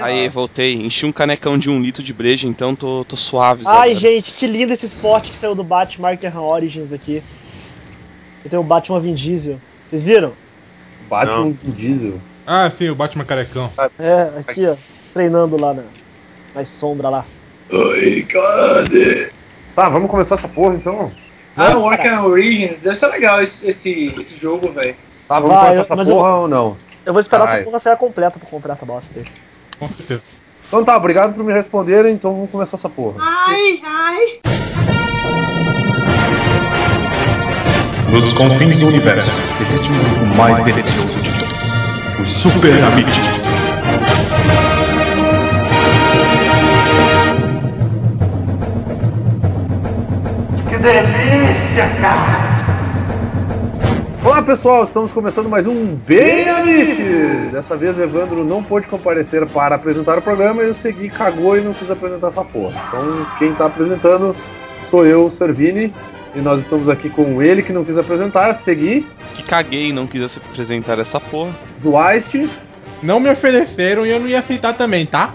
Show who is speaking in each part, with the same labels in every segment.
Speaker 1: Aí, voltei. Enchi um canecão de um litro de breja, então tô, tô
Speaker 2: é,
Speaker 1: suave. Zé,
Speaker 3: Ai,
Speaker 1: cara.
Speaker 3: gente, que lindo esse spot que saiu do Batman Arkham Origins aqui. E tem o Batman Vin Diesel. Vocês viram?
Speaker 2: Batman Vin Diesel.
Speaker 4: Ah, sim, o Batman carecão.
Speaker 3: É, aqui, ó. Treinando lá na, na sombra lá.
Speaker 5: Oi, cadê?
Speaker 2: Tá, vamos começar essa porra então.
Speaker 6: Ah, o Arkham Origins, deve ser legal esse, esse, esse jogo, velho.
Speaker 2: Tá, vamos
Speaker 3: Ah,
Speaker 2: começar
Speaker 3: eu-
Speaker 2: essa
Speaker 3: mas
Speaker 2: porra
Speaker 3: eu-
Speaker 2: ou não?
Speaker 3: Eu vou esperar
Speaker 2: Caralho.
Speaker 3: essa porra sair completa pra comprar essa bosta dele.
Speaker 4: Com certeza.
Speaker 2: Então tá, obrigado por me responderem, então vamos começar essa porra.
Speaker 7: Nos confins do universo, existe um grupo mais delicioso de todos. Os Super Amigos.
Speaker 2: Olá pessoal, estamos começando mais um Bem Amif! Dessa vez Evandro não pôde comparecer para apresentar o programa e eu segui, cagou e não quis apresentar essa porra. Então quem tá apresentando sou eu, Servini, e nós estamos aqui com ele que não quis apresentar, segui,
Speaker 1: Que caguei e não quis se apresentar essa porra.
Speaker 2: Zuaiste,
Speaker 4: Não me ofereceram e eu não ia aceitar também, tá?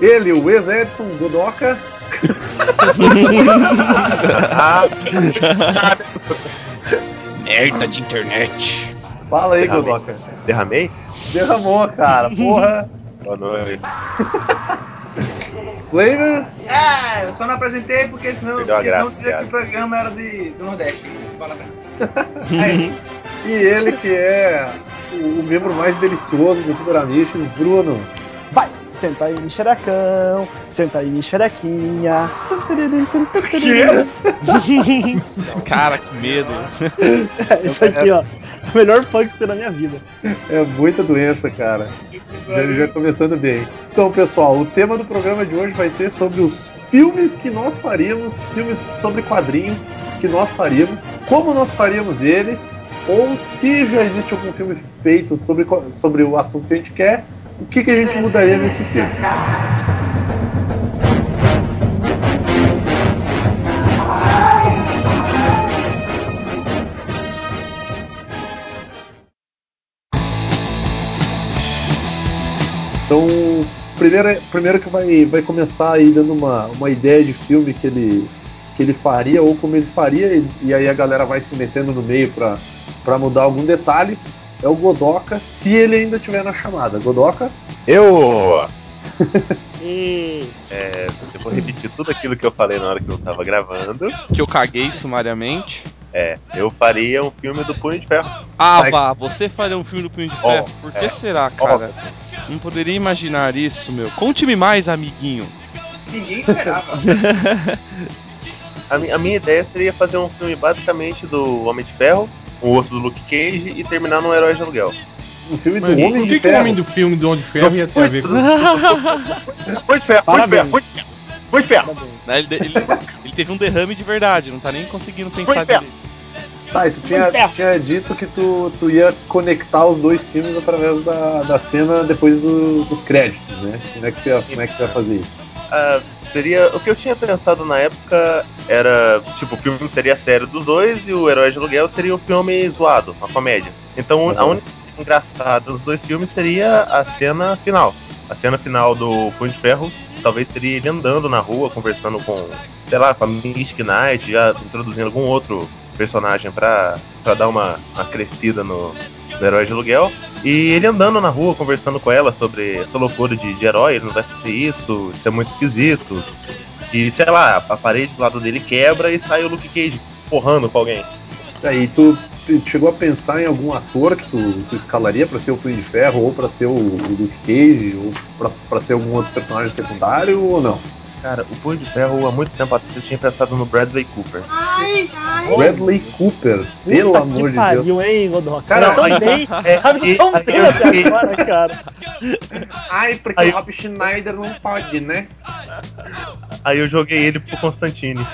Speaker 2: ele, o ex-Edson Godoca,
Speaker 1: Merda de internet.
Speaker 2: fala aí
Speaker 5: Derramei.
Speaker 2: Godoca.
Speaker 5: Derramei?
Speaker 2: Derramou, cara, porra.
Speaker 5: Boa noite.
Speaker 2: Flavor,
Speaker 6: Ah, eu só não apresentei porque senão,
Speaker 5: Perdeu a
Speaker 6: porque senão
Speaker 5: graça,
Speaker 6: dizia que
Speaker 5: cara.
Speaker 6: o programa era de, do Nordeste. Fala pra mim.
Speaker 2: E ele que é o, o membro mais delicioso do Super Amixes, Bruno.
Speaker 3: Vai! Senta aí, xerecão. Senta aí, xerequinha. Tum, tururum, tum, tum, tururum.
Speaker 1: Cara, que medo.
Speaker 3: Isso aqui, ó. é O melhor funk que tem na minha vida.
Speaker 2: É muita doença, cara. Já, já começando bem. Então, pessoal, o tema do programa de hoje vai ser sobre os filmes que nós faríamos, filmes sobre quadrinho que nós faríamos, como nós faríamos eles, ou se já existe algum filme feito sobre, co- sobre o assunto que a gente quer, o que, que a gente mudaria nesse filme. Então, primeiro, primeiro que vai, vai começar aí dando uma, uma ideia de filme que ele, que ele faria ou como ele faria, e, e aí a galera vai se metendo no meio pra, pra mudar algum detalhe. É o Godoka, se ele ainda tiver na chamada. Godoka,
Speaker 5: Eu.
Speaker 3: E...
Speaker 5: é, Eu vou repetir tudo aquilo que eu falei na hora que eu tava gravando.
Speaker 1: Que eu caguei sumariamente.
Speaker 5: É, eu faria um filme do Punho de Ferro.
Speaker 1: Ah,
Speaker 5: Vai.
Speaker 1: vá, você faria um filme do Punho de
Speaker 5: Ó,
Speaker 1: Ferro. Por que
Speaker 5: é.
Speaker 1: será, cara? Não poderia imaginar isso, meu. Conte-me mais, amiguinho.
Speaker 6: Ninguém esperava.
Speaker 5: A, mi- a minha ideia seria fazer um filme basicamente do Homem de Ferro, um outro do Luke Cage e terminar num Herói de Aluguel.
Speaker 2: um filme
Speaker 4: Mas
Speaker 2: do Homem
Speaker 4: por
Speaker 2: de
Speaker 4: que, que o
Speaker 2: Ferro.
Speaker 4: homem do filme do Homem de Ferro ia ter a ver com
Speaker 5: Punho de Ferro, Punho de Ferro,
Speaker 3: Parabéns.
Speaker 5: Punho de Ferro, Punho de Ferro.
Speaker 3: Parabéns.
Speaker 1: Né, Ele, ele- ele teve um derrame de verdade, não tá nem conseguindo pensar
Speaker 5: Punho de Ferro.
Speaker 1: direito.
Speaker 2: Tá, e tu tinha, tu tinha dito que tu, tu ia conectar os dois filmes através da, da cena depois do- dos créditos, né? Como é, que tu ia, como é que tu ia fazer isso?
Speaker 5: Ah, seria. O que eu tinha pensado na época era. Tipo, o filme seria sério dos dois e o Herói de Aluguel seria um filme zoado, uma comédia. Então a
Speaker 2: Uhum.
Speaker 5: única coisa engraçada dos dois filmes seria a cena final. A cena final do Punho de Ferro talvez seria ele andando na rua, conversando com, sei lá, com a Mystic Knight, já introduzindo algum outro personagem pra, pra dar uma, uma crescida no, no Herói de Aluguel. E ele andando na rua, conversando com ela sobre essa loucura de, de herói, ele não vai fazer isso, isso é muito esquisito. E sei lá, a parede do lado dele quebra e sai o Luke Cage porrando com alguém.
Speaker 2: Aí É, tu tu chegou a pensar em algum ator que tu, tu escalaria pra ser o Punho de Ferro ou pra ser o, o Luke Cage ou pra, pra ser algum outro personagem secundário ou não?
Speaker 5: Cara, o Punho de Ferro há muito tempo atrás eu tinha pensado no Bradley Cooper.
Speaker 2: Bradley Cooper, pelo
Speaker 3: Puta
Speaker 2: amor
Speaker 3: que
Speaker 2: de Deus.
Speaker 3: pariu, hein, Godoka?
Speaker 2: Cara,
Speaker 3: Cara,
Speaker 5: aí-
Speaker 3: tão bem. Sabe tão
Speaker 5: É, aí-
Speaker 3: bem até agora, cara.
Speaker 2: Ai, porque
Speaker 5: Aí-
Speaker 2: Rob Schneider não pode, né?
Speaker 5: Aí eu joguei ele pro Constantine.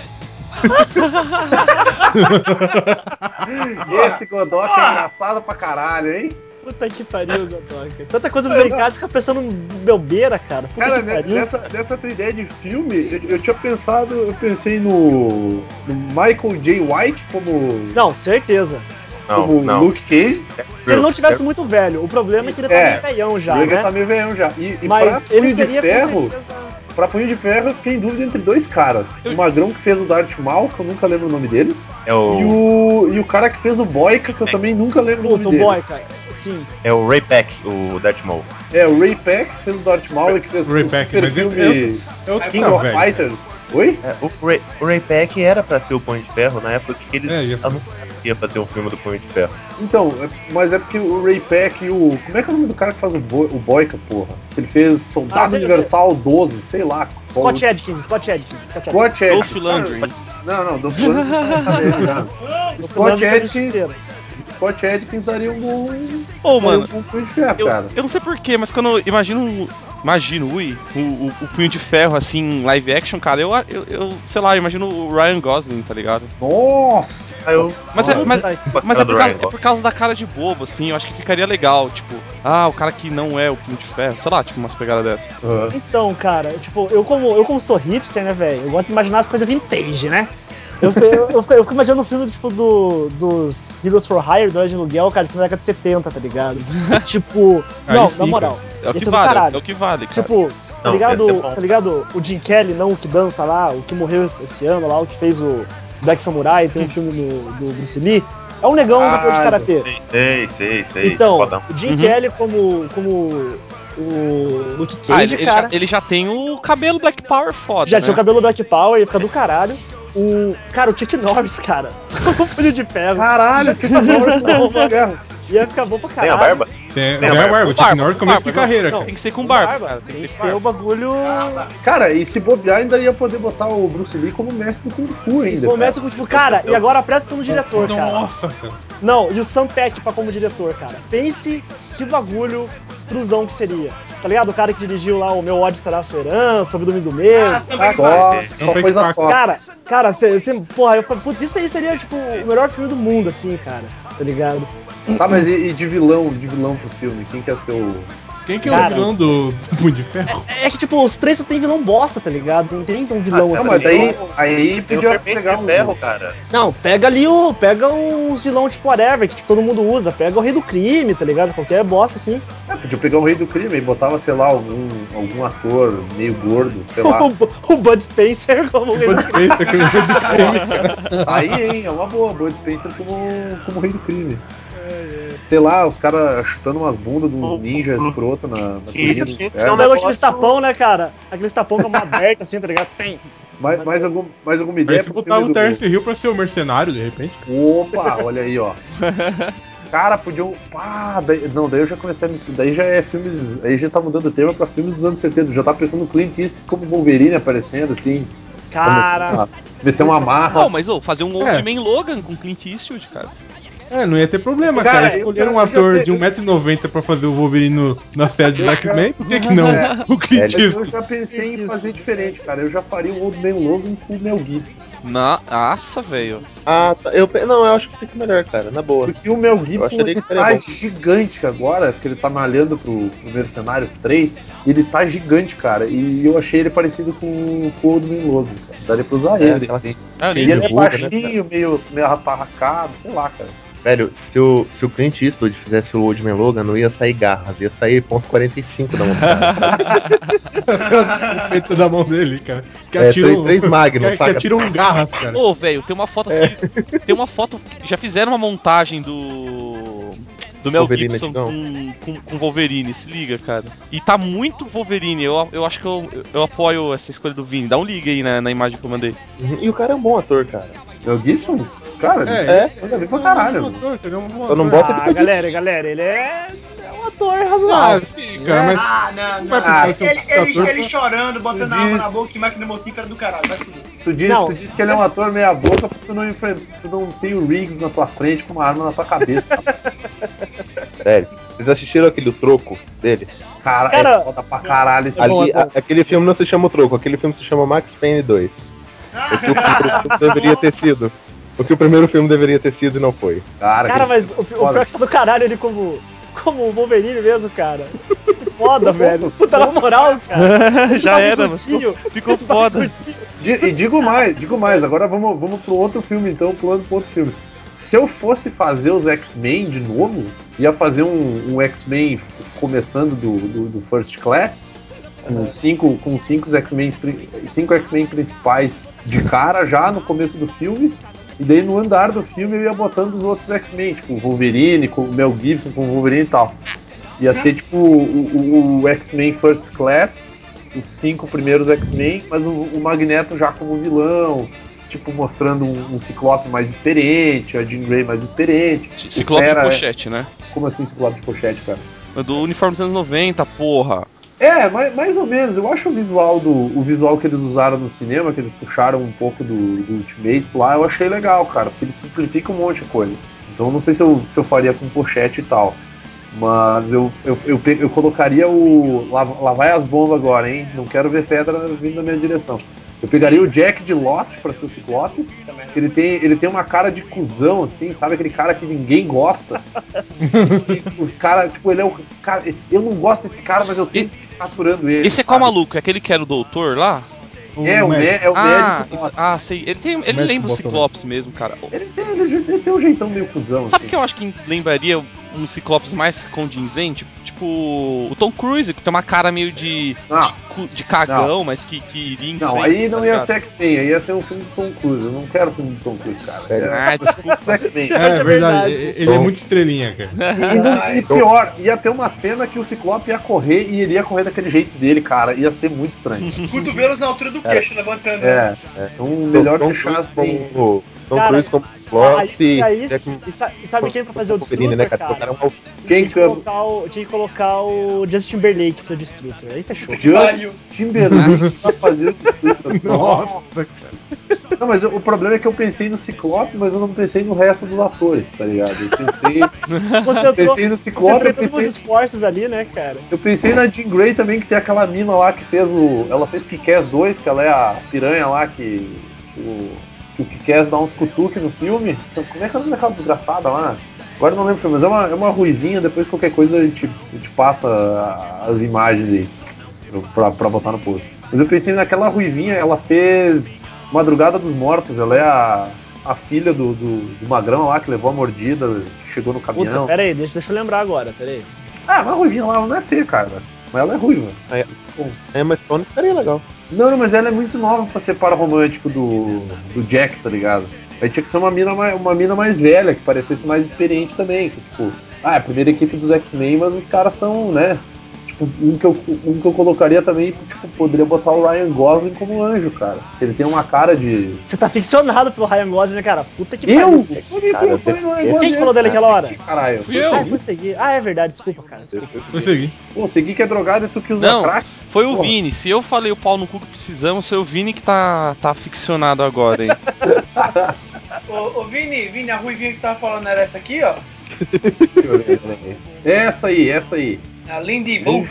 Speaker 2: Esse Godot é engraçado pra caralho, hein?
Speaker 3: Puta que pariu, Godoka. Tanta coisa pra fazer em casa, fica pensando no Belbeira, cara. Puta
Speaker 2: Cara,
Speaker 3: que
Speaker 2: ne-
Speaker 3: pariu.
Speaker 2: nessa, nessa tua ideia de filme, eu, eu tinha pensado, eu pensei no, no Michael J. White como,
Speaker 3: Não, certeza.
Speaker 5: Não,
Speaker 2: como
Speaker 5: não.
Speaker 2: Luke Cage.
Speaker 3: se ele não tivesse muito velho. O problema é que ele tá
Speaker 2: É.
Speaker 3: meio feião já,
Speaker 2: o Jagger tá
Speaker 3: né?
Speaker 2: meio veião já. E, e
Speaker 3: Mas
Speaker 2: pra
Speaker 3: ele
Speaker 2: Punho de
Speaker 3: seria com
Speaker 2: Ferro,
Speaker 3: certeza-
Speaker 2: pra Punho de Ferro eu fiquei em dúvida entre dois caras. O Magrão que fez o Darth Maul, que eu nunca lembro o nome dele,
Speaker 5: É o,
Speaker 1: Oh.
Speaker 2: e, o, e o cara que fez o Boyka,
Speaker 1: É.
Speaker 2: que eu também nunca lembro o
Speaker 3: Puta,
Speaker 2: nome
Speaker 3: o
Speaker 2: dele.
Speaker 3: boy, cara. Sim.
Speaker 5: é o Ray Pack, o Darth Maul.
Speaker 2: É, o Ray Pack que fez o Darth Maul e que fez
Speaker 4: Ray
Speaker 2: o
Speaker 4: Pack,
Speaker 2: super
Speaker 4: mas eu-
Speaker 2: filme
Speaker 4: É outro
Speaker 2: King
Speaker 4: cara,
Speaker 2: of
Speaker 4: velho.
Speaker 2: Fighters. Oi?
Speaker 5: É, o, Ray, o Ray Pack era pra ser o Punho de Ferro na época que eles
Speaker 4: É, ia-
Speaker 5: anunciaram que ia fazer um filme do Punho de Ferro.
Speaker 2: Então, é- mas é porque o Ray Pack e o. Como é que é o nome do cara que faz o, Bo... o Boyka, porra? Ele fez Soldado
Speaker 3: Ah, sei,
Speaker 2: Universal 12, sei lá. qual-
Speaker 3: Scott Adkins, Scott Adkins. Scott Adkins.
Speaker 2: Scott
Speaker 1: Dolph
Speaker 2: Adkins.
Speaker 1: Lundgren.
Speaker 2: Não, não, Dolph Lundgren. não tá nele, não. Scott Adkins. Scott Adkins daria um bom.
Speaker 1: Ô,
Speaker 2: daria
Speaker 1: mano,
Speaker 2: um bom punho de ferro,
Speaker 1: Eu,
Speaker 2: cara.
Speaker 1: eu não sei porquê, mas quando eu imagino. um- Imagino, ui, o, o, o Punho de Ferro, assim, live action, cara, eu, eu, eu- sei lá, eu imagino o Ryan Gosling, tá ligado?
Speaker 2: Nossa!
Speaker 5: Ah, eu-
Speaker 1: Mas, é, mas, mas é, por
Speaker 5: do
Speaker 1: causa,
Speaker 5: Ryan
Speaker 1: é por causa da cara de bobo, assim, eu acho que ficaria legal, tipo, ah, o cara que não é o Punho de Ferro, sei lá, tipo, umas pegadas dessas.
Speaker 2: Aham.
Speaker 3: Então, cara, tipo, eu como, eu como sou hipster, né, velho? Eu gosto de imaginar as coisas vintage, né? Eu, eu, eu, fico, eu fico imaginando o filme tipo, do, dos Heroes for Hire, do de Aluguel, cara, tipo, da década de 70, tá ligado? tipo,
Speaker 4: Aí
Speaker 3: não,
Speaker 4: fica.
Speaker 3: na moral.
Speaker 1: É o que
Speaker 3: Esse é do
Speaker 1: vale,
Speaker 3: caralho.
Speaker 1: é o que vale, cara.
Speaker 3: Tipo, tá
Speaker 5: Não,
Speaker 3: ligado,
Speaker 5: é bom.
Speaker 3: tá ligado? O Jim Kelly, não o que dança lá, o que morreu esse esse ano lá, o que fez o Black Samurai, tem um filme do, do Bruce Lee. É um negão
Speaker 2: Ah,
Speaker 3: depois de karatê.
Speaker 5: Sei, sei, sei.
Speaker 3: Então,
Speaker 5: Fodão.
Speaker 3: o Jim
Speaker 1: Uhum.
Speaker 3: Kelly como, como o Luke Cage,
Speaker 1: ah, ele, ele
Speaker 3: cara,
Speaker 1: já, ele já tem o cabelo Black Power foda,
Speaker 3: já
Speaker 1: né?
Speaker 3: tinha o cabelo Black Power, ele fica do caralho. O, cara, o Chuck Norris, cara, o filho de ferro,
Speaker 2: Caralho, que bom, cara.
Speaker 3: ia ficar bom pra
Speaker 5: Tem
Speaker 3: caralho.
Speaker 5: a barba?
Speaker 4: Tem,
Speaker 5: Tem
Speaker 4: tem
Speaker 5: a
Speaker 4: a
Speaker 5: barba.
Speaker 4: barba, é o Chuck
Speaker 1: Barba,
Speaker 4: Norris começo
Speaker 1: barba,
Speaker 4: de carreira,
Speaker 3: não.
Speaker 4: cara.
Speaker 1: Tem que ser com barba, cara,
Speaker 3: Tem,
Speaker 1: ter
Speaker 3: que ser o bagulho...
Speaker 2: Cara, e se bobear, ainda ia poder botar o Bruce Lee como mestre do Kung Fu
Speaker 3: E
Speaker 2: ainda.
Speaker 3: começa com, tipo, cara, e agora presta atenção no é diretor, cara.
Speaker 4: Nossa, cara.
Speaker 3: Não, e o Sam Peckinpah como diretor, cara. Pense que bagulho truzão que seria. Tá ligado? O cara que dirigiu lá o Meu Ódio Será a Sua Herança, o Domingo do Meio.
Speaker 2: cara.
Speaker 6: Ah, também vai.
Speaker 2: Só,
Speaker 4: Não
Speaker 2: só
Speaker 4: foi
Speaker 2: coisa
Speaker 4: que
Speaker 2: top.
Speaker 3: Cara, cara, cê, cê- porra, eu falei, putz, isso aí seria, tipo, o melhor filme do mundo, assim, cara. Tá ligado?
Speaker 2: Tá, mas e, e de vilão, de vilão pro filme? Quem quer ser o.
Speaker 4: Quem que é o
Speaker 3: Cara.
Speaker 4: vilão do Punho de Ferro?
Speaker 3: É que, tipo, os três só tem vilão bosta, tá ligado? Não tem tão vilão
Speaker 2: Ah, Não,
Speaker 3: assim.
Speaker 2: mas daí aí
Speaker 5: Tem o
Speaker 2: podia
Speaker 5: Serpente
Speaker 2: pegar
Speaker 5: de
Speaker 2: um.
Speaker 5: Ferro, cara.
Speaker 3: Não, pega ali o. Pega uns vilão tipo whatever, que tipo, todo mundo usa. Pega o rei do crime, tá ligado? Qualquer bosta, assim.
Speaker 2: É, podia pegar o rei do crime e botava, sei lá, algum, algum ator meio gordo, sei lá.
Speaker 3: O, Bu- o Bud Spencer como o rei do
Speaker 4: Bud Spencer, que é o vilão do crime.
Speaker 2: aí, hein, é uma boa, Bud Spencer como, como rei do crime.
Speaker 5: É,
Speaker 2: Sei lá, os caras chutando umas bundas de
Speaker 5: O-
Speaker 2: uns ninjas
Speaker 5: o-
Speaker 2: escroto na, na
Speaker 5: Uhum. que-
Speaker 2: cozinha É, do
Speaker 5: que-
Speaker 2: inferno.
Speaker 5: não,
Speaker 3: Não, aqueles tapão, né, cara? Aqueles tapão com a mão aberta, assim, tá ligado? Tem.
Speaker 2: Mais, mais, algum, mais alguma
Speaker 4: Aí
Speaker 2: ideia
Speaker 4: se
Speaker 2: pro
Speaker 4: botar um
Speaker 2: filme do...
Speaker 4: o Terence Hill pra ser o mercenário, de repente.
Speaker 2: Opa, olha aí, ó. Cara, podiam. Pá, daí- não, daí eu já comecei a misturar. Daí já é filmes. Aí já tá mudando o tema pra filmes dos anos 70. Já tá pensando no Clint Eastwood como Wolverine aparecendo, assim.
Speaker 3: Cara.
Speaker 2: Como, ah, meter uma marra.
Speaker 1: Não, mas, ô, fazer um Old
Speaker 4: É.
Speaker 1: Man Logan com Clint Eastwood, cara.
Speaker 4: É, não ia ter problema,
Speaker 2: Cara,
Speaker 4: cara.
Speaker 2: eu-
Speaker 4: Escolher um
Speaker 2: eu já
Speaker 4: ator
Speaker 2: pe-
Speaker 4: de 1,90m pra fazer o Wolverine no- na série de X-Men, por que que não?
Speaker 2: É.
Speaker 4: O Clint
Speaker 2: Mas eu
Speaker 4: Eastwood.
Speaker 2: já pensei em fazer diferente, cara. Eu já faria o Old Man Logan com o Mel Gibson.
Speaker 1: Na- Nossa, velho.
Speaker 5: Ah, tá. Eu, pe- não, eu acho que fica melhor, cara. Na boa.
Speaker 2: Porque o Mel
Speaker 5: Eu
Speaker 2: Gibson
Speaker 5: acharia
Speaker 2: ele
Speaker 5: que seria
Speaker 2: tá
Speaker 5: bom.
Speaker 2: gigante agora, porque ele tá malhando pro, pro Mercenários 3. Ele tá gigante, cara. E eu achei ele parecido com, com o Old Man Logan. Cara. Daria pra usar
Speaker 5: É,
Speaker 2: ele.
Speaker 5: aquela-
Speaker 1: Ah, eu
Speaker 2: E
Speaker 1: nem
Speaker 2: ele é
Speaker 5: Meio ruga, né,
Speaker 2: baixinho, meio, meio atarracado, sei lá, cara.
Speaker 5: Velho, se o, se o Clint Eastwood fizesse o Old Man Logan, não ia sair garras, ia sair ponto .45 da mão.
Speaker 4: Feito da mão dele, cara. Que
Speaker 5: É,
Speaker 4: atira
Speaker 5: três-
Speaker 4: um-
Speaker 5: três Magnum,
Speaker 4: que- que
Speaker 5: saca?
Speaker 4: atira um garras, cara.
Speaker 1: Ô, velho, tem uma foto
Speaker 5: É.
Speaker 1: que. Tem uma foto. Já fizeram uma montagem do. Do Mel
Speaker 5: Wolverine,
Speaker 1: Gibson
Speaker 5: então.
Speaker 1: com, com, com Wolverine, se liga, cara. E tá muito Wolverine, eu, eu acho que eu, eu apoio essa escolha do Vini. Dá um liga aí na, na imagem que eu mandei.
Speaker 5: e o cara é um bom ator, cara.
Speaker 2: Mel Gibson? Cara,
Speaker 4: É,
Speaker 2: é, manda bem pra caralho.
Speaker 4: Ele é um
Speaker 2: mano.
Speaker 4: bom ator, ele é um bom
Speaker 5: Eu não
Speaker 4: ator.
Speaker 5: boto ele
Speaker 3: Ah, galera, galera, ele é é um ator
Speaker 4: Ah,
Speaker 3: razoável.
Speaker 4: sim, cara, mas
Speaker 6: Ah, não,
Speaker 4: Vai
Speaker 6: não.
Speaker 4: precisar
Speaker 6: Ele,
Speaker 4: ser um
Speaker 6: ele,
Speaker 4: ator.
Speaker 6: ele chorando, botando
Speaker 2: Diz.
Speaker 6: a arma na boca e máquina mortífera do caralho. Vai se fuder.
Speaker 2: Tu diz,
Speaker 3: Não.
Speaker 2: tu diz que ele é um ator meia boca porque tu não, enfre- tu não tem o Riggs na tua frente com uma arma na tua cabeça.
Speaker 5: Velho, vocês assistiram aquele troco dele?
Speaker 2: Cara,
Speaker 3: Cara,
Speaker 2: é foda pra caralho esse
Speaker 5: Ali,
Speaker 2: filme.
Speaker 5: a- aquele filme não se chama o troco, aquele filme se chama Max Payne 2. O que o primeiro filme deveria ter sido. O que o primeiro filme deveria ter sido e não foi.
Speaker 2: Ah, Cara,
Speaker 3: Cara,
Speaker 2: cara
Speaker 3: mas o, pi- o
Speaker 2: Foda.
Speaker 3: pior que tá do caralho ele como. Como o Wolverine mesmo, cara. Que Foda, velho. Puta, na moral, cara. Tá
Speaker 1: Já era, mas ficou,
Speaker 3: Bagulhinho.
Speaker 1: Tá ficou foda.
Speaker 2: di- e digo mais, digo mais. Agora vamos, vamos pro outro filme, então, pulando pro outro filme. se eu fosse fazer os X-Men de novo, ia fazer um, um X-Men começando do, do, do First Class, com cinco, com cinco X-Men pri- cinco X-Men principais de cara já no começo do filme. E daí no andar do filme eu ia botando os outros X-Men, tipo o Wolverine, com o Mel Gibson, com o Wolverine e tal. Ia ser tipo o, o- o X-Men First Class, os cinco primeiros X-Men, mas o, o Magneto já como vilão, tipo mostrando um, um Ciclope mais experiente, a Jean Grey mais experiente. O
Speaker 1: Ciclope de
Speaker 5: é.
Speaker 2: Fera-
Speaker 1: pochete, né?
Speaker 2: Como assim Ciclope de pochete, cara?
Speaker 1: Do uniforme dos anos 90, porra.
Speaker 2: É, mais, mais ou menos. Eu acho o visual do o visual que eles usaram no cinema, que eles puxaram um pouco do, do Ultimates lá, eu achei legal, cara, porque ele simplifica um monte de coisa. Então eu não sei se eu, se eu faria com pochete e tal. Mas eu, eu, eu, pe- eu colocaria o. Lá, lá vai as bombas agora, hein? Não quero ver pedra vindo na minha direção. Eu pegaria o Jack de Lost pra ser o Ciclope. que Ele tem, ele tem uma cara de cuzão, assim, sabe? Aquele cara que ninguém gosta. E os caras, tipo, ele é o. Cara, eu não gosto desse cara, mas eu tenho que ficar aturando ele.
Speaker 1: Esse é qual
Speaker 2: sabe?
Speaker 1: maluco? É aquele que era o doutor lá?
Speaker 2: É,
Speaker 6: um
Speaker 2: o, mé- é o
Speaker 1: ah,
Speaker 2: médico.
Speaker 1: ent- ah, sei. Ele, tem, ele
Speaker 4: médico
Speaker 1: lembra o
Speaker 4: botou, né?
Speaker 1: Ciclopes mesmo, cara.
Speaker 2: Ele tem, ele, ele tem um jeitão meio cuzão,
Speaker 1: Sabe o
Speaker 2: assim.
Speaker 1: que eu acho que lembraria um Ciclopes mais condizente? Tipo o Tom Cruise, que tem uma cara meio de,
Speaker 2: Ah.
Speaker 1: de, cu- de cagão, mas que, que iria em
Speaker 2: Não,
Speaker 1: frente,
Speaker 2: aí não
Speaker 1: tá
Speaker 2: ia
Speaker 1: ligado?
Speaker 2: ser X-Men, aí ia ser um filme de Tom Cruise. Eu não quero filme de Tom Cruise, cara. É,
Speaker 1: Ah, desculpa.
Speaker 2: X-Men.
Speaker 4: É,
Speaker 3: É
Speaker 4: verdade.
Speaker 3: verdade.
Speaker 4: Ele é muito estrelinha, cara.
Speaker 2: E, não- e pior, ia ter uma cena que o Ciclope ia correr e ele ia correr daquele jeito dele, cara. Ia ser muito estranho.
Speaker 6: Cotovelos na altura do queixo, levantando.
Speaker 2: É, é. Então
Speaker 5: um
Speaker 2: melhor
Speaker 5: Tom
Speaker 2: deixar
Speaker 5: Cruise
Speaker 2: assim.
Speaker 5: como- Tom
Speaker 3: Cara,
Speaker 5: Cruise como
Speaker 3: Ah,
Speaker 5: Lost,
Speaker 3: isso, aí,
Speaker 5: Jack
Speaker 3: e, sa- e sabe quem é pra fazer o
Speaker 5: Wolverine,
Speaker 3: Destructor,
Speaker 5: né, cara?
Speaker 3: cara?
Speaker 5: Trocaram uma-
Speaker 2: Quem
Speaker 3: tinha, que
Speaker 2: cama?
Speaker 3: colocar o, tinha que colocar o Justin Timberlake pra ser o Destructor. Aí fechou.
Speaker 2: Justin Timberlake tá pra fazer o Destructor.
Speaker 4: Nossa,
Speaker 2: Não, mas eu- o problema é que eu pensei no Ciclope, mas eu não pensei no resto dos atores, tá ligado? Eu pensei,
Speaker 3: Você entrou,
Speaker 2: pensei no
Speaker 3: você um
Speaker 2: Ciclope, eu
Speaker 3: entrou todos os
Speaker 2: pensei
Speaker 3: esforços ali, né, cara?
Speaker 2: Eu pensei na Jean Grey também, que tem aquela mina lá que fez o. Ela fez Kick-Ass 2, que ela é a piranha lá que. O, que o Kick-Ass dá uns cutuques no filme. Então, como é que ela é aquela desgraçada lá? Agora eu não lembro, mas é uma, é uma ruivinha, depois qualquer coisa a gente, a gente passa a- as imagens aí pra, pra botar no post. Mas eu pensei naquela ruivinha, ela fez Madrugada dos Mortos, ela é a, a filha do, do, do Magrão lá que levou a mordida, que chegou no
Speaker 3: Puta,
Speaker 2: caminhão.
Speaker 3: pera aí, deixa, deixa eu lembrar agora, pera aí.
Speaker 2: Ah, mas a ruivinha lá ela não é feia, cara. Mas ela é ruiva.
Speaker 5: É, mas Stone ficaria legal.
Speaker 2: Não, não, mas ela é muito nova pra ser par romântico do, do Jack, tá ligado? Aí tinha que ser uma mina, mais, uma mina mais velha, que parecesse mais experiente também. Que, tipo, ah, é a primeira equipe dos X-Men, mas os caras são, né? Tipo, um que, eu, um que eu colocaria também, tipo, poderia botar o Ryan Gosling como anjo, cara. Ele tem uma cara de.
Speaker 3: Você tá ficcionado pelo Ryan Gosling, né, cara? Puta que
Speaker 2: eu?
Speaker 3: pariu.
Speaker 2: Ninguém
Speaker 5: Cara,
Speaker 2: falou foi no Ryan
Speaker 5: eu-
Speaker 2: Gosling. Ah,
Speaker 3: Quem falou dele aquela hora?
Speaker 2: Caralho.
Speaker 4: Fui eu.
Speaker 3: Ah, eu consegui. Ah, é verdade, desculpa, cara. Desculpa.
Speaker 4: Eu segui.
Speaker 2: Pô, segui que é drogado e tu que usa
Speaker 1: Não.
Speaker 2: crack.
Speaker 1: Foi o
Speaker 2: Porra.
Speaker 1: Vini. Se eu falei o pau no cu que precisamos, foi o Vini que tá, tá ficcionado agora, hein?
Speaker 6: Ô, ô, Vini, Vini, a ruivinha que tu tava falando era essa aqui, ó.
Speaker 2: Deixa eu ver, peraí. Essa aí, essa aí.
Speaker 6: A Lindy Bull.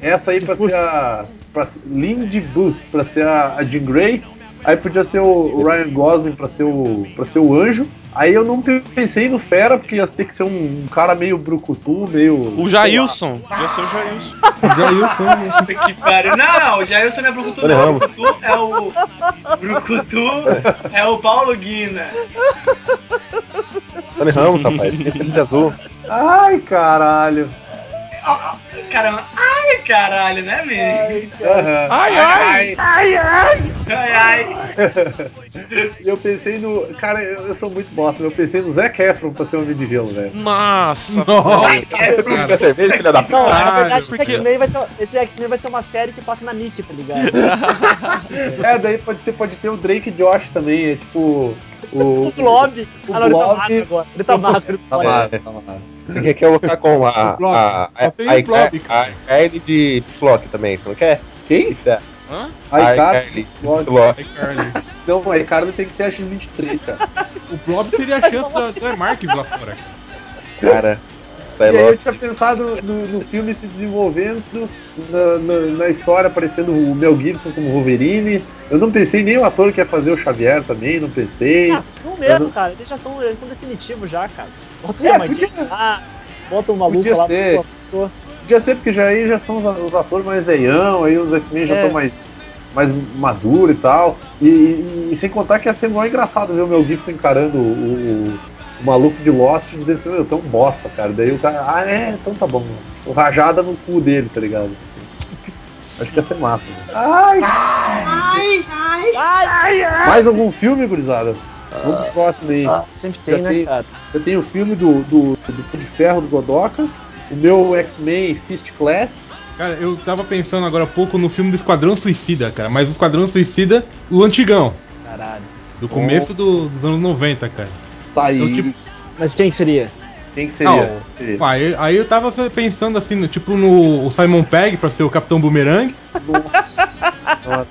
Speaker 2: Essa aí pra ser a. Pra, ser- Lindy Booth pra ser a, a Jean Grey. Aí podia ser o o Ryan Gosling pra ser o, pra ser o anjo. Aí eu não pe- pensei no Fera, porque ia ter que ser um, um cara meio brucutu, meio.
Speaker 1: O Jailson. Podia ser o Jailson.
Speaker 4: Jailson, né?
Speaker 6: Puta que pariu. Não, o Jailson não é Brucutu,
Speaker 5: Olha,
Speaker 6: não.
Speaker 5: Ramos.
Speaker 6: Brucutu é o. Brucutu é o Paulo Guina.
Speaker 5: Tony Ramos, rapaz. Esse de azul.
Speaker 2: Ai, caralho.
Speaker 6: Ó, ó, Caramba. Ai, caralho, né, Vini?
Speaker 2: Tá Aham.
Speaker 1: Ai, ai!
Speaker 6: Ai, ai.
Speaker 2: E eu pensei no. Cara, eu eu sou muito bosta, mas eu pensei no Zac Efron pra ser homem de gelo, velho.
Speaker 1: Nossa,
Speaker 4: Nossa,
Speaker 6: É,
Speaker 5: Quer cerveja, filha da p.
Speaker 3: Não, na
Speaker 4: Caralho,
Speaker 3: verdade, esse
Speaker 1: por quê?
Speaker 3: X-Men vai, ser- esse X-Men vai ser uma série que passa na Nick, tá ligado?
Speaker 2: É, daí pode, ser, pode ter o Drake Josh também, é tipo. O,
Speaker 3: O Blob.
Speaker 2: O
Speaker 3: Ah, não, ele tá
Speaker 2: Blob-
Speaker 3: magro agora. Ele tá magro. ele
Speaker 2: Tá
Speaker 3: pode-
Speaker 2: lá, tá lá.
Speaker 5: Você quer colocar com a. A. A.
Speaker 4: Só tem o Blob,
Speaker 5: A.
Speaker 4: cara.
Speaker 5: A. L de Flock também, você não quer?
Speaker 2: Quem?
Speaker 1: Hã?
Speaker 2: Ai, cara.
Speaker 5: Kylie
Speaker 2: Blob.
Speaker 5: Flock.
Speaker 4: iCarly.
Speaker 2: Não, a iCarly Então, tem que ser a X23, cara.
Speaker 4: O Blob seria a chance da Telemark lá fora.
Speaker 5: Cara. é
Speaker 2: E
Speaker 5: Sai
Speaker 2: aí eu
Speaker 5: logo.
Speaker 2: tinha pensado no, no filme se desenvolvendo, na, na- na história aparecendo o Mel Gibson como Wolverine. Eu não pensei nem o ator que ia fazer o Xavier também, não pensei.
Speaker 3: Ah, não mesmo, cara. Eles já estão, eles são definitivos já, cara. Bota o
Speaker 2: É,
Speaker 3: Diamantino lá, bota um maluco
Speaker 2: Podia
Speaker 3: lá.
Speaker 2: ser.
Speaker 3: pô.
Speaker 2: Podia ser porque já aí já são os, os atores mais veião, aí os X-Men já
Speaker 3: É.
Speaker 2: estão mais, mais maduro e tal. E, e- e sem contar que ia ser mó engraçado ver o Mel Gibson encarando o, o- O maluco de Lost dizendo assim, eu tô um bosta, cara. Daí o cara, ah, é, então tá bom. O rajada no cu dele, tá ligado? Acho que ia ser massa. né?
Speaker 6: Ai, ai. Ah.
Speaker 2: Mais algum filme, gurizada? Vamos pro próximo aí.
Speaker 3: Sempre
Speaker 2: tem,
Speaker 3: tem,
Speaker 2: né,
Speaker 3: né, cara?
Speaker 2: Eu tenho o filme do, do, do Punho de Ferro, do Godoka. O meu X-Men Fist Class.
Speaker 4: Cara, eu tava pensando agora há pouco no filme do Esquadrão Suicida, cara. Mas o Esquadrão Suicida, o antigão.
Speaker 3: Caralho.
Speaker 4: Do começo do- dos anos 90, cara.
Speaker 2: Tá aí.
Speaker 4: Então, tipo-
Speaker 3: Mas quem que seria?
Speaker 2: Quem que seria?
Speaker 4: Não.
Speaker 2: Seria.
Speaker 4: Aí, aí eu tava pensando assim, no- tipo no o Simon Pegg pra ser o Capitão Boomerang.
Speaker 2: Nossa senhora.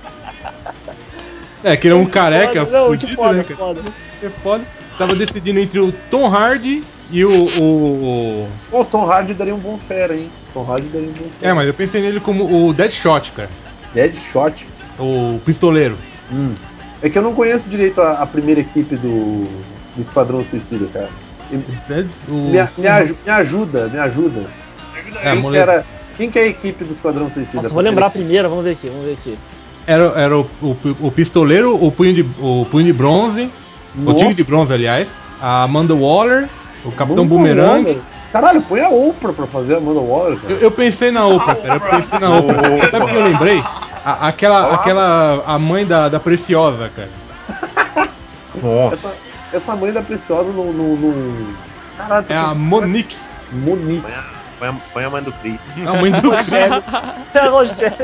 Speaker 4: É, que ele é um careca.
Speaker 3: Foda, Não,
Speaker 4: fudido,
Speaker 3: que foda,
Speaker 4: né,
Speaker 3: que
Speaker 4: cara?
Speaker 3: foda.
Speaker 4: É foda. Tava decidindo entre o Tom Hardy e o. o- o-
Speaker 2: Pô, Tom Hardy daria um bom fera, hein? Tom Hardy daria um bom fera.
Speaker 4: É, mas eu pensei nele como o Deadshot, cara.
Speaker 2: Deadshot.
Speaker 4: O pistoleiro. Hum.
Speaker 2: É que eu não conheço direito a, a primeira equipe do, do Esquadrão Suicida, cara.
Speaker 4: Dead- o-
Speaker 2: Me, a- me aju- me ajuda, me ajuda.
Speaker 4: É,
Speaker 2: Quem que,
Speaker 4: moleque.
Speaker 2: era, quem que é a equipe do Esquadrão Suicida?
Speaker 3: Nossa, vou lembrar a primeira, vamos ver aqui, vamos ver aqui.
Speaker 4: Era, era o, o, o pistoleiro, o punho de, o punho de bronze, o time de bronze, aliás, a Amanda Waller, o Capitão Boomerang.
Speaker 2: Caralho, põe a Oprah pra fazer a Amanda Waller, cara.
Speaker 4: Eu, eu pensei na Oprah, cara, eu pensei na Oprah. Sabe o que eu lembrei? A- aquela, aquela, a mãe da, da Preciosa, cara.
Speaker 5: Nossa.
Speaker 2: Essa, essa mãe da Preciosa não. não, não... Caralho,
Speaker 4: É a
Speaker 2: tô-
Speaker 4: Monique,
Speaker 2: Monique.
Speaker 5: Põe a, põe a mãe do Chris. né?
Speaker 4: a mãe do
Speaker 3: É, Rogério.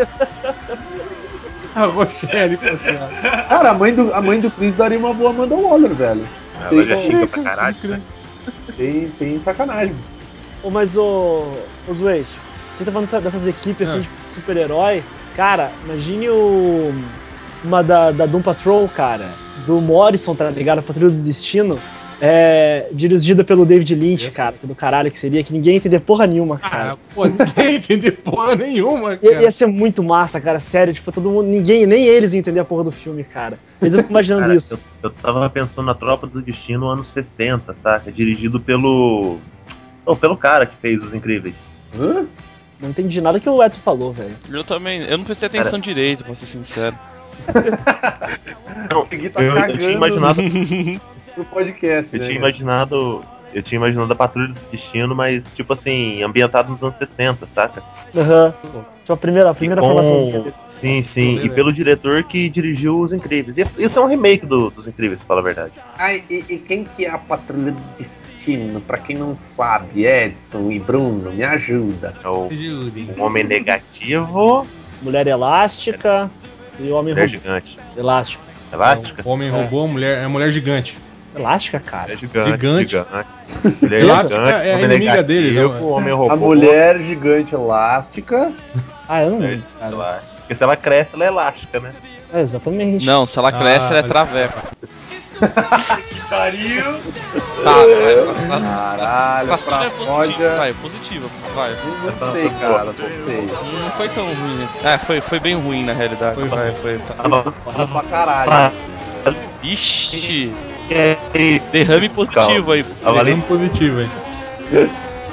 Speaker 4: a Rochelle. pô, cara.
Speaker 2: Cara, a mãe, do, a mãe do Chris daria uma boa Amanda Waller, velho.
Speaker 5: Ela já
Speaker 2: Sem,
Speaker 5: xinga pra caralho, né?
Speaker 2: sem, sem sacanagem.
Speaker 3: Ô, Mas ô. Ô Zueix, você tá falando dessa- dessas equipes assim,
Speaker 4: Ah.
Speaker 3: de super-herói. Cara, imagine o. Uma da, da Doom Patrol, cara. Do Morrison, tá ligado? Patrulha do Destino. É, dirigida pelo David Lynch, cara, que do caralho que seria, que ninguém ia entender porra nenhuma, cara.
Speaker 4: Cara, pô, ninguém entende porra nenhuma,
Speaker 3: Ia, ia
Speaker 4: cara.
Speaker 3: ser muito massa, cara, sério, tipo, todo mundo, ninguém, nem eles iam entender a porra do filme, cara. Mas eu fico imaginando
Speaker 5: Cara,
Speaker 3: isso.
Speaker 5: Eu, eu tava pensando na Tropa do Destino anos 60, saca? Dirigido pelo. Não, pelo cara que fez Os Incríveis.
Speaker 2: Hã?
Speaker 3: Não entendi nada que o Edson falou, velho.
Speaker 1: Eu também, eu não prestei atenção direito, pra ser sincero.
Speaker 5: Não,
Speaker 2: Segui tá
Speaker 5: eu, eu
Speaker 2: cagando
Speaker 5: tinha imaginado.
Speaker 2: no podcast,
Speaker 5: Eu
Speaker 2: né?
Speaker 5: tinha
Speaker 2: cara?
Speaker 5: imaginado. Eu tinha imaginado a Patrulha do Destino, mas, tipo assim, ambientado nos anos tá? 60, saca?
Speaker 3: Aham. Tipo, a primeira, a primeira
Speaker 5: com-
Speaker 3: formaçãozinha dele.
Speaker 5: Sim, sim. E pelo diretor que dirigiu Os Incríveis. E- Isso é um remake do- dos Incríveis, pra falar a verdade.
Speaker 2: Ai, e, e quem que é a patrulha do destino? Pra quem não sabe, Edson e Bruno, me ajuda.
Speaker 5: É o
Speaker 4: Judy.
Speaker 5: um Homem Negativo
Speaker 3: Mulher Elástica e Homem
Speaker 5: Mulher
Speaker 3: Robô.
Speaker 5: Gigante. É
Speaker 3: Elástico.
Speaker 5: Elástica?
Speaker 4: É um Homem robô, mulher, é mulher gigante.
Speaker 3: Elástica, cara?
Speaker 5: Mulher Gigante.
Speaker 4: Gigante.
Speaker 5: gigante. Mulher
Speaker 4: Elástica
Speaker 5: Gigante.
Speaker 4: é a
Speaker 5: homem
Speaker 4: inimiga
Speaker 5: negativo,
Speaker 4: dele, não é?
Speaker 5: Homem Robô.
Speaker 2: A mulher gigante elástica.
Speaker 3: Ah, eu não
Speaker 5: É,
Speaker 3: lembro, cara.
Speaker 5: elástica. Porque se ela cresce, ela é elástica, né?
Speaker 3: É, exatamente.
Speaker 1: Não, se ela cresce,
Speaker 4: Ah,
Speaker 1: ela é traveca.
Speaker 6: Pariu.
Speaker 1: Tá,
Speaker 2: É.
Speaker 1: vai, vai,
Speaker 2: Caralho, pra
Speaker 1: Classifica positiva,
Speaker 2: Sódia.
Speaker 1: é vai, positiva, vai.
Speaker 2: Não sei, cara, não sei.
Speaker 1: Não foi tão ruim assim. É, foi, foi bem ruim na realidade.
Speaker 4: Foi
Speaker 1: vai, foi, tá.
Speaker 2: Mas pra caralho.
Speaker 1: Ixi,
Speaker 5: É,
Speaker 1: derrame positivo aí.
Speaker 5: Avalie-
Speaker 4: Avaliando positivo, é hein?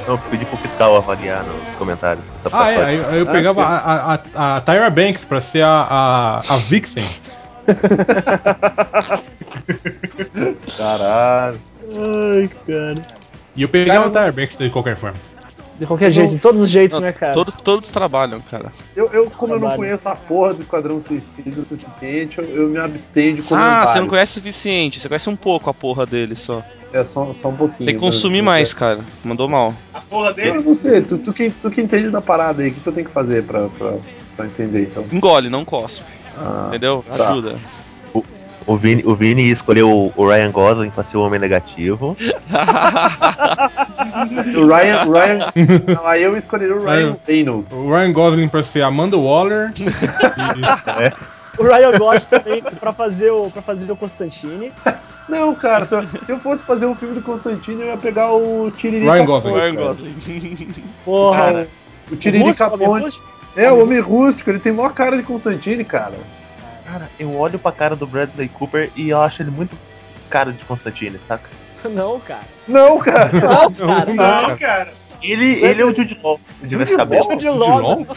Speaker 5: Não, pedi pro fiscal avaliar nos comentários. Tá
Speaker 4: Ah, é,
Speaker 5: passando.
Speaker 4: aí, aí eu
Speaker 2: Ah,
Speaker 4: pegava
Speaker 2: sim.
Speaker 4: a, a, a Tyra Banks pra ser a, a, a Vixen.
Speaker 2: Caralho.
Speaker 3: Ai, cara.
Speaker 4: E eu pegava a Tyra Banks de qualquer forma.
Speaker 3: De qualquer jeito, de todos os jeitos, né, cara?
Speaker 1: Todos, todos trabalham, cara.
Speaker 2: Eu, eu, como eu não
Speaker 3: Trabalho.
Speaker 2: conheço a porra do Esquadrão Suicida o suficiente, eu, eu me abstenho de comentar.
Speaker 1: Ah, você não conhece o suficiente, você conhece um pouco a porra dele só.
Speaker 2: É só, só um pouquinho.
Speaker 1: Tem que consumir
Speaker 2: né?
Speaker 1: mais, cara. Mandou mal.
Speaker 6: A porra
Speaker 2: Eu
Speaker 6: dele.
Speaker 2: não sei, tu, tu, que, tu que entende da parada aí, o que, que eu tenho que fazer pra, pra, pra entender então?
Speaker 1: Engole, não cospe,
Speaker 2: Ah,
Speaker 1: entendeu?
Speaker 2: tá.
Speaker 1: Ajuda.
Speaker 5: O Vini, o Vini escolheu o- o Ryan Gosling pra ser o homem negativo.
Speaker 2: Ah, o Ryan. Ryan não, aí eu escolheria o Ryan Reynolds.
Speaker 4: O Ryan Gosling pra ser a Amanda Waller.
Speaker 3: O Ryan Gosling também, pra fazer o, pra fazer o Constantine.
Speaker 2: Não, cara, se eu, se eu fosse fazer um filme do Constantino, eu ia pegar o Tiririca
Speaker 4: Ryan Gosling.
Speaker 2: Ponte,
Speaker 1: Ryan
Speaker 2: cara.
Speaker 1: Gosling.
Speaker 3: Porra.
Speaker 2: Cara, O Tiririca Ponte. É, o homem rústico, ele tem maior cara de Constantine, cara.
Speaker 5: Cara, eu olho pra cara do Bradley Cooper e eu acho ele muito cara de Constantine, saca?
Speaker 3: Não, cara.
Speaker 2: Não, cara.
Speaker 3: Não, cara.
Speaker 4: Não,
Speaker 6: Não, cara.
Speaker 5: Ele, ele é o Jude Law. Devia
Speaker 2: Jude
Speaker 5: ficar bem.
Speaker 2: Law?
Speaker 3: Tipo de
Speaker 4: De
Speaker 3: Lola.
Speaker 4: LOL, cara.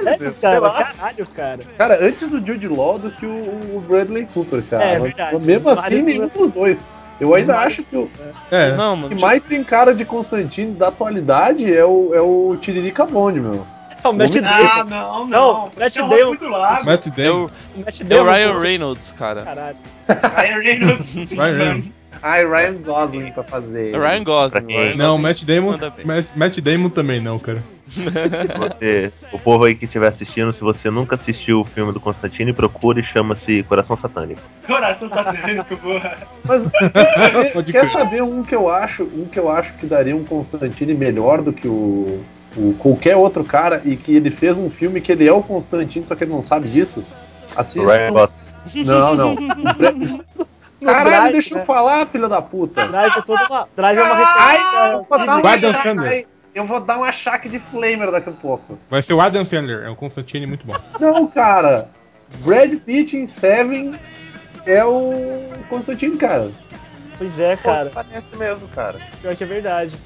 Speaker 3: Sério, cara. Caralho, cara.
Speaker 2: Cara, antes o Jude Law do que o, o Bradley Cooper, cara.
Speaker 3: É, verdade.
Speaker 2: Mas mesmo
Speaker 3: Vários-
Speaker 2: assim, nenhum dos dois. Eu ainda acho que o
Speaker 4: É.
Speaker 1: Não,
Speaker 2: que
Speaker 1: mano. tipo,
Speaker 2: mais tem cara de Constantine da atualidade é o, é o Tiririca Bond, meu.
Speaker 3: É o Matt
Speaker 2: Vamos
Speaker 3: Damon.
Speaker 6: Ah,
Speaker 3: Não,
Speaker 6: não, não.
Speaker 3: Matt
Speaker 6: Tinha um
Speaker 3: Damon.
Speaker 6: rosto muito largo.
Speaker 4: Matt
Speaker 1: É
Speaker 4: Damon.
Speaker 1: o,
Speaker 3: O Matt
Speaker 1: é o
Speaker 3: Damon.
Speaker 1: Ryan Reynolds, cara.
Speaker 3: Caralho.
Speaker 6: Ryan Reynolds.
Speaker 4: Ryan Reynolds.
Speaker 2: Ai, Ryan Gosling pra fazer.
Speaker 1: É o Ryan
Speaker 5: Pra
Speaker 1: Gosling.
Speaker 5: quem-
Speaker 1: Ryan
Speaker 4: Não,
Speaker 1: Gosling.
Speaker 4: Matt Damon.
Speaker 1: Manda bem.
Speaker 4: Matt, Matt Damon também não, cara.
Speaker 5: Você, o povo aí que estiver assistindo, se você nunca assistiu o filme do Constantine, procure, chama-se Coração Satânico.
Speaker 6: Coração satânico, porra.
Speaker 2: Mas quer saber,
Speaker 4: Pode
Speaker 2: quer
Speaker 4: crer.
Speaker 2: saber um que eu acho, um que eu acho que daria um Constantine melhor do que o, o qualquer outro cara e que ele fez um filme que ele é o Constantine, só que ele não sabe disso. Assista.
Speaker 5: Ryan
Speaker 2: Um... Não, não. O Bre-
Speaker 3: No
Speaker 2: Caralho,
Speaker 3: Drive,
Speaker 2: deixa eu
Speaker 3: né?
Speaker 2: falar, filha da puta.
Speaker 3: Drive é toda uma. Drive é uma
Speaker 2: Ai,
Speaker 3: referência.
Speaker 2: eu vou dar uma
Speaker 4: Guarda o
Speaker 2: chaca-
Speaker 4: Thunder.
Speaker 2: ai, eu vou dar um achaque de Flamer daqui a pouco.
Speaker 4: Vai ser o Adam Sandler. É um Constantine muito bom.
Speaker 2: Não, cara. Brad Pitt em Seven é o Constantine, cara.
Speaker 3: Pois é, cara.
Speaker 5: Parece mesmo, cara.
Speaker 3: Pior que é verdade.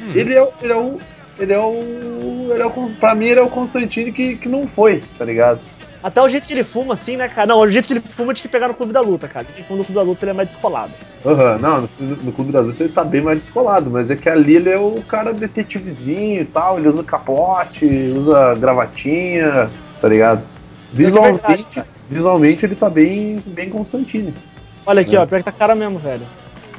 Speaker 4: Hum.
Speaker 2: Ele é, o- ele é o. Ele é o. Ele é o. Con- Pra mim, ele é o Constantine que, que não foi, tá ligado?
Speaker 3: Até o jeito que ele fuma, assim, né, cara? Não, o jeito que ele fuma tinha que pegar no Clube da Luta, cara. Quem fuma no Clube da Luta ele é mais descolado.
Speaker 2: Aham, não, no, no Clube das Lutas ele tá bem mais descolado, mas é que ali ele é o cara detetivezinho e tal, ele usa capote, usa gravatinha, tá ligado?
Speaker 3: É que é
Speaker 2: Visualmente,
Speaker 3: verdade,
Speaker 2: visualmente ele tá bem, bem Constantine.
Speaker 3: Olha aqui,
Speaker 2: É.
Speaker 3: ó. Pior que tá cara mesmo, velho.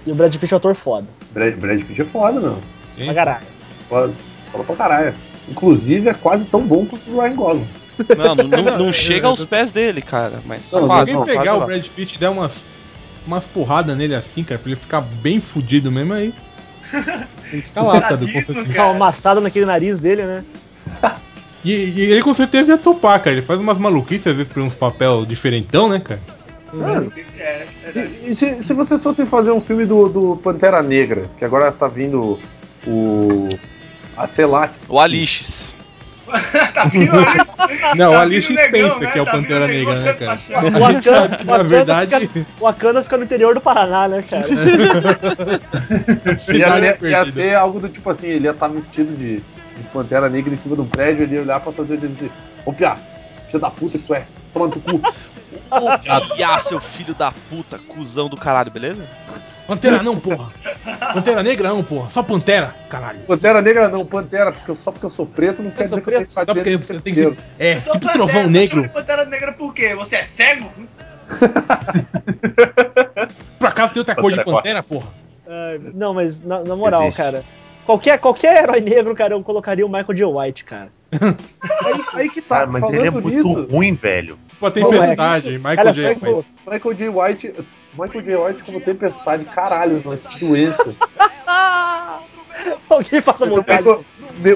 Speaker 3: E o Brad Pitt é um ator foda.
Speaker 2: Brad, Brad Pitt é foda, meu.
Speaker 3: Pra caralho.
Speaker 2: Foda, foda pra caralho. Inclusive é quase tão bom quanto o Ryan Gosling.
Speaker 1: Não, não, não- não
Speaker 4: Eu-
Speaker 1: chega
Speaker 4: eu-
Speaker 1: aos pés dele, cara. Mas tá
Speaker 2: Não,
Speaker 1: quase,
Speaker 4: Se
Speaker 1: tá
Speaker 4: alguém
Speaker 1: quase
Speaker 4: pegar
Speaker 1: lá.
Speaker 4: o Brad Pitt e der umas, umas porradas nele assim, cara, pra ele ficar bem fudido mesmo aí. Ele fica lá, tá, do
Speaker 6: Isso,
Speaker 4: Constantine.
Speaker 3: Dá uma
Speaker 6: cara.
Speaker 3: amassada naquele nariz dele, né?
Speaker 4: E, e ele com certeza ia topar, cara. Ele faz umas maluquices, às vezes, por uns papel diferentão, né, cara?
Speaker 2: Mano,
Speaker 6: É,
Speaker 2: E,
Speaker 6: é.
Speaker 2: e se, se vocês fossem fazer um filme do, do Pantera Negra, que agora tá vindo o. A Celax.
Speaker 1: O Alixes.
Speaker 6: Tá vindo
Speaker 4: Não,
Speaker 6: Tá
Speaker 4: a Alicia
Speaker 6: vindo negão,
Speaker 4: Spencer,
Speaker 6: né?
Speaker 4: que é o
Speaker 6: Tá
Speaker 4: Pantera
Speaker 6: vindo
Speaker 4: Negra,
Speaker 6: negão,
Speaker 4: né, cara?
Speaker 6: chefe da
Speaker 3: O
Speaker 6: chave.
Speaker 4: A gente sabe
Speaker 3: Wakanda,
Speaker 4: que, na verdade, tá
Speaker 3: fica, Wakanda fica no interior do Paraná, né, cara?
Speaker 2: Ia
Speaker 4: Cidade
Speaker 2: ser, ia
Speaker 4: Perdida.
Speaker 2: ser algo do tipo assim, ele ia estar vestido de, de Pantera Negra em cima de um prédio, ele ia olhar pra sua e dizer, ô Piá, filho da puta que tu é, toma no teu cu.
Speaker 1: Ô, Piá, seu filho da puta, cuzão do caralho, beleza?
Speaker 4: Pantera não, porra. Pantera Negra não, porra. Só Pantera, caralho.
Speaker 2: Pantera Negra não, Pantera, porque eu- só porque eu sou preto não quer
Speaker 3: sou
Speaker 2: dizer que eu tenho
Speaker 3: preto?
Speaker 2: que
Speaker 4: Só
Speaker 2: fazer
Speaker 4: porque
Speaker 2: isso
Speaker 4: você
Speaker 2: o tempo
Speaker 4: tem que.
Speaker 2: inteiro.
Speaker 4: É,
Speaker 6: Só
Speaker 4: tipo
Speaker 6: Pantera-
Speaker 4: trovão
Speaker 6: tá
Speaker 4: negro.
Speaker 6: chamando Pantera negra por quê? Você é cego?
Speaker 4: Por acaso tem outra cor de
Speaker 5: Pantera
Speaker 4: Pantera, porra?
Speaker 3: Ah, não, mas na, na moral,
Speaker 5: Existe.
Speaker 3: cara. Qualquer, qualquer herói negro, cara, eu colocaria o Michael J. White, cara.
Speaker 2: Aí, aí que tá,
Speaker 5: Cara, mas ele é
Speaker 2: falando
Speaker 5: muito
Speaker 2: nisso,
Speaker 5: ruim, velho.
Speaker 4: Pô, tem
Speaker 3: Não, é.
Speaker 4: tempestade, Michael
Speaker 3: Olha só
Speaker 4: J.
Speaker 3: que louco.
Speaker 2: Michael J. White, Michael J. White como tempestade, caralho, mas que doença.
Speaker 3: Alguém faça
Speaker 2: Mas o
Speaker 3: montagem.
Speaker 2: Michael,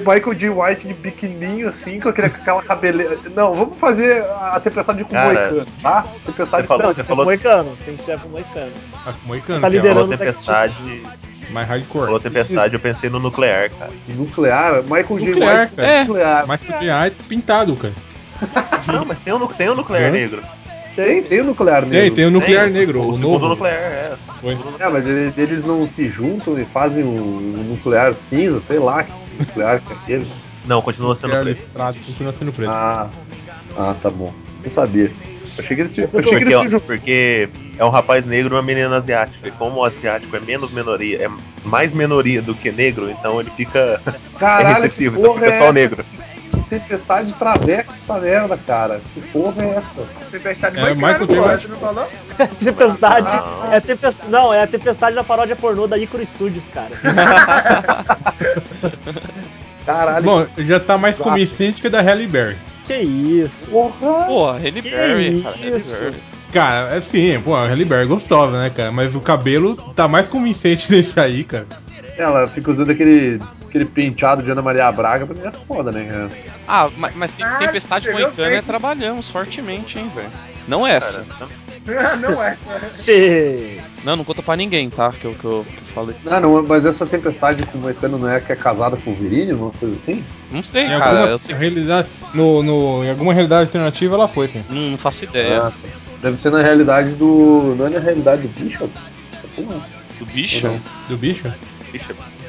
Speaker 2: Michael J. White de biquininho, assim, com aquele- aquela cabeleira. Não, vamos fazer a tempestade com o
Speaker 5: Cara,
Speaker 2: moicano, tá? Tempestade
Speaker 5: você falou-
Speaker 3: Não,
Speaker 2: com
Speaker 3: tem que ser
Speaker 5: falou-
Speaker 3: moicano. Tem que ser moicano.
Speaker 4: Ah, Moicano,
Speaker 3: Tá
Speaker 4: que é
Speaker 5: Falou
Speaker 3: liderando o Zack
Speaker 5: tempestade,
Speaker 4: mais
Speaker 5: falou
Speaker 4: hardcore.
Speaker 5: tempestade, eu pensei no nuclear, cara.
Speaker 2: tipo, nuclear. Michael J.
Speaker 4: Nuclear,
Speaker 2: White com
Speaker 4: cara.
Speaker 1: É.
Speaker 2: nuclear.
Speaker 4: Michael J. White pintado, cara.
Speaker 5: Não, mas tem o nu- tem o nuclear
Speaker 4: Hã?
Speaker 5: negro.
Speaker 2: Tem, tem o nuclear
Speaker 4: Tem,
Speaker 2: negro.
Speaker 4: tem o nuclear
Speaker 5: Tem,
Speaker 4: negro,
Speaker 5: O
Speaker 4: o
Speaker 5: segundo
Speaker 4: novo.
Speaker 5: nuclear, é.
Speaker 4: Foi.
Speaker 2: É, mas ele- eles não se juntam e fazem um nuclear cinza, sei lá, que nuclear que é aquele.
Speaker 5: Não, continua sendo
Speaker 4: Nuclear
Speaker 5: preto.
Speaker 4: listrado, continua sendo preto.
Speaker 2: Ah, ah, tá bom. Não sabia. Eu achei que eles se, eu achei que
Speaker 5: Porque,
Speaker 2: eles se
Speaker 5: ó,
Speaker 2: juntam.
Speaker 5: porque é um rapaz negro e uma menina asiática. E como o asiático é menos minoria, é mais minoria do que negro, então ele fica é
Speaker 2: Caralho, que
Speaker 5: recessivo, só
Speaker 2: porra
Speaker 5: fica
Speaker 2: é
Speaker 5: só o
Speaker 2: essa?
Speaker 5: negro.
Speaker 2: Tempestade traveca essa merda, cara. Que porra é essa?
Speaker 6: Tempestade
Speaker 4: É, Michael J. White.
Speaker 6: não falou?
Speaker 3: Tempestade.
Speaker 5: Não.
Speaker 3: É tempestade. Não, é a tempestade da paródia pornô da Icaro Studios, cara.
Speaker 2: Caralho,
Speaker 4: Bom, já tá mais
Speaker 2: Exato.
Speaker 4: convincente que da Halle Berry.
Speaker 3: Que isso.
Speaker 2: porra!
Speaker 1: Porra, Halle
Speaker 3: Que
Speaker 1: Berry, cara. Halle
Speaker 3: isso?
Speaker 1: Berry.
Speaker 4: Cara, é sim, pô, a Halle Berry é gostosa, né, cara? Mas o cabelo tá mais convincente desse aí, cara.
Speaker 2: Ela fica usando aquele, aquele penteado de Ana Maria Braga, pra mim é foda, né? cara?
Speaker 1: Ah, ma- mas tem
Speaker 6: Ah,
Speaker 1: Tempestade
Speaker 6: entendeu?
Speaker 1: Moicana e
Speaker 6: Tem.
Speaker 1: trabalhamos fortemente, hein, velho. Não essa.
Speaker 6: não é essa.
Speaker 3: Se.
Speaker 1: Não, não conta pra ninguém, tá? Que eu, que eu, que eu falei.
Speaker 2: Ah, não, mas essa tempestade com o Moicano não é que é casada com o Virilho, uma coisa assim?
Speaker 1: Não sei,
Speaker 4: Em
Speaker 1: cara.
Speaker 4: alguma
Speaker 1: Eu sei,
Speaker 4: realidade, no, no- em alguma realidade alternativa ela foi, sim.
Speaker 1: não, não faço
Speaker 6: É.
Speaker 1: ideia.
Speaker 2: Ah, deve ser na realidade do. Não é na realidade do Bishop? Porra.
Speaker 1: Do bicho?
Speaker 4: Do bicho?
Speaker 6: é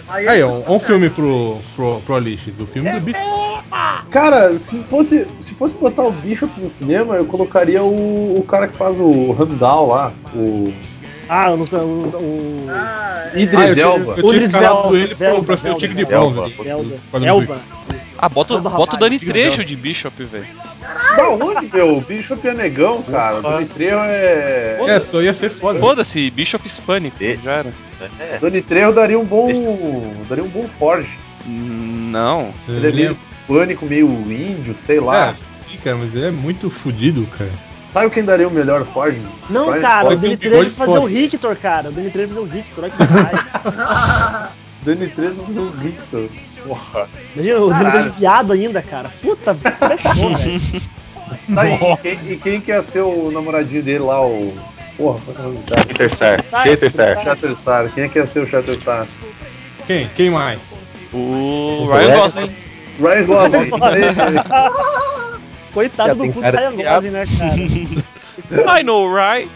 Speaker 4: Aí, ó, um filme pro, pro, pro Alice, do filme do bicho.
Speaker 2: Cara, se fosse, se fosse botar o Bishop no cinema, eu colocaria o, o cara que faz o Randall lá, o.
Speaker 3: Ah, eu não sei. O, o-
Speaker 6: Ah, é.
Speaker 4: Ah,
Speaker 2: Idris
Speaker 4: eu tinha-
Speaker 2: Elba.
Speaker 4: Eu tinha
Speaker 3: Idris
Speaker 4: escalado
Speaker 3: Elba,
Speaker 4: ele pro,
Speaker 3: Zelda,
Speaker 4: pra ser o tigre de
Speaker 3: Zelda,
Speaker 4: bronze. um
Speaker 5: Zelda.
Speaker 4: por-
Speaker 3: Zelda.
Speaker 4: por causa do
Speaker 3: Elba.
Speaker 1: Ah, bota,
Speaker 3: Manda,
Speaker 1: bota o
Speaker 3: rapaz,
Speaker 1: Dani
Speaker 4: diga,
Speaker 1: Trejo de Bishop, velho.
Speaker 2: Da onde, meu? O Bishop é negão, cara. O Doni Trejo é.
Speaker 4: É, só ia ser foda.
Speaker 1: Foda-se, Bishop hispânico,
Speaker 5: E-
Speaker 1: já era.
Speaker 5: É.
Speaker 2: Doni Trejo daria um bom. daria um bom Forge.
Speaker 1: Hum, Não.
Speaker 2: Ele é meio hispânico, meio índio, sei lá.
Speaker 4: É, sim, cara, mas ele é muito fudido, cara.
Speaker 3: É.
Speaker 2: Sabe quem daria o melhor Forge?
Speaker 3: Não,
Speaker 2: Vai,
Speaker 3: cara,
Speaker 2: pode
Speaker 3: o Dani
Speaker 4: ter um
Speaker 3: Trejo
Speaker 4: monte de
Speaker 3: fazer o
Speaker 4: foto.
Speaker 3: Rictor, cara. O Dani Trejo fazer o Rictor, olha que demais.
Speaker 2: Dani Trejo não é um Victor. Porra.
Speaker 3: Imagina o Dani
Speaker 2: Caralho.
Speaker 3: Trejo viado ainda, cara. Puta, fechou, velho.
Speaker 2: Tá, e, quem, e quem quer ser o namoradinho dele lá, o. Porra, qual é o
Speaker 5: tá
Speaker 2: nome do cara?
Speaker 5: Shatterstar.
Speaker 3: Star,
Speaker 5: Shatterstar.
Speaker 2: Shatterstar. Quem é que quer ser o Shatterstar?
Speaker 4: Quem? Quem mais?
Speaker 1: O
Speaker 5: O Ryan
Speaker 1: Ryan Gosling.
Speaker 2: Ryan Gosling.
Speaker 3: Coitado
Speaker 5: Já tem
Speaker 3: do cu do
Speaker 5: cara
Speaker 3: Ryan
Speaker 5: de
Speaker 3: Gosling, né, cara?
Speaker 1: I know, right?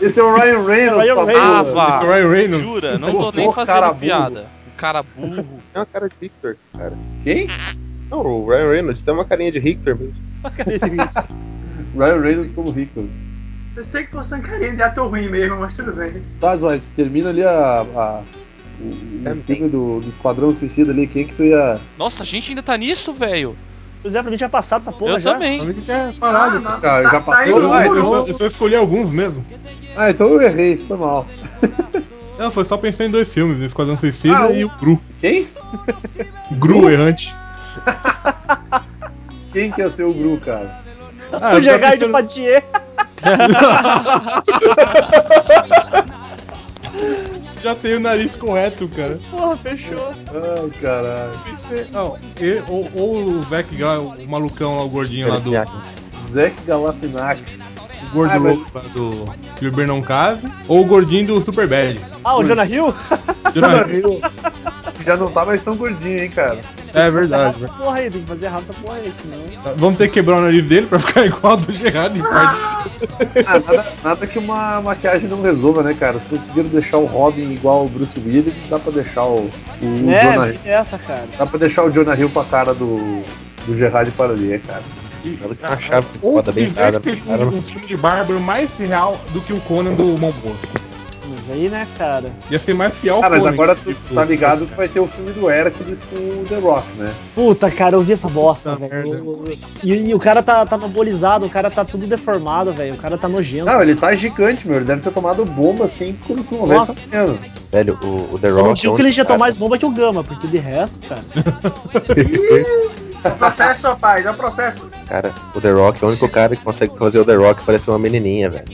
Speaker 2: Esse é o Ryan Reynolds.
Speaker 3: Ryan
Speaker 2: famoso.
Speaker 3: Reynolds.
Speaker 1: Ah, vá.
Speaker 4: O Ryan Reynolds.
Speaker 1: Jura, não tô
Speaker 2: Ô,
Speaker 1: nem
Speaker 2: cara
Speaker 1: fazendo
Speaker 2: burro.
Speaker 1: piada. O cara burro.
Speaker 5: Tem uma cara de Richter, cara.
Speaker 2: Quem?
Speaker 5: Não, o Ryan Reynolds tem uma carinha de Richter mesmo.
Speaker 2: Ryan Reynolds como Victor.
Speaker 6: Eu sei que por Sancarinha de ator ruim mesmo, mas tudo bem.
Speaker 2: Tá, mas termina ali a. a- o, o filme do, do Esquadrão Suicida ali, quem que tu ia.
Speaker 1: Nossa, a gente ainda tá nisso, velho.
Speaker 3: Pois é, pra mim tinha passado essa porra
Speaker 1: Eu
Speaker 3: já.
Speaker 1: também.
Speaker 4: Amigo tinha parado.
Speaker 6: mas
Speaker 2: Ah, cara, já
Speaker 6: aí
Speaker 2: passou,
Speaker 6: no
Speaker 2: vai,
Speaker 4: eu,
Speaker 6: muro.
Speaker 4: só, eu só escolhi alguns mesmo.
Speaker 2: Ah, então eu errei, foi mal.
Speaker 4: Não, foi só pensar em dois filmes, o Esquadrão Suicida
Speaker 2: Ah,
Speaker 1: um
Speaker 4: e o Gru.
Speaker 2: Quem?
Speaker 4: Gru errante.
Speaker 2: Quem quer ser o Gru, cara?
Speaker 1: Tá
Speaker 4: Ah,
Speaker 3: O
Speaker 4: eu tava
Speaker 3: Gerard
Speaker 4: pensando-
Speaker 3: Patier.
Speaker 4: já tem o nariz correto, cara.
Speaker 3: Porra, fechou.
Speaker 2: Ai, caralho.
Speaker 4: Não, e- ou, ou oh, o Zac Gal, o malucão lá, o gordinho lá do. O
Speaker 2: Zack Galafinakis.
Speaker 4: gordo
Speaker 2: Ah, mas-
Speaker 4: louco lá do Gilbert Não Case. Ou o gordinho do Superbad.
Speaker 3: Ah, o Jonah Hill?
Speaker 4: Jonah Hill.
Speaker 2: Já não tá mais tão gordinho, hein, cara.
Speaker 4: É verdade.
Speaker 3: Essa porra aí, tem que fazer errado essa porra aí, senão.
Speaker 4: velho. Vamos ter que quebrar o nariz dele pra ficar igual ao do Gerard. de parte.
Speaker 2: Ah, nada, nada que uma maquiagem não resolva, né, cara? Se conseguiram deixar o Robin igual o Bruce Willis, dá pra deixar o, o Jonah
Speaker 3: É,
Speaker 2: Hill.
Speaker 3: tem essa, cara.
Speaker 2: Dá pra deixar o Jonah Hill pra cara do, do Gerard Parodier, cara.
Speaker 5: Nada que uma chave
Speaker 4: Ou
Speaker 5: foda bem
Speaker 4: dizer
Speaker 5: cara.
Speaker 4: que seja um, um filme de bárbaro mais real do que o Conan do Momoa.
Speaker 3: Mas aí, né, cara?
Speaker 4: Ia ser mais fiel
Speaker 2: Ah,
Speaker 4: ao
Speaker 2: mas
Speaker 4: Conan.
Speaker 2: agora
Speaker 4: que,
Speaker 2: tu
Speaker 4: É tipo,
Speaker 2: tá ligado que vai ter o filme do Hércules com o The Rock, né?
Speaker 3: Puta, cara, eu vi essa bosta,
Speaker 4: Puta
Speaker 3: velho.
Speaker 4: merda.
Speaker 3: Eu- eu- E, e o cara tá, tá anabolizado, o cara tá tudo deformado, velho. O cara tá nojento.
Speaker 2: Não, ele tá gigante, meu. Ele deve ter tomado bomba assim como se não
Speaker 3: Nossa.
Speaker 2: houvesse amanhã.
Speaker 5: Velho, o, o The
Speaker 3: Só não
Speaker 5: Rock.
Speaker 3: digo
Speaker 5: é um
Speaker 3: que ele já
Speaker 5: cara-
Speaker 3: tomou mais bomba que o Gama, porque de resto, cara.
Speaker 4: tá
Speaker 6: É o processo, rapaz, é o processo.
Speaker 5: Cara, o The Rock é o único cara que consegue fazer o The Rock parecer uma menininha, velho.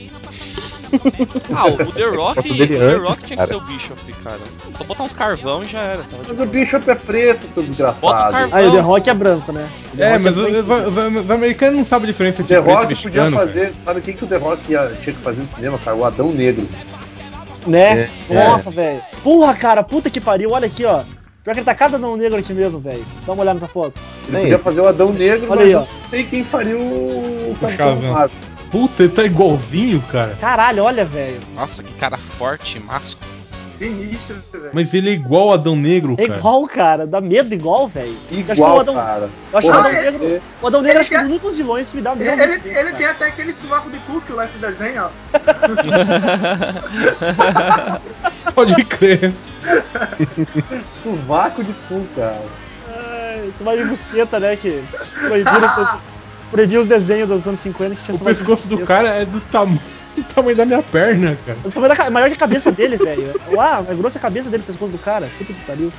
Speaker 1: Ah, o The Rock,
Speaker 5: Foto
Speaker 1: o
Speaker 5: dele
Speaker 1: The
Speaker 5: antes,
Speaker 1: Rock tinha que
Speaker 5: cara.
Speaker 1: ser o Bishop, cara. Só botar uns carvão e já era. Tava de
Speaker 2: Mas o
Speaker 1: boa.
Speaker 2: Bishop é preto,
Speaker 1: Bota
Speaker 2: seu
Speaker 1: o
Speaker 2: desgraçado.
Speaker 1: carvão.
Speaker 3: Aí o The Rock é branco, né? O The
Speaker 4: É,
Speaker 3: Rock
Speaker 4: mas
Speaker 3: branco.
Speaker 4: os, os- os americanos não sabem a diferença entre
Speaker 2: The
Speaker 4: preto e
Speaker 2: Rock podia
Speaker 4: mexicano, cara.
Speaker 2: fazer. Sabe quem que o The Rock ia- tinha que fazer no cinema, cara? O Adão Negro.
Speaker 3: Né?
Speaker 5: É,
Speaker 3: Nossa, velho. Porra, cara, puta que pariu, olha aqui, ó. Pior que ele tá cada não negro aqui mesmo, velho. Dá uma olhada nessa foto.
Speaker 2: Ele
Speaker 5: É
Speaker 2: podia
Speaker 5: isso.
Speaker 2: fazer o Adão Negro,
Speaker 3: Olha
Speaker 2: mas
Speaker 3: aí,
Speaker 2: eu
Speaker 3: ó.
Speaker 2: não sei quem faria o,
Speaker 4: O
Speaker 2: Capitão
Speaker 4: Shazam.
Speaker 2: Marvel.
Speaker 4: Puta, ele tá igualzinho, cara.
Speaker 3: Caralho, olha, velho.
Speaker 1: Nossa, que cara forte, másculo.
Speaker 6: Sinistro, velho.
Speaker 4: Mas ele é igual ao Adão Negro,
Speaker 3: É
Speaker 4: cara.
Speaker 3: igual, cara. Dá medo igual, velho. Eu acho que é o
Speaker 2: Igual,
Speaker 3: Adão,
Speaker 2: cara.
Speaker 3: eu acho que o
Speaker 2: Porra,
Speaker 3: Adão Negro.
Speaker 2: é-
Speaker 3: O Adão Negro
Speaker 6: Ele
Speaker 3: acho que é
Speaker 6: tem-
Speaker 3: um dos únicos vilões que me dá medo.
Speaker 6: Ele, ele- ele tem até aquele sovaco de cu que o Life desenha, ó.
Speaker 4: Pode crer.
Speaker 2: Sovaco de cu, cara.
Speaker 3: Ai, Isso vai de buceta, né? Que proibiram os, des- proibiu os desenhos dos anos 50 que tinha
Speaker 4: O
Speaker 3: só mais
Speaker 4: pescoço do
Speaker 3: buceta.
Speaker 4: cara é do, tama- do tamanho da minha perna, cara.
Speaker 3: O tamanho da ca- é maior que a cabeça dele, velho. Lá, é grossa a cabeça dele, o pescoço do cara. Puta que pariu.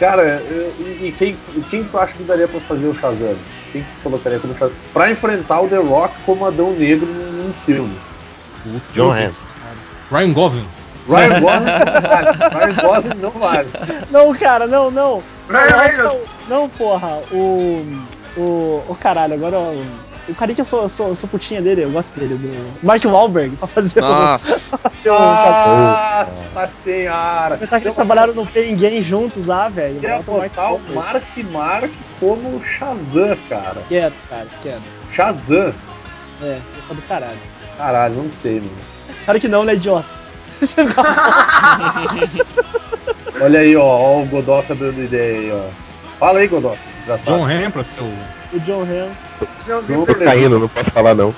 Speaker 2: Cara, e, e quem, e quem tu acha que daria pra fazer o Shazam? Quem que tu colocaria como Shazam? Pra enfrentar o The Rock como Adão Negro num filme.
Speaker 5: John Hamm.
Speaker 4: Ryan Gosling.
Speaker 2: Ryan Gosling não vale. Ryan Gosling não vale.
Speaker 3: Não, cara, não, não.
Speaker 6: Ryan Reynolds.
Speaker 3: não, não, porra. O. O. O caralho, agora. O, o carinha que eu sou, eu, sou, eu sou putinha dele, eu gosto dele. do- Mark Wahlberg, pra fazer
Speaker 1: Ah. Nossa.
Speaker 3: o. fazer o- fazer-
Speaker 2: Nossa é um senhora!
Speaker 3: Aproveitar que eles trabalharam no Pain Game juntos lá, velho.
Speaker 2: Eu queria
Speaker 3: Bota o Mark
Speaker 2: botar o
Speaker 3: Wahlberg.
Speaker 2: Mark Mark como Shazam, cara.
Speaker 3: Quero, cara, quero.
Speaker 2: Shazam.
Speaker 3: É, é do caralho.
Speaker 2: Caralho, não sei, mano.
Speaker 3: Claro que não, né, idiota?
Speaker 2: Olha aí, ó, ó o Godoka dando ideia aí, ó. Fala aí, Godoka.
Speaker 4: John
Speaker 2: Engraçado.
Speaker 4: Hamm pra ser o
Speaker 3: O John tá Ham.
Speaker 6: Joãozinho
Speaker 2: Não,
Speaker 5: Tô
Speaker 6: Pereira.
Speaker 5: caindo, não posso falar não.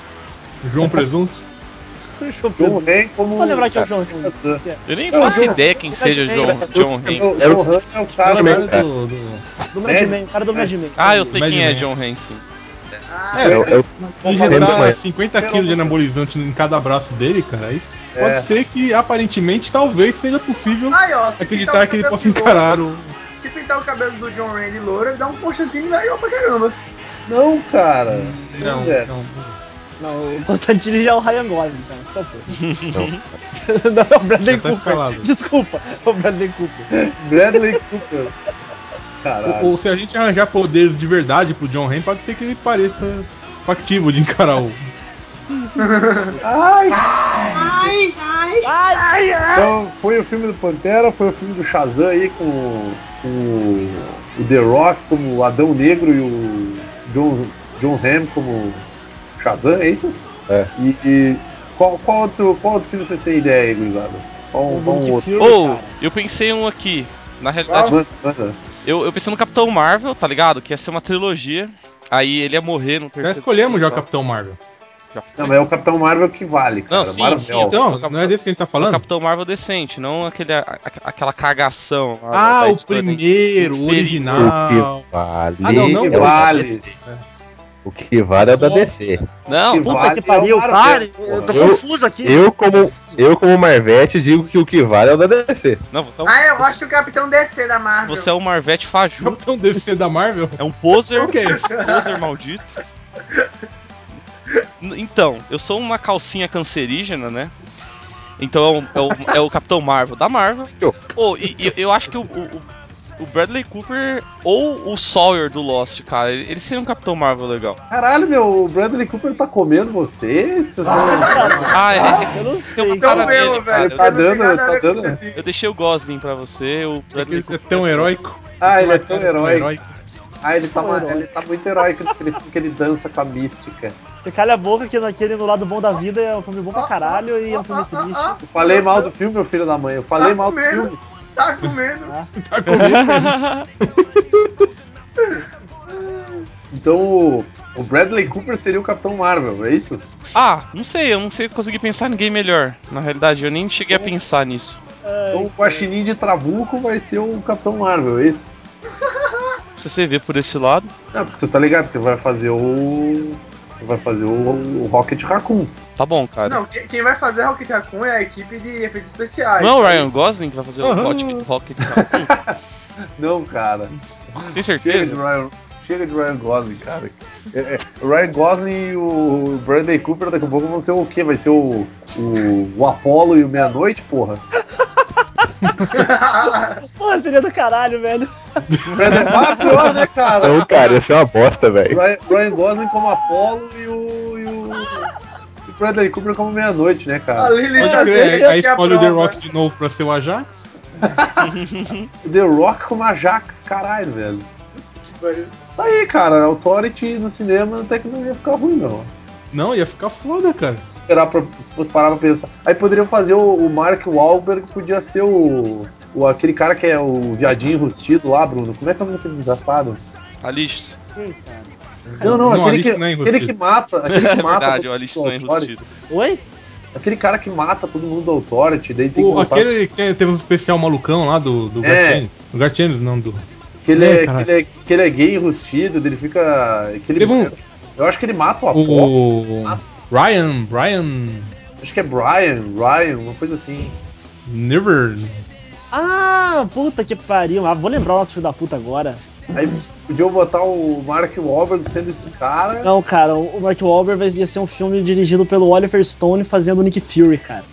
Speaker 4: João Presunto.
Speaker 3: John
Speaker 2: John
Speaker 3: Peterson.
Speaker 2: Han como.
Speaker 3: Vou lembrar que é o John Han.
Speaker 1: Eu nem
Speaker 2: Não,
Speaker 1: faço
Speaker 2: John-
Speaker 1: ideia quem seja
Speaker 3: John-
Speaker 1: John, John Hanks.
Speaker 2: O
Speaker 5: Era
Speaker 2: John
Speaker 5: o-
Speaker 2: Han é o
Speaker 4: Eu
Speaker 2: cara.
Speaker 4: lembro
Speaker 5: É.
Speaker 4: do- do-
Speaker 3: Do Mad Men, o cara do Mad Men.
Speaker 1: Ah, eu sei quem é
Speaker 4: Madman.
Speaker 1: John Hanks, sim.
Speaker 5: É, eu, eu,
Speaker 4: injetar
Speaker 5: Lembra-
Speaker 4: 50 kg de anabolizante em cada braço dele, cara, aí
Speaker 2: É.
Speaker 4: pode ser que aparentemente talvez seja possível
Speaker 6: Aí, ó, se
Speaker 4: acreditar
Speaker 6: pintar o
Speaker 4: que ele
Speaker 6: cabelo
Speaker 4: possa
Speaker 6: de
Speaker 4: encarar o.
Speaker 6: louro- Se pintar o cabelo do John Randy louro, ele dá um Constantine legal pra caramba.
Speaker 2: Não, cara.
Speaker 4: Não,
Speaker 2: é.
Speaker 4: não.
Speaker 3: Não, o Constantine já é o Ryan Gosling, cara. Por favor.
Speaker 5: Não.
Speaker 3: Não, é o Bradley
Speaker 4: Já tá escalado.
Speaker 3: Cooper. Desculpa, é o Bradley Cooper.
Speaker 2: Bradley Cooper. Caralho.
Speaker 4: Ou, ou se a gente arranjar poderes de verdade pro John Ren, pode ser que ele pareça factível de encarar o.
Speaker 2: Ai,
Speaker 6: Ai, ai.
Speaker 2: Então, foi o filme do Pantera, foi o filme do Shazam aí com, com o The Rock como o Adão Negro e o John, John Hamm como Shazam, é isso?
Speaker 5: É.
Speaker 2: E, e qual, qual, outro, qual outro filme vocês têm ideia aí, gurizada? Qual,
Speaker 3: Um
Speaker 2: qual
Speaker 3: mundo de filme,
Speaker 1: Ou,
Speaker 3: cara.
Speaker 1: eu pensei em um aqui. Na
Speaker 2: Ah,
Speaker 1: realidade,
Speaker 2: manda, manda.
Speaker 1: eu, eu pensei no Capitão Marvel, tá ligado? Que ia ser uma trilogia. Aí ele ia morrer no
Speaker 4: Já
Speaker 1: terceiro.
Speaker 4: escolhemos já o
Speaker 1: filme,
Speaker 4: Capitão Marvel.
Speaker 1: tá? Já foi.
Speaker 2: Não, mas é o Capitão Marvel que vale, cara.
Speaker 1: Não, sim,
Speaker 2: Marvel.
Speaker 1: sim, eu tô-
Speaker 4: Então,
Speaker 1: o Capitão-
Speaker 4: não é desse que a gente tá
Speaker 1: O
Speaker 4: falando?
Speaker 1: Capitão Marvel decente, não aquele, a- a- aquela cagação. lá da-
Speaker 4: Ah,
Speaker 1: da
Speaker 4: o
Speaker 1: editora, né?
Speaker 4: primeiro, o
Speaker 1: Infeliz.
Speaker 4: original.
Speaker 5: O que vale.
Speaker 4: Ah, não, não,
Speaker 5: eu-
Speaker 2: Vale.
Speaker 5: é O que vale é o da DC.
Speaker 1: Não,
Speaker 2: Que
Speaker 3: Puta
Speaker 2: vale
Speaker 3: que pariu,
Speaker 2: é o
Speaker 3: pare!
Speaker 2: Marvel,
Speaker 3: Eu tô
Speaker 5: porra.
Speaker 3: confuso aqui.
Speaker 5: Eu, como, eu, como Marvete, digo que o que vale é o da DC.
Speaker 1: não, você é um,
Speaker 6: Ah, eu gosto do Capitão DC da Marvel.
Speaker 1: você é um Marvete fajuto,
Speaker 4: Capitão DC da Marvel?
Speaker 1: é um poser, um
Speaker 4: O que é isso?
Speaker 1: poser maldito. N- Então, eu sou uma calcinha cancerígena, né? Então é o, é o- é o Capitão Marvel da Marvel. Pô, e, e eu acho que o, o- o Bradley Cooper ou o Sawyer do Lost, cara, ele ele seria um Capitão Marvel legal.
Speaker 2: Caralho, meu, o Bradley Cooper tá comendo vocês? Vocês não-
Speaker 1: Ah, ele,
Speaker 3: Eu não
Speaker 1: tem
Speaker 3: sei.
Speaker 1: uma
Speaker 6: Então
Speaker 1: um cara
Speaker 6: mesmo,
Speaker 1: dele,
Speaker 6: velho.
Speaker 1: cara.
Speaker 2: Ele tá
Speaker 6: Eu não tenho
Speaker 2: dando,
Speaker 6: nada a
Speaker 2: tá
Speaker 6: ver com
Speaker 2: dando.
Speaker 6: Constantine.
Speaker 1: Eu deixei o Gosling pra você, o Bradley
Speaker 4: Ele é
Speaker 1: Cooper.
Speaker 4: tão heróico. tá
Speaker 2: Ah, ele é tão heróico. Ah, ele tá, ma- ele tá muito heróico naquele filme que ele dança com a mística.
Speaker 3: Você calha a boca que naquele No Lado Bom da Vida é um filme bom pra
Speaker 6: Ó,
Speaker 3: caralho e é um filme
Speaker 6: ó, ó,
Speaker 3: triste.
Speaker 6: ó,
Speaker 2: Eu falei mal do filme, meu filho da mãe. Eu falei
Speaker 6: Tá
Speaker 2: mal do
Speaker 6: comendo.
Speaker 2: filme.
Speaker 6: Tá comendo.
Speaker 4: Tá comendo.
Speaker 2: Então o- o Bradley Cooper seria o Capitão Marvel, é isso?
Speaker 1: ah, não sei, eu não sei conseguir pensar em ninguém melhor. Na realidade, eu nem cheguei a pensar nisso.
Speaker 2: Então o Guaxinim de Trabuco vai ser o Capitão Marvel, é isso?
Speaker 1: Pra você ver por esse lado.
Speaker 2: Não, porque tu tá ligado que vai fazer o... Vai fazer o, o Rocket Raccoon.
Speaker 1: Tá bom, cara.
Speaker 6: Não, quem, quem vai fazer Rocket Raccoon é a equipe de efeitos especiais.
Speaker 1: Não, é o Ryan Gosling que vai fazer
Speaker 4: Aham.
Speaker 1: o Rocket, Rocket Raccoon?
Speaker 2: Não, cara.
Speaker 1: Tem
Speaker 2: Chega de
Speaker 1: certeza?
Speaker 2: Ryan, chega de Ryan Gosling, cara. É, é, o Ryan Gosling e o Bradley Cooper daqui a pouco vão ser o quê? Vai ser o, o, o Apollo e o Meia-Noite, porra?
Speaker 3: Porra, seria do caralho, velho.
Speaker 2: Bradley Cooper é pior, né, cara?
Speaker 5: Então, cara, isso é uma bosta, velho.
Speaker 2: Ryan, Ryan Gosling como Apollo e o. E o e o Bradley Cooper como meia-noite, né, cara?
Speaker 6: Lilian
Speaker 4: Pode crer, aí escolhe o The Rock de novo pra ser o Ajax.
Speaker 2: O The Rock como Ajax, caralho, velho. Tá aí, cara. Authority no cinema até que não ia ficar ruim, não.
Speaker 4: Não, ia ficar foda, cara.
Speaker 2: Esperar pra, se fosse parar pra pensar. Aí poderiam fazer o, o Mark Wahlberg, podia ser o, o. aquele cara que é o viadinho enrustido lá, Bruno. Como é que é o nome daquele desgraçado?
Speaker 1: Alice.
Speaker 2: Não, não,
Speaker 4: Não,
Speaker 2: aquele,
Speaker 4: Alice
Speaker 2: que,
Speaker 4: não é enrustido.
Speaker 2: aquele que mata. Aquele
Speaker 1: É
Speaker 2: que mata
Speaker 1: verdade,
Speaker 2: todo
Speaker 1: o Alice não é
Speaker 2: mundo do Authority.
Speaker 1: enrustido.
Speaker 3: Oi?
Speaker 2: Aquele cara que mata todo mundo do Authority, daí tem que
Speaker 4: O,
Speaker 2: voltar
Speaker 4: aquele que tem- teve um especial malucão lá do, do
Speaker 2: É.
Speaker 4: Gartienes. Do Gartienes, não, do.
Speaker 2: Que ele, é,
Speaker 4: É,
Speaker 2: que,
Speaker 4: caralho.
Speaker 2: ele é, que ele é gay enrustido, ele fica. Que ele,
Speaker 4: Teve um-
Speaker 2: Eu acho que ele mata o Apollo.
Speaker 4: O. Ryan, Brian.
Speaker 2: Acho que é Brian, Ryan, uma coisa assim.
Speaker 4: Never.
Speaker 3: Ah, puta que pariu. Ah, vou lembrar o nosso filho da puta agora.
Speaker 2: Aí podiam botar o Mark Wahlberg sendo esse cara.
Speaker 3: Não, cara, o Mark Wahlberg vai- ia ser um filme dirigido pelo Oliver Stone fazendo Nick Fury, cara.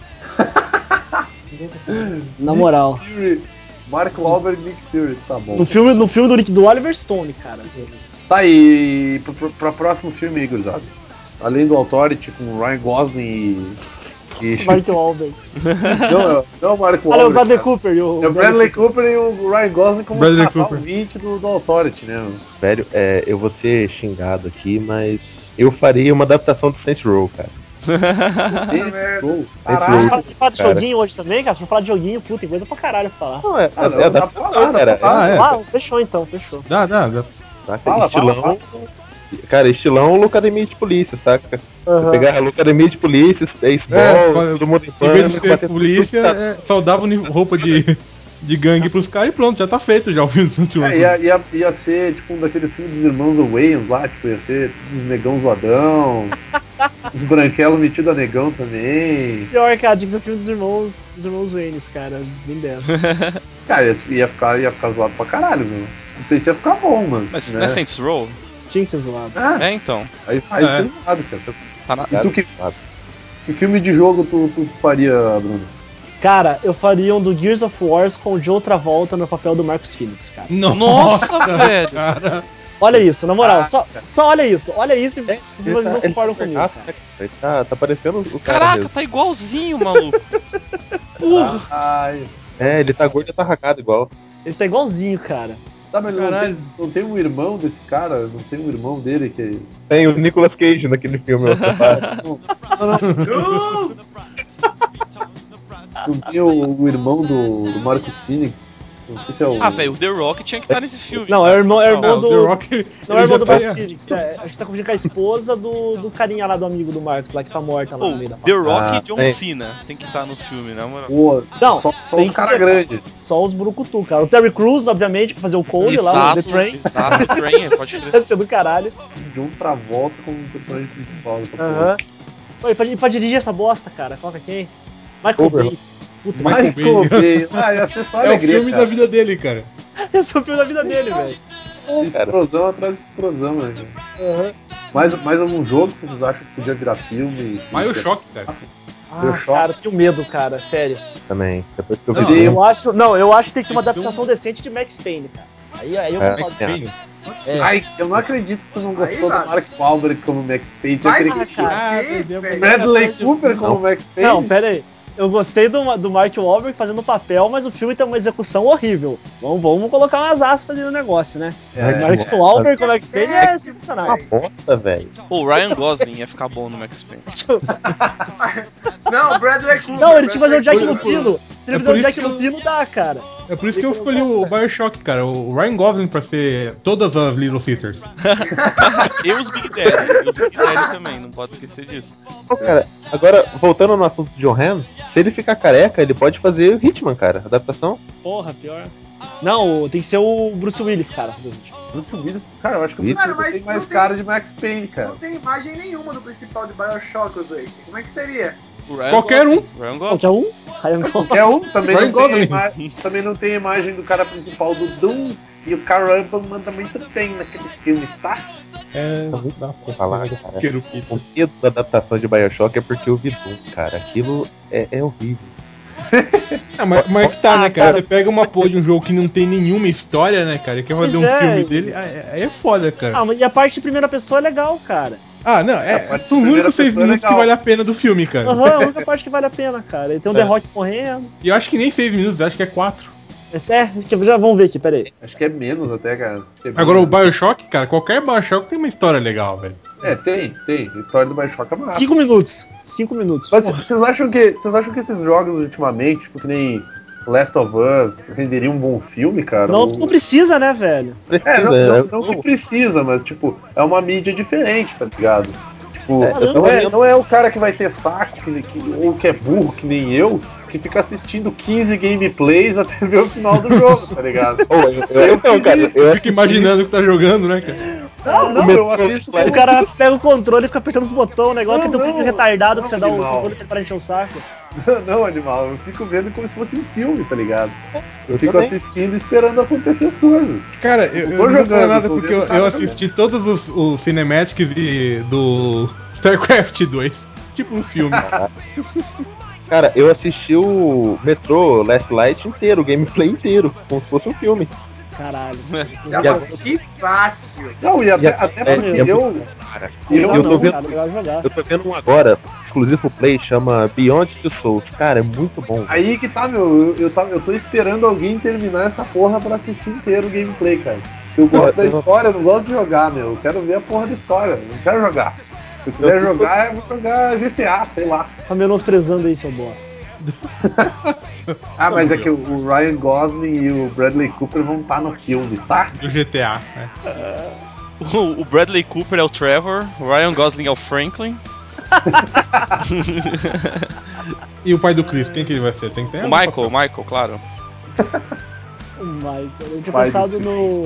Speaker 3: Na moral.
Speaker 2: Fury. Mark Wahlberg Nick Fury, tá bom.
Speaker 3: No filme, no filme do, Nick, do Oliver Stone, cara.
Speaker 2: Tá aí, pro, pro, pra próximo filme aí, gurizada. Além do Authority com Ryan Gosling e. e-
Speaker 3: Mark Wahlberg.
Speaker 2: não, não é o Mark
Speaker 3: Olha, o
Speaker 2: Wahlberg.
Speaker 3: Bradley
Speaker 2: cara.
Speaker 3: Cooper. e o
Speaker 2: É o Bradley Cooper e o Ryan Gosling como
Speaker 4: Bradley
Speaker 2: casal
Speaker 4: Cooper.
Speaker 2: 20 do, do Authority, né? mano?
Speaker 5: Velho, é, eu vou ser xingado aqui, mas eu faria uma adaptação do Saints Row, cara.
Speaker 2: Esse gol.
Speaker 5: Esse
Speaker 3: Fala-
Speaker 5: gol.
Speaker 3: Você fala de
Speaker 5: Cara.
Speaker 3: joguinho hoje também, cara? Você fala de joguinho, puta, tem coisa pra caralho pra falar.
Speaker 5: Não, é,
Speaker 2: Ah, não,
Speaker 5: é
Speaker 2: dá pra falar, dá pra
Speaker 5: cara.
Speaker 2: falar.
Speaker 4: Ah, é.
Speaker 3: Ah, fechou então, fechou.
Speaker 4: Dá, dá, dá.
Speaker 2: Fala,
Speaker 5: Tá,
Speaker 2: fala,
Speaker 5: estilão,
Speaker 2: fala.
Speaker 5: Cara, estilão é Lucademia de Polícia, saca?
Speaker 3: Aham.
Speaker 5: Pegar a Lucademia de Polícia, baseball,
Speaker 4: Ah. É,
Speaker 5: todo mundo em
Speaker 4: Em vez
Speaker 5: pânico,
Speaker 4: de ser
Speaker 5: bater- tá-
Speaker 4: polícia, é, só dava uni- roupa de, de gangue pros caras e pronto, já tá feito já o filme do Santiago.
Speaker 2: É, ia, ia, ia ser tipo um daqueles filmes dos irmãos Wayans lá, tipo, ia ser dos negão zoadão, os branquelos metido a negão também.
Speaker 3: Pior, cara, tinha que ser o filme dos irmãos, dos irmãos Waynes, cara. Bem dessa.
Speaker 2: Cara, ia, ia ficar, ia ficar zoado pra caralho, meu. Não sei se ia ficar bom, mas.
Speaker 1: Mas
Speaker 2: né?
Speaker 1: não é Saints Row?
Speaker 3: Tinha que ser zoado.
Speaker 2: Ah,
Speaker 1: É, então.
Speaker 2: aí faz
Speaker 4: É.
Speaker 2: ser zoado, cara.
Speaker 1: Tá na-
Speaker 2: E tu, que, que filme de jogo tu, tu faria, Bruno?
Speaker 3: Cara, eu faria um do Gears of Wars com o Joe Travolta no papel do Marcos Phillips, cara.
Speaker 1: Nossa, velho!
Speaker 4: cara.
Speaker 3: Olha isso, na moral,
Speaker 5: Ah,
Speaker 3: só, só olha isso, olha isso e vocês
Speaker 5: Ele
Speaker 3: não
Speaker 5: tá- ele
Speaker 3: concordam
Speaker 5: tá-
Speaker 3: comigo.
Speaker 5: ah,
Speaker 3: cara.
Speaker 5: Ele tá, tá parecendo o cara
Speaker 1: Caraca,
Speaker 5: mesmo.
Speaker 1: tá igualzinho, maluco. Porra.
Speaker 2: Ai.
Speaker 5: É, ele tá gordo e tá racado igual.
Speaker 3: Ele tá igualzinho, cara.
Speaker 2: Tá, mas não tem,
Speaker 4: Caralho.
Speaker 2: não tem um irmão desse cara? Não tem um irmão dele que.
Speaker 5: Tem o Nicolas Cage naquele filme. ó, você fala.
Speaker 2: Não tem o, o irmão do, do Marcos Phoenix? Não sei se é o.
Speaker 1: Ah, velho, o The Rock tinha que estar nesse filme. né?
Speaker 3: Não, é o irmão, é o
Speaker 1: Não,
Speaker 4: Ah,
Speaker 3: irmão
Speaker 4: o The
Speaker 3: do.
Speaker 4: Rock.
Speaker 3: Não é o
Speaker 4: ele
Speaker 3: irmão
Speaker 4: já
Speaker 3: do
Speaker 4: tá-
Speaker 3: Marcos Phoenix, é, acho que você tá confundindo com a esposa do, do carinha lá do amigo do Marcos, lá que tá morta lá
Speaker 1: Pô,
Speaker 3: no meio da
Speaker 1: The Rock e
Speaker 5: Ah,
Speaker 1: John
Speaker 5: é.
Speaker 1: Cena tem que estar no filme, né, mano?
Speaker 2: Pô,
Speaker 3: Não,
Speaker 2: só, só
Speaker 3: tem
Speaker 2: os
Speaker 3: que
Speaker 2: caras
Speaker 3: ser-
Speaker 2: grandes.
Speaker 3: Só os brucutu, cara. O Terry Crews, obviamente, pra fazer o Cole lá, o The
Speaker 1: Exato,
Speaker 3: Train.
Speaker 1: exato, The Train, é, pode crer.
Speaker 3: Ia ser do caralho.
Speaker 2: de um Travolta como personagem principal dessa porra.
Speaker 3: Aham. Pô, Ele pode, ele pode dirigir essa bosta, cara. Coloca quem? Michael
Speaker 5: Overhaul.
Speaker 3: Bay. Puta,
Speaker 4: Michael
Speaker 3: Michael
Speaker 2: Michael Bay. Ah, ia ser só
Speaker 4: É o
Speaker 2: alegria,
Speaker 4: filme da
Speaker 2: cara.
Speaker 4: vida dele, cara.
Speaker 3: Esse é o filme da vida dele, velho.
Speaker 5: Cara.
Speaker 2: Explosão atrás de explosão, né? cara?
Speaker 3: Aham.
Speaker 2: Mais, mais algum jogo que vocês acham que podia virar filme?
Speaker 4: Mas o
Speaker 2: Que-
Speaker 4: choque, cara.
Speaker 2: Deu
Speaker 3: Ah,
Speaker 2: choque.
Speaker 3: cara, que medo, cara. Sério.
Speaker 5: Também. Depois que eu vi
Speaker 4: Não,
Speaker 5: ele,
Speaker 3: Eu acho, não, eu acho que tem que ter uma
Speaker 4: Então-
Speaker 3: adaptação decente de Max Payne, cara. Aí, aí eu
Speaker 2: Tá
Speaker 5: É,
Speaker 3: concordo.
Speaker 5: é.
Speaker 4: Bem,
Speaker 2: Ai, eu não acredito que tu não gostou
Speaker 6: Aí,
Speaker 2: do Mark Wahlberg como Max Payne.
Speaker 6: Vai
Speaker 2: aquele-
Speaker 3: Ah, cara.
Speaker 4: Ah,
Speaker 6: Que,
Speaker 4: perdeu,
Speaker 6: velho?
Speaker 4: perdeu.
Speaker 2: Bradley Cooper como
Speaker 5: Não.
Speaker 2: Max Payne?
Speaker 3: Não, pera aí. Eu gostei do, do Mark Wahlberg fazendo o papel, mas o filme tem uma execução horrível. Vamos, vamos colocar umas aspas aí no negócio, né?
Speaker 2: É,
Speaker 3: Mark
Speaker 5: é.
Speaker 3: Wahlberg com
Speaker 6: assim,
Speaker 3: Max Payne é
Speaker 4: assim,
Speaker 5: é uma
Speaker 3: sensacional.
Speaker 5: bosta, velho.
Speaker 1: Pô, o Ryan Gosling ia ficar bom no Max Payne.
Speaker 6: Não, Bradley Cooper.
Speaker 3: Não, ele tinha que fazer o Jack
Speaker 6: Bradley Cooper.
Speaker 3: Lupino. Se ele
Speaker 4: É
Speaker 3: fizer
Speaker 4: por
Speaker 3: o
Speaker 4: isso
Speaker 3: Jack
Speaker 4: que eu-
Speaker 3: Lupino, dá, cara.
Speaker 4: É por isso que eu escolhi o Bioshock, cara. O Ryan Gosling pra ser todas as Little Sisters.
Speaker 1: E os Big Daddy, e os Big Daddy também, não pode esquecer disso.
Speaker 5: Pô, cara, agora, voltando no assunto de John Hamm, se ele ficar careca, ele pode fazer o Hitman, cara. Adaptação.
Speaker 3: Porra, pior. Não, o- tem que ser o Bruce Willis, cara. fazer o vídeo.
Speaker 2: Bruce Willis, Tá cara, eu acho que o Bruce
Speaker 6: Cara,
Speaker 2: Willis
Speaker 6: mas
Speaker 2: tem mais
Speaker 6: não tem-
Speaker 2: cara de Max Payne, cara.
Speaker 6: Não tem imagem nenhuma do principal de Bioshock, os dois. Como é que seria?
Speaker 1: O Ryan
Speaker 4: Qualquer
Speaker 1: Gosling, um. Ryan Gosling.
Speaker 3: Qualquer um? Ryan Gosling.
Speaker 2: Qualquer um também
Speaker 4: Ryan
Speaker 2: não, tem
Speaker 4: Gosling.
Speaker 2: a ima-
Speaker 4: né?
Speaker 2: também não tem a imagem do cara principal do Doom. E o Caramba também não tem naquele filme, tá?
Speaker 4: É. dá pra falar, cara. Querupita.
Speaker 5: O medo da adaptação de Bioshock é porque eu vi Doom, cara. Aquilo é, é horrível.
Speaker 4: Ah, mas, mas que tá, né, cara?
Speaker 3: cara,
Speaker 4: Você pega uma porra de um jogo que não tem nenhuma história, né, cara? E quer fazer
Speaker 3: Pois
Speaker 4: um
Speaker 3: é.
Speaker 4: filme dele, aí é foda, cara.
Speaker 3: Ah, mas e a parte de primeira pessoa é legal, cara.
Speaker 4: Ah, não,
Speaker 2: a
Speaker 4: é.
Speaker 2: parte de
Speaker 4: São os
Speaker 2: primeira
Speaker 4: únicos seis
Speaker 2: pessoa é
Speaker 4: minutos que
Speaker 2: legal.
Speaker 4: vale a pena do filme, cara.
Speaker 3: Aham, é a única parte que vale a pena, cara. E tem o The
Speaker 4: É.
Speaker 3: Rock morrendo.
Speaker 4: E eu acho que nem seis minutos, acho que é quatro.
Speaker 3: Esse é, que- já vamos ver aqui, peraí.
Speaker 2: Acho que é menos até, cara. Acho que é
Speaker 4: Agora, o
Speaker 2: menos.
Speaker 4: Bioshock, cara, qualquer Bioshock tem uma história legal, velho.
Speaker 2: É, tem, tem. A história do Bioshock é massa.
Speaker 3: Cinco minutos. Cinco minutos.
Speaker 2: Mas vocês acham que vocês acham que esses jogos ultimamente, tipo que nem Last of Us, renderiam um bom filme, cara?
Speaker 3: Não,
Speaker 2: Ou-
Speaker 3: não precisa, né, velho?
Speaker 5: Precisa,
Speaker 2: É, não,
Speaker 5: né?
Speaker 2: não, não que precisa, mas tipo, é uma mídia diferente, tá ligado? Tipo,
Speaker 5: É, eu
Speaker 2: não,
Speaker 5: tava
Speaker 2: é,
Speaker 5: vendo.
Speaker 2: não é o cara que vai ter saco, que, que- ou que é burro, que nem eu, que fica assistindo 15 gameplays até ver o final do jogo, tá ligado?
Speaker 5: Ô, eu, eu,
Speaker 2: Eu
Speaker 5: então,
Speaker 2: fiz
Speaker 5: cara,
Speaker 2: isso.
Speaker 5: eu,
Speaker 4: Fica imaginando o que tá jogando, né, cara?
Speaker 2: Não, não, eu assisto.
Speaker 3: O cara pega o controle e fica apertando os botões, né? Igual
Speaker 2: Não,
Speaker 3: aquele do
Speaker 2: não,
Speaker 3: filho retardado que
Speaker 2: não,
Speaker 3: você dá o
Speaker 2: animal.
Speaker 3: controle pra encher o saco.
Speaker 2: Não, animal, eu fico vendo como se fosse um filme, tá ligado? Eu fico
Speaker 5: também.
Speaker 2: assistindo e esperando acontecer as coisas.
Speaker 4: Cara,
Speaker 2: tô
Speaker 4: eu, eu não vou falar
Speaker 2: jogando,
Speaker 4: nada
Speaker 2: tô
Speaker 4: porque
Speaker 2: vendo
Speaker 4: eu,
Speaker 2: o cara
Speaker 4: eu assisti todos os, os cinematics e- do StarCraft 2. Tipo um filme.
Speaker 5: Cara, eu assisti o Metro Last Light inteiro, o gameplay inteiro, como se fosse um filme.
Speaker 3: Caralho.
Speaker 6: Dá
Speaker 5: E
Speaker 6: pra
Speaker 5: agora-
Speaker 6: assistir fácil.
Speaker 2: Não, e até,
Speaker 5: E
Speaker 2: até
Speaker 5: é-
Speaker 2: porque
Speaker 5: é
Speaker 2: eu.
Speaker 5: Cara,
Speaker 2: E eu
Speaker 3: Não,
Speaker 5: eu
Speaker 3: não,
Speaker 5: tô vendo-
Speaker 3: cara, é legal jogar.
Speaker 5: eu tô vendo um agora, exclusivo pro play, chama Beyond Two Souls. Cara, é muito bom.
Speaker 2: Aí que tá, meu, eu, eu, tá- eu tô esperando alguém terminar essa porra pra assistir inteiro o gameplay, cara. É, Eu gosto da história, eu não gosto de jogar, meu. Eu quero ver a porra da história, eu não quero jogar. Se eu quiser jogar, eu vou jogar GTA, sei lá.
Speaker 3: Tá menosprezando aí, seu bosta.
Speaker 2: Ah, mas é que o tá? Ryan Gosling e o Bradley Cooper vão estar no filme, tá?
Speaker 4: do GTA. né?
Speaker 1: O, o Bradley Cooper é o Trevor, o Ryan Gosling é o Franklin,
Speaker 4: E o pai do Chris, quem que ele vai ser? Tem que ter um
Speaker 1: o
Speaker 4: algum
Speaker 1: Michael, o
Speaker 4: papel.
Speaker 1: Michael, claro.
Speaker 3: Mas eu tinha
Speaker 2: Vai,
Speaker 3: pensado no.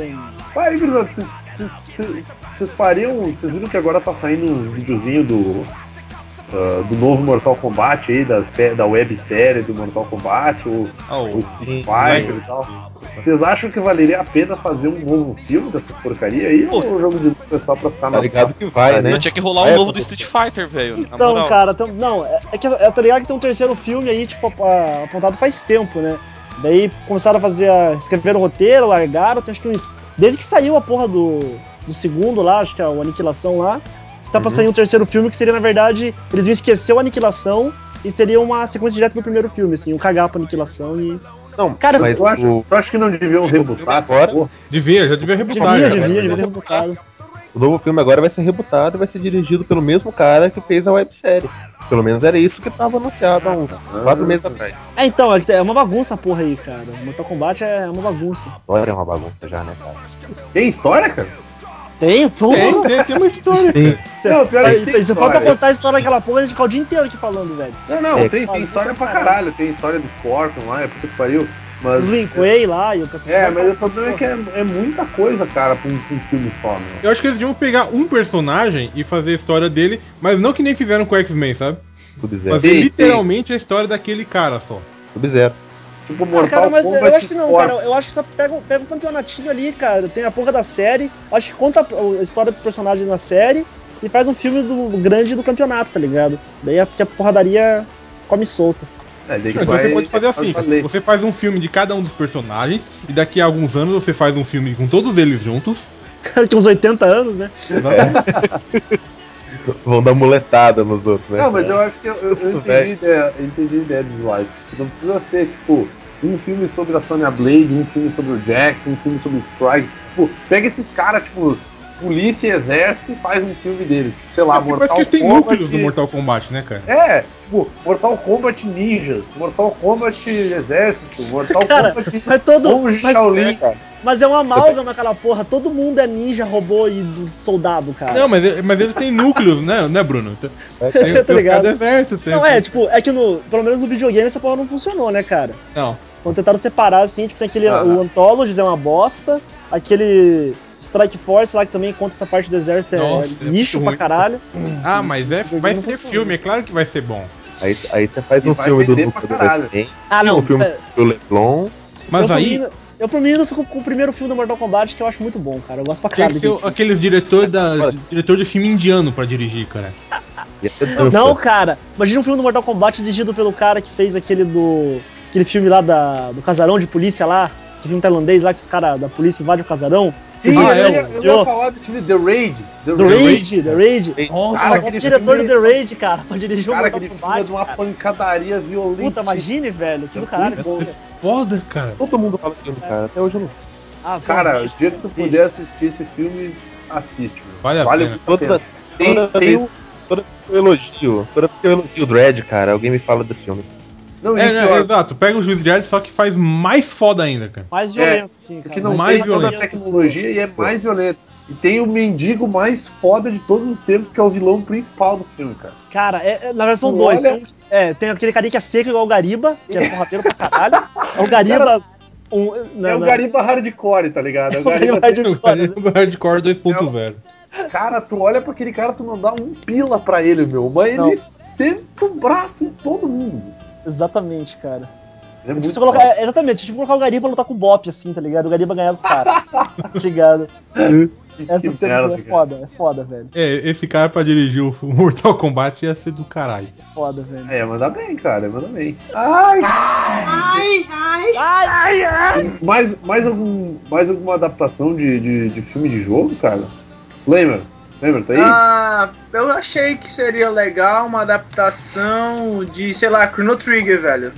Speaker 2: Aí, gurizada, vocês- vocês- vocês- vocês fariam. Vocês viram que agora tá saindo uns videozinhos do. ah, do novo Mortal Kombat aí, da, sé- da websérie do Mortal Kombat, o,
Speaker 4: Ah, o-
Speaker 2: o Street Fighter e tal. Vocês acham que valeria a pena fazer um novo filme dessas porcaria aí?
Speaker 1: Pô.
Speaker 2: Ou o jogo de luta é só pra ficar
Speaker 5: Tá
Speaker 2: na
Speaker 5: ligado que vai, né?
Speaker 1: Eu tinha que rolar um
Speaker 5: É,
Speaker 1: novo do
Speaker 5: professor.
Speaker 1: Street Fighter, velho. na
Speaker 3: Então,
Speaker 1: moral.
Speaker 3: cara, tam- não, é é que eu tô ligado que tem um terceiro filme aí, tipo, ap- a- apontado faz tempo, né? Daí começaram a fazer a. escreveram o roteiro, largaram, tem acho que uns. Desde que saiu a porra do, do segundo lá, acho que é o Aniquilação lá, tá pra sair um terceiro filme que seria, na verdade, eles iam esquecer o Aniquilação e seria uma sequência direta do primeiro filme, assim, um cagar pra Aniquilação e.
Speaker 2: Não,
Speaker 3: Cara,
Speaker 5: mas
Speaker 2: Tu acha,
Speaker 5: o,
Speaker 2: tu acha que não deviam rebutar essa
Speaker 5: Agora-
Speaker 2: porra?
Speaker 4: Devia, já devia rebutar.
Speaker 3: devia,
Speaker 4: já,
Speaker 3: devia,
Speaker 4: né?
Speaker 3: devia ter rebutado.
Speaker 5: o novo filme agora vai ser rebutado e vai ser dirigido pelo mesmo cara que fez a websérie. Pelo menos era isso que tava anunciado há uns quatro meses atrás.
Speaker 3: É, então, é que é uma bagunça a porra aí, cara. Mortal Kombat é uma bagunça.
Speaker 5: Agora é uma bagunça já, né, cara?
Speaker 2: Tem história, cara?
Speaker 3: Tem, porra!
Speaker 4: Tem, tem, tem uma história.
Speaker 5: Sim.
Speaker 4: cara.
Speaker 3: Cê,
Speaker 2: Não, pior que
Speaker 3: aí,
Speaker 2: tem
Speaker 3: se for pra
Speaker 2: história.
Speaker 3: contar a história daquela porra, a gente fica o dia inteiro aqui falando, velho.
Speaker 2: Não, não, tem,
Speaker 5: É,
Speaker 2: tem
Speaker 3: cara,
Speaker 2: história
Speaker 3: isso é
Speaker 2: pra
Speaker 3: caralho.
Speaker 2: caralho. Tem história do Scorpion lá, é puta que pariu. Mas.
Speaker 3: Os Lin Kuei lá e o cacete.
Speaker 2: É, mas o problema é que é, é muita coisa, cara, pra um, pra um filme só, meu.
Speaker 4: Eu acho que eles deviam pegar um personagem e fazer a história dele, mas não que nem fizeram com o X-Men, sabe?
Speaker 5: Sub-Zero.
Speaker 4: Fazer
Speaker 2: Sim,
Speaker 4: literalmente a história daquele cara só.
Speaker 5: Sub-Zero.
Speaker 2: Tipo,
Speaker 3: Ah,
Speaker 2: Mortal
Speaker 3: cara, mas eu
Speaker 2: Kombat
Speaker 3: acho que não, cara.
Speaker 2: Scorpion.
Speaker 3: Eu acho que só pega, um- pega um campeonatinho ali, cara. Tem a porra da série. Acho que conta a história dos personagens na série e faz um filme do grande do campeonato, tá ligado? Daí a, que a porradaria come solta.
Speaker 2: É, daí que
Speaker 4: Então
Speaker 2: vai-
Speaker 4: você pode fazer assim:
Speaker 2: fazer.
Speaker 4: você faz um filme de cada um dos personagens, e daqui a alguns anos você faz um filme com todos eles juntos.
Speaker 3: Cara, tem uns 80 anos, né?
Speaker 5: Vão dar muletada nos outros, né?
Speaker 2: Não, mas eu acho que eu, eu- eu entendi, a
Speaker 5: Velho.
Speaker 2: ideia, eu entendi a ideia do live. Não precisa ser, tipo, um filme sobre a Sonya Blade, um filme sobre o Jackson, um filme sobre o Strike. Tipo, pega esses caras, tipo, polícia e exército e faz um filme deles. Tipo, sei lá,
Speaker 4: Porque
Speaker 2: Mortal
Speaker 4: parece É, que eles têm
Speaker 2: Kombat.
Speaker 4: núcleos no Mortal Kombat, né, cara?
Speaker 2: É, tipo, Mortal Kombat Ninjas, Mortal Kombat Exército, Mortal
Speaker 3: Cara,
Speaker 2: Kombat
Speaker 3: Mas todo.
Speaker 2: Monge
Speaker 3: Mas,
Speaker 2: Shaolin, cara.
Speaker 3: mas é uma amálgama aquela porra. Todo mundo é ninja, robô e do- soldado, cara.
Speaker 4: Não, mas, mas eles têm núcleos, né, né Bruno? Tem, tem,
Speaker 3: Tá
Speaker 4: tem os
Speaker 3: ligado?
Speaker 4: caras desertos, tem-
Speaker 3: Não, é, tipo, é que no, pelo menos no videogame essa porra não funcionou, né, cara?
Speaker 4: Não.
Speaker 3: Então tentaram separar, assim, tipo, tem aquele.
Speaker 2: Ah.
Speaker 3: O Anthologies é uma bosta, aquele Strike Force lá que também conta essa parte do exército
Speaker 4: Nossa,
Speaker 3: é
Speaker 4: é
Speaker 3: lixo
Speaker 4: muito
Speaker 3: pra
Speaker 4: ruim.
Speaker 3: caralho.
Speaker 4: Ah, mas é, vai
Speaker 3: Não
Speaker 4: ser
Speaker 3: funciona.
Speaker 4: filme, é claro que vai ser bom.
Speaker 5: Aí, aí você faz
Speaker 2: E
Speaker 5: um
Speaker 2: vai
Speaker 5: filme do
Speaker 2: vender
Speaker 5: Luca
Speaker 2: pra
Speaker 5: do
Speaker 2: caralho.
Speaker 5: X-Men,
Speaker 3: Ah,
Speaker 5: não, o filme-
Speaker 3: é,
Speaker 5: do Leblon.
Speaker 4: Mas
Speaker 3: eu,
Speaker 4: aí,
Speaker 3: Por mim, eu, por mim, ainda fico com o primeiro filme do Mortal Kombat, que eu acho muito bom, cara. Eu gosto pra
Speaker 4: tinha
Speaker 3: caralho.
Speaker 4: que ser o-
Speaker 3: desse filme.
Speaker 4: aqueles diretor, da,
Speaker 5: Olha.
Speaker 4: diretor de filme indiano pra dirigir, cara.
Speaker 5: ia ser dupla.
Speaker 3: Não, cara, imagina um filme do Mortal Kombat dirigido pelo cara que fez aquele do. aquele filme lá da, do casarão de polícia lá. Que filme tailandês lá que os caras da polícia invadem o casarão.
Speaker 2: Sim,
Speaker 4: Ah,
Speaker 2: eu,
Speaker 4: é,
Speaker 2: ia,
Speaker 4: o-
Speaker 2: eu ia falar desse filme The Raid. The,
Speaker 3: The Raid, The Raid.
Speaker 4: Nossa,
Speaker 2: Cara,
Speaker 3: Bota o
Speaker 2: aquele
Speaker 3: diretor
Speaker 2: filme- é
Speaker 3: do The Raid, cara, pra dirigir o
Speaker 2: Cara,
Speaker 3: Mortal
Speaker 2: aquele filme é
Speaker 3: Kombat.
Speaker 2: de uma
Speaker 3: cara.
Speaker 2: pancadaria violenta.
Speaker 3: Puta, imagine, velho. Que do caralho que bom.
Speaker 4: foda, cara.
Speaker 5: Todo mundo fala do filme, cara. Até hoje eu não.
Speaker 3: Ah, vamos,
Speaker 2: Cara, o
Speaker 3: beijo.
Speaker 2: dia que tu puder assistir esse filme, assiste. mano.
Speaker 4: Vale a pena.
Speaker 2: muito
Speaker 5: Toda,
Speaker 2: Tem-
Speaker 5: toda,
Speaker 2: tem um-
Speaker 5: vez, toda vez que eu elogio. Toda vez que eu elogio o Dredd, cara, alguém me fala do filme.
Speaker 2: Não, e
Speaker 4: É, né,
Speaker 2: pior,
Speaker 4: exato. Pega o Juiz Dredd, só que faz mais foda ainda, cara.
Speaker 3: Mais violento, sim, cara.
Speaker 2: É, que não
Speaker 4: mais
Speaker 2: tem toda a
Speaker 4: violento.
Speaker 2: tecnologia e é mais violento. E tem o mendigo mais foda de todos os tempos, que é o vilão principal do filme, cara.
Speaker 3: Cara, é, é, na versão
Speaker 2: Tu
Speaker 3: 2,
Speaker 2: olha-
Speaker 3: tem, um- é, tem aquele carinha que é seco igual o Gariba, que é porradeiro pra caralho. É o Gariba. Um, não,
Speaker 2: é o
Speaker 3: não.
Speaker 2: Gariba hardcore, tá ligado? É o
Speaker 3: O Gariba hardcore.
Speaker 2: Gariba,
Speaker 4: O cara é o Hardcore 2.0.
Speaker 2: cara, tu olha pra aquele cara, tu não dá um pila pra ele, meu. Mas
Speaker 3: Não.
Speaker 2: ele senta o braço em todo mundo.
Speaker 3: Exatamente, cara.
Speaker 2: É
Speaker 3: Tipo,
Speaker 2: muito
Speaker 3: você colocar,
Speaker 2: foda.
Speaker 3: é, exatamente, tipo colocar o Gariba pra lutar com o Bop, assim, tá ligado? O Gariba ganhava os caras. tá ligado? Essa
Speaker 2: Que
Speaker 3: cena
Speaker 2: merda,
Speaker 3: é
Speaker 2: cara.
Speaker 3: foda, é foda, velho.
Speaker 4: É, esse cara pra dirigir o Mortal Kombat ia ser do caralho.
Speaker 3: Isso é foda, velho.
Speaker 2: É, manda bem, cara, manda bem. Ai!
Speaker 3: Ai,
Speaker 2: Mais, mais, algum, mais alguma adaptação de, de, de filme de jogo, cara? Flamer, Flamer, tá aí?
Speaker 6: Ah, eu achei que seria legal uma adaptação de, sei lá, Chrono Trigger, velho.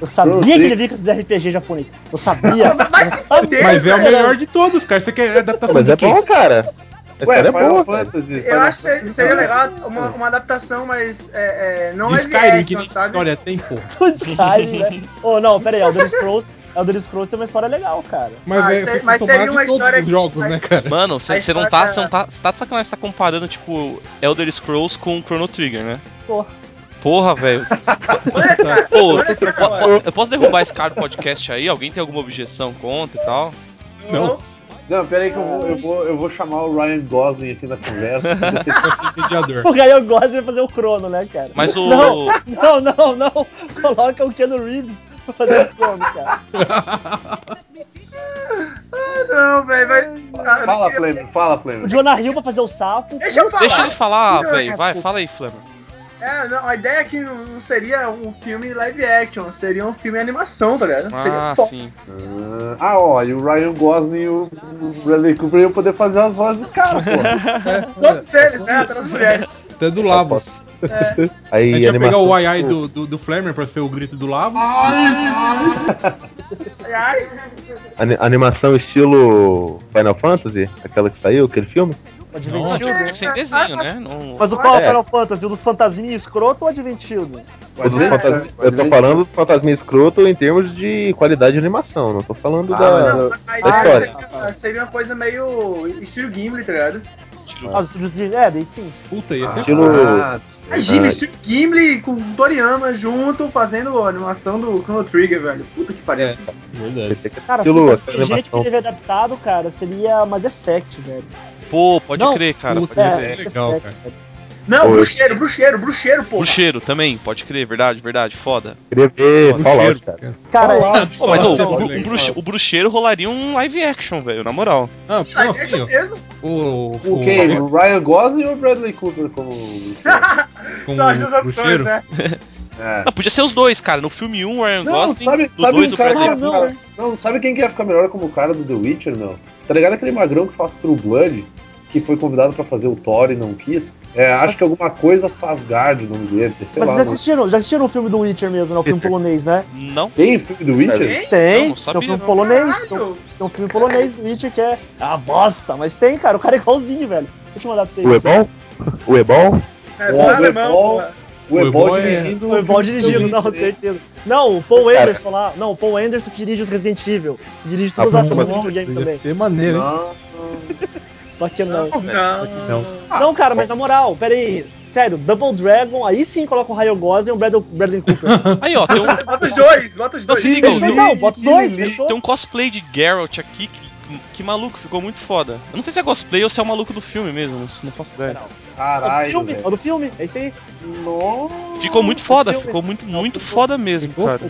Speaker 3: eu sabia
Speaker 2: Eu
Speaker 3: que
Speaker 2: sei.
Speaker 3: ele vinha com esses RPG japonês. Eu sabia.
Speaker 6: Vai se fuder,
Speaker 4: Mas é o
Speaker 6: velho.
Speaker 4: melhor de todos, cara. Você quer adaptação
Speaker 5: Mas
Speaker 4: do
Speaker 5: é
Speaker 4: quê?
Speaker 5: bom, cara. A
Speaker 2: Ué,
Speaker 5: história é
Speaker 2: Final
Speaker 5: boa, cara.
Speaker 2: Fantasy.
Speaker 6: Eu
Speaker 2: Final
Speaker 6: acho que seria-
Speaker 2: Fantasy.
Speaker 6: seria legal uma, uma adaptação, mas é, é, não
Speaker 4: De
Speaker 6: é
Speaker 4: Skyrim, que
Speaker 6: action,
Speaker 4: nem
Speaker 6: sabe?
Speaker 4: história tem, pô.
Speaker 3: Skyrim, né? Ô, não, pera aí, Elder Scrolls. Elder Scrolls tem uma história legal, cara.
Speaker 4: Mas,
Speaker 6: Ah,
Speaker 4: é,
Speaker 6: se-
Speaker 4: foi
Speaker 6: mas seria
Speaker 4: tomado
Speaker 6: uma
Speaker 4: em todos
Speaker 6: história
Speaker 4: os
Speaker 6: que-
Speaker 4: jogos, né, cara?
Speaker 1: Mano,
Speaker 6: A
Speaker 1: você não tá.
Speaker 6: história-
Speaker 1: Você não tá. Você tá de sacanagem, você tá comparando, tipo, Elder Scrolls com Chrono Trigger, né?
Speaker 3: Porra.
Speaker 1: Porra, velho.
Speaker 6: Olha esse cara,
Speaker 1: Ô,
Speaker 6: olha esse cara, olha.
Speaker 1: po- eu posso derrubar esse cara do podcast aí? Alguém tem alguma objeção contra e tal?
Speaker 4: Não.
Speaker 2: Não, pera aí que eu vou, eu, vou, eu vou chamar o Ryan Gosling aqui na conversa.
Speaker 4: Mediador.
Speaker 3: Porque aí eu gosto de fazer o crono, né, cara?
Speaker 1: Mas o.
Speaker 3: Não. Não, não, não. Coloca o Keanu Reeves pra fazer o crono, cara.
Speaker 6: Não, velho, vai. Ah,
Speaker 2: fala,
Speaker 6: eu não queria-
Speaker 2: Flamer, fala,
Speaker 3: O
Speaker 2: Flamer.
Speaker 3: Jonah Hill pra fazer o sapo.
Speaker 6: Deixa eu falar.
Speaker 1: Deixa ele falar,
Speaker 6: Não,
Speaker 1: velho.
Speaker 6: cara,
Speaker 1: Vai,
Speaker 6: desculpa.
Speaker 1: fala aí, Flamer.
Speaker 6: É, não, a ideia é que não não seria um filme live action, seria um filme animação, tá ligado?
Speaker 1: Ah,
Speaker 6: seria foda.
Speaker 1: sim.
Speaker 2: Ah, ó, e o Ryan Gosling e o Bradley Cooper iam poder fazer as vozes dos caras, pô.
Speaker 6: Todos eles, né? Todas as mulheres.
Speaker 4: Até do Labos. A
Speaker 5: Aí
Speaker 4: gente ia pegar
Speaker 5: animação.
Speaker 4: o ai ai do, do, do Flamer pra ser o grito do Labos.
Speaker 6: Ah. Ai, ai.
Speaker 5: Ani- animação estilo Final Fantasy? Aquela que saiu, aquele filme?
Speaker 1: Não,
Speaker 3: Adventildo.
Speaker 1: tinha que ser em desenho, né? Não-
Speaker 3: Mas o qual é o
Speaker 5: É.
Speaker 3: Final Fantasy? O dos fantasminhas escroto ou Adventildo?
Speaker 5: O dos
Speaker 2: né?
Speaker 5: fantasmi- Eu tô falando do fantasminha escroto em termos de qualidade de animação, não tô falando
Speaker 2: Ah,
Speaker 5: da.
Speaker 2: mas
Speaker 6: Não,
Speaker 2: eu-
Speaker 6: a
Speaker 5: história.
Speaker 6: ideia seria, seria uma coisa meio estilo Gimli, tá ligado?
Speaker 3: Ah, os estúdios de... É, daí sim.
Speaker 4: Puta, ia ser.
Speaker 5: Estilo-
Speaker 2: tá.
Speaker 6: Imagina,
Speaker 5: Ah.
Speaker 6: estilo Gimli com o Toriyama junto fazendo a animação do Chrono Trigger, velho. Puta que pariu.
Speaker 4: É. Verdade.
Speaker 3: Cara,
Speaker 5: Estilo,
Speaker 3: puta,
Speaker 5: aquela
Speaker 3: o jeito que
Speaker 5: animação.
Speaker 3: teve adaptado, cara, seria Mass Effect, velho.
Speaker 1: Pô, pode
Speaker 3: Não,
Speaker 1: crer, cara. Pode
Speaker 4: puta,
Speaker 1: crer.
Speaker 4: é
Speaker 3: Mass
Speaker 4: legal,
Speaker 3: Effect, velho.
Speaker 6: Não,
Speaker 5: Oi.
Speaker 6: bruxeiro, bruxeiro, bruxeiro, pô.
Speaker 1: O cheiro também, pode crer, verdade, verdade, foda.
Speaker 5: Queria ver
Speaker 4: Pô,
Speaker 5: Fallout,
Speaker 4: cheiro,
Speaker 5: cara.
Speaker 3: Cara,
Speaker 1: Pô, mas ô,
Speaker 4: Foda,
Speaker 1: o, bru-
Speaker 4: legal.
Speaker 1: o bruxe- o bruxeiro rolaria um live action, velho, na moral.
Speaker 4: Ah, não,
Speaker 6: Live
Speaker 4: assim,
Speaker 6: action
Speaker 4: ó.
Speaker 6: mesmo?
Speaker 4: O,
Speaker 2: O quê? O Ryan Gosling ou o Bradley Cooper como.
Speaker 4: com
Speaker 6: São as duas
Speaker 4: o
Speaker 6: opções,
Speaker 4: bruxeiro.
Speaker 6: né?
Speaker 2: É.
Speaker 1: Não, podia ser os dois, cara. No filme 1, um, o Ryan
Speaker 2: Não,
Speaker 1: Gosling,
Speaker 2: sabe-
Speaker 1: no
Speaker 2: sabe
Speaker 1: 2,
Speaker 2: um
Speaker 1: o
Speaker 2: cara-
Speaker 1: Bradley
Speaker 3: Ah, não.
Speaker 1: Cooper.
Speaker 2: Não, sabe quem quer ficar melhor como o cara do The Witcher, meu? Tá ligado aquele magrão que faz True Blood? Que foi convidado pra fazer o Thor e não quis? É, acho que alguma coisa Sasgard o nome dele, sei
Speaker 3: Mas
Speaker 2: lá.
Speaker 3: vocês já
Speaker 2: não-
Speaker 3: assistiram, já assistiram o filme do Witcher mesmo, né? O filme polonês, né?
Speaker 1: Não,
Speaker 2: Tem filme do Witcher?
Speaker 6: Quem?
Speaker 1: Eu
Speaker 3: Tem,
Speaker 1: não sabia,
Speaker 3: tem um
Speaker 1: não.
Speaker 3: filme polonês, tem um,
Speaker 6: Caralho!
Speaker 3: tem um filme polonês do Witcher que é é uma bosta, mas tem, cara, o cara é igualzinho, velho. Deixa eu mandar pra vocês.
Speaker 5: O Ebol? O Ebol?
Speaker 6: É,
Speaker 2: Ó,
Speaker 6: fala
Speaker 2: o
Speaker 6: alemão,
Speaker 2: Ebol-
Speaker 6: porra.
Speaker 2: O
Speaker 4: O
Speaker 2: Ebol
Speaker 4: Ebol é-
Speaker 2: dirigindo.
Speaker 3: O Eval dirigindo, não, certeza. Não, o Paul
Speaker 5: Cara.
Speaker 3: Anderson lá. Não, o Paul Anderson que dirige os Resident Evil. que dirige
Speaker 5: Ah,
Speaker 3: todas as
Speaker 4: Bom,
Speaker 3: coisas do videogame
Speaker 4: ia
Speaker 3: também.
Speaker 4: ser maneiro, hein?
Speaker 2: Não,
Speaker 3: Só que não.
Speaker 6: Não.
Speaker 3: Não, cara, mas na moral, pera aí. Sério, Double Dragon, aí sim coloca o Ryan Gosling e o Bradley, Bradley Cooper.
Speaker 1: Aí, ó, tem um,
Speaker 6: Bota os dois, bota os
Speaker 1: Não,
Speaker 6: dois.
Speaker 1: se liga,
Speaker 3: Fechou,
Speaker 1: Li-
Speaker 3: não, bota os dois,
Speaker 2: Li-
Speaker 3: fechou.
Speaker 1: tem um cosplay de Geralt aqui que, que maluco, ficou muito foda. Eu não sei se é cosplay ou se é o maluco do filme mesmo, não, não faço ideia.
Speaker 3: É do
Speaker 2: caralho.
Speaker 3: filme,
Speaker 2: velho.
Speaker 3: é do filme, é isso aí.
Speaker 2: Nossa.
Speaker 1: Ficou muito foda,
Speaker 3: filme.
Speaker 1: ficou muito, muito foda mesmo,
Speaker 4: Ficou?
Speaker 1: cara.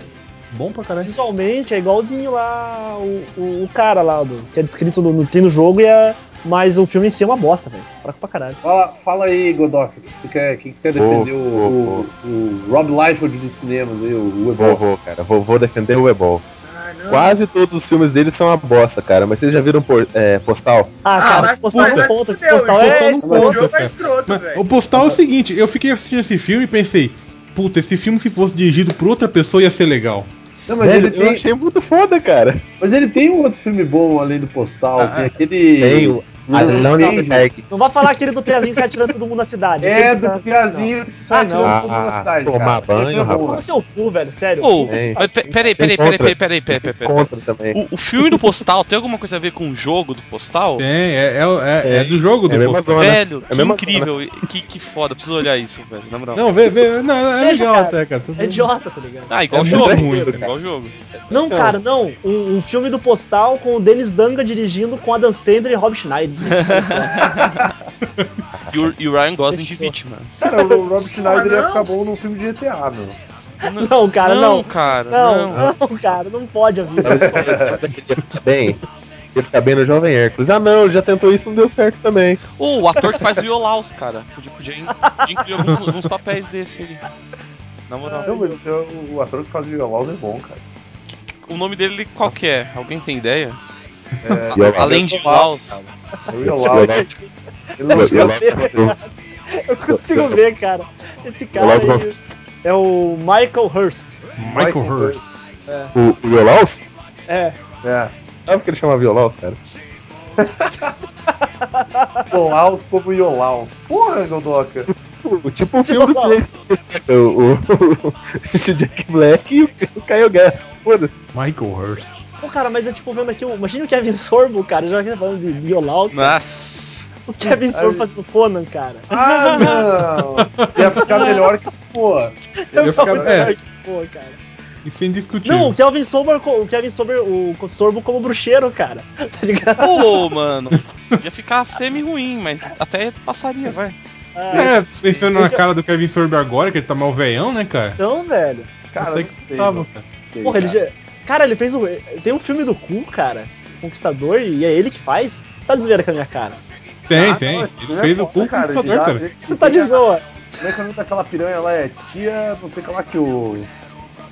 Speaker 4: Bom pra caralho.
Speaker 3: Visualmente é igualzinho lá o, o, o cara lá, do, que é descrito no, no, tem no jogo e é. Mas o filme em si é uma bosta, velho. Fraco pra caralho.
Speaker 2: Fala, fala aí, Godok. Quem quer, quem quer defender o,
Speaker 5: Oh,
Speaker 2: o- o Rob Liefeld dos cinemas aí, o, o
Speaker 5: Vou,
Speaker 2: Ebol?
Speaker 5: vou, cara. Vou, vou defender o Ebol.
Speaker 6: Ah, não.
Speaker 5: Quase todos os filmes dele são uma bosta, cara. Mas vocês já viram por- é, Postal?
Speaker 3: Ah,
Speaker 6: Ah,
Speaker 3: cara,
Speaker 6: mas
Speaker 3: postal
Speaker 6: puta,
Speaker 3: não
Speaker 6: mas
Speaker 3: conta.
Speaker 6: fudeu,
Speaker 3: Postal é
Speaker 6: gente. O
Speaker 3: escroto.
Speaker 4: Mas-
Speaker 6: jogo tá escroto,
Speaker 4: Mas
Speaker 6: velho.
Speaker 4: o postal é o seguinte, eu fiquei assistindo esse filme e pensei, puta, esse filme se fosse dirigido por outra pessoa ia ser legal.
Speaker 2: Não, mas,
Speaker 5: Velho,
Speaker 2: ele
Speaker 5: Eu
Speaker 2: tem,
Speaker 5: achei muito foda, cara.
Speaker 2: mas ele tem um outro filme bom além do Postal.
Speaker 4: Ah,
Speaker 2: tem aquele.
Speaker 5: Tem o Alone in the
Speaker 2: Angel.
Speaker 5: Dark.
Speaker 3: Não vai falar aquele do Piazinho que sai atirando todo mundo na cidade.
Speaker 2: É,
Speaker 3: Aquele
Speaker 2: do
Speaker 3: da-
Speaker 2: Piazinho que sai
Speaker 3: Ah, não.
Speaker 2: tirando tudo na
Speaker 5: Ah,
Speaker 2: cidade.
Speaker 5: tomar
Speaker 2: cara.
Speaker 5: banho,
Speaker 2: É bom,
Speaker 3: Toma
Speaker 5: rapaz.
Speaker 2: assim.
Speaker 3: seu cu, velho, sério. É
Speaker 1: Ô,
Speaker 5: Tem.
Speaker 1: mas pe- peraí, peraí, peraí, peraí, peraí, peraí, peraí, peraí.
Speaker 5: Contra também.
Speaker 1: O, o filme do Postal tem alguma coisa a ver com o jogo do Postal?
Speaker 4: Tem, é, é, é- é do jogo
Speaker 5: É a
Speaker 4: do
Speaker 5: mesma
Speaker 4: postal.
Speaker 5: zona.
Speaker 1: Velho, que
Speaker 5: mesma
Speaker 1: incrível, que, que foda, preciso olhar isso, velho, na moral.
Speaker 4: Não, vê, vê, não, é
Speaker 3: Veja,
Speaker 4: legal
Speaker 3: cara.
Speaker 4: até, cara. tudo
Speaker 3: É
Speaker 4: bem.
Speaker 3: idiota, tá ligado?
Speaker 1: Ah, igual
Speaker 4: É
Speaker 1: o
Speaker 4: muito
Speaker 1: jogo,
Speaker 4: ruim, cara.
Speaker 1: igual o jogo.
Speaker 3: Não, cara, não. Um, um filme do Postal com o Dennis Danga dirigindo com Adam Sandler e Rob Schneider.
Speaker 1: E o, e o Ryan Gosling de
Speaker 3: Fechou.
Speaker 1: vítima.
Speaker 2: Cara, o Rob Schneider
Speaker 6: Ah,
Speaker 2: ia
Speaker 6: não.
Speaker 2: ficar bom num filme de GTA, meu.
Speaker 3: Não, cara, não.
Speaker 1: cara,
Speaker 3: Não,
Speaker 1: não.
Speaker 3: não, cara, não pode haver.
Speaker 5: tá Bem, ele fica bem no Jovem Hércules. Ah, não, ele já tentou isso não deu certo também.
Speaker 1: Ô, o ator que faz o Iolaus, cara. Podia, podia in- podia incluir alguns, alguns papéis desse aí. Na moral.
Speaker 2: Não, mas é o, o ator que faz o Violaus é bom, cara.
Speaker 1: O nome dele qual que é? Alguém tem ideia?
Speaker 2: É,
Speaker 5: Iolaus.
Speaker 1: Além de Iolaus.
Speaker 2: o Violaus. Ele não
Speaker 5: Eu- eu-
Speaker 3: Eu consigo ver, cara. Esse cara aí é o Michael Hurst.
Speaker 4: Michael Hurst.
Speaker 5: O, o Violaus?
Speaker 3: É.
Speaker 2: É.
Speaker 5: Sabe por que ele chama Violaus, cara?
Speaker 2: Iolaus como Iolaus. Porra, Godoka.
Speaker 8: tipo, tipo o filme do Três o, o, o Jack Black e o Caio Guerra. Foda-se.
Speaker 4: Michael Hurst.
Speaker 3: Pô, cara, mas é tipo vendo aqui, o- imagina o Kevin Sorbo, cara, já que falando de Biolaus, cara.
Speaker 1: Nossa.
Speaker 3: o Kevin Sorbo fazendo Conan, cara.
Speaker 2: Ah, não! Ia ficar melhor que pô.
Speaker 3: Eu
Speaker 4: ia ficar- é.
Speaker 3: pô, cara.
Speaker 4: Isso é indiscutível.
Speaker 3: Não, o Kevin Sorbo, o Kevin Sorbo, o Sorbo como bruxeiro, cara. Tá ligado?
Speaker 1: Pô, mano. Ia ficar semi-ruim, mas até passaria, vai.
Speaker 3: Ah,
Speaker 4: É, pensando na
Speaker 3: Deixa-
Speaker 4: cara do Kevin Sorbo agora, que ele tá mal velhão, né, cara?
Speaker 3: então, velho.
Speaker 2: Cara,
Speaker 4: Até
Speaker 2: não
Speaker 4: que
Speaker 2: sei.
Speaker 4: tava,
Speaker 2: mano.
Speaker 4: cara.
Speaker 2: Não sei,
Speaker 3: Porra, ele
Speaker 2: cara.
Speaker 3: já. Cara, ele fez um. Tem um filme do cu, cara. Conquistador, e é ele que faz. Tá desviando com a minha cara.
Speaker 4: Tem,
Speaker 2: Ah,
Speaker 4: tem.
Speaker 2: não, esse
Speaker 4: ele
Speaker 2: filme é
Speaker 4: fez o
Speaker 2: foda,
Speaker 4: culto
Speaker 2: cara, ele
Speaker 4: computador,
Speaker 2: já-
Speaker 4: cara.
Speaker 2: ele-
Speaker 3: Você tá de zoa.
Speaker 2: Como é que é o nome daquela piranha lá? É tia, não sei o que lá que o.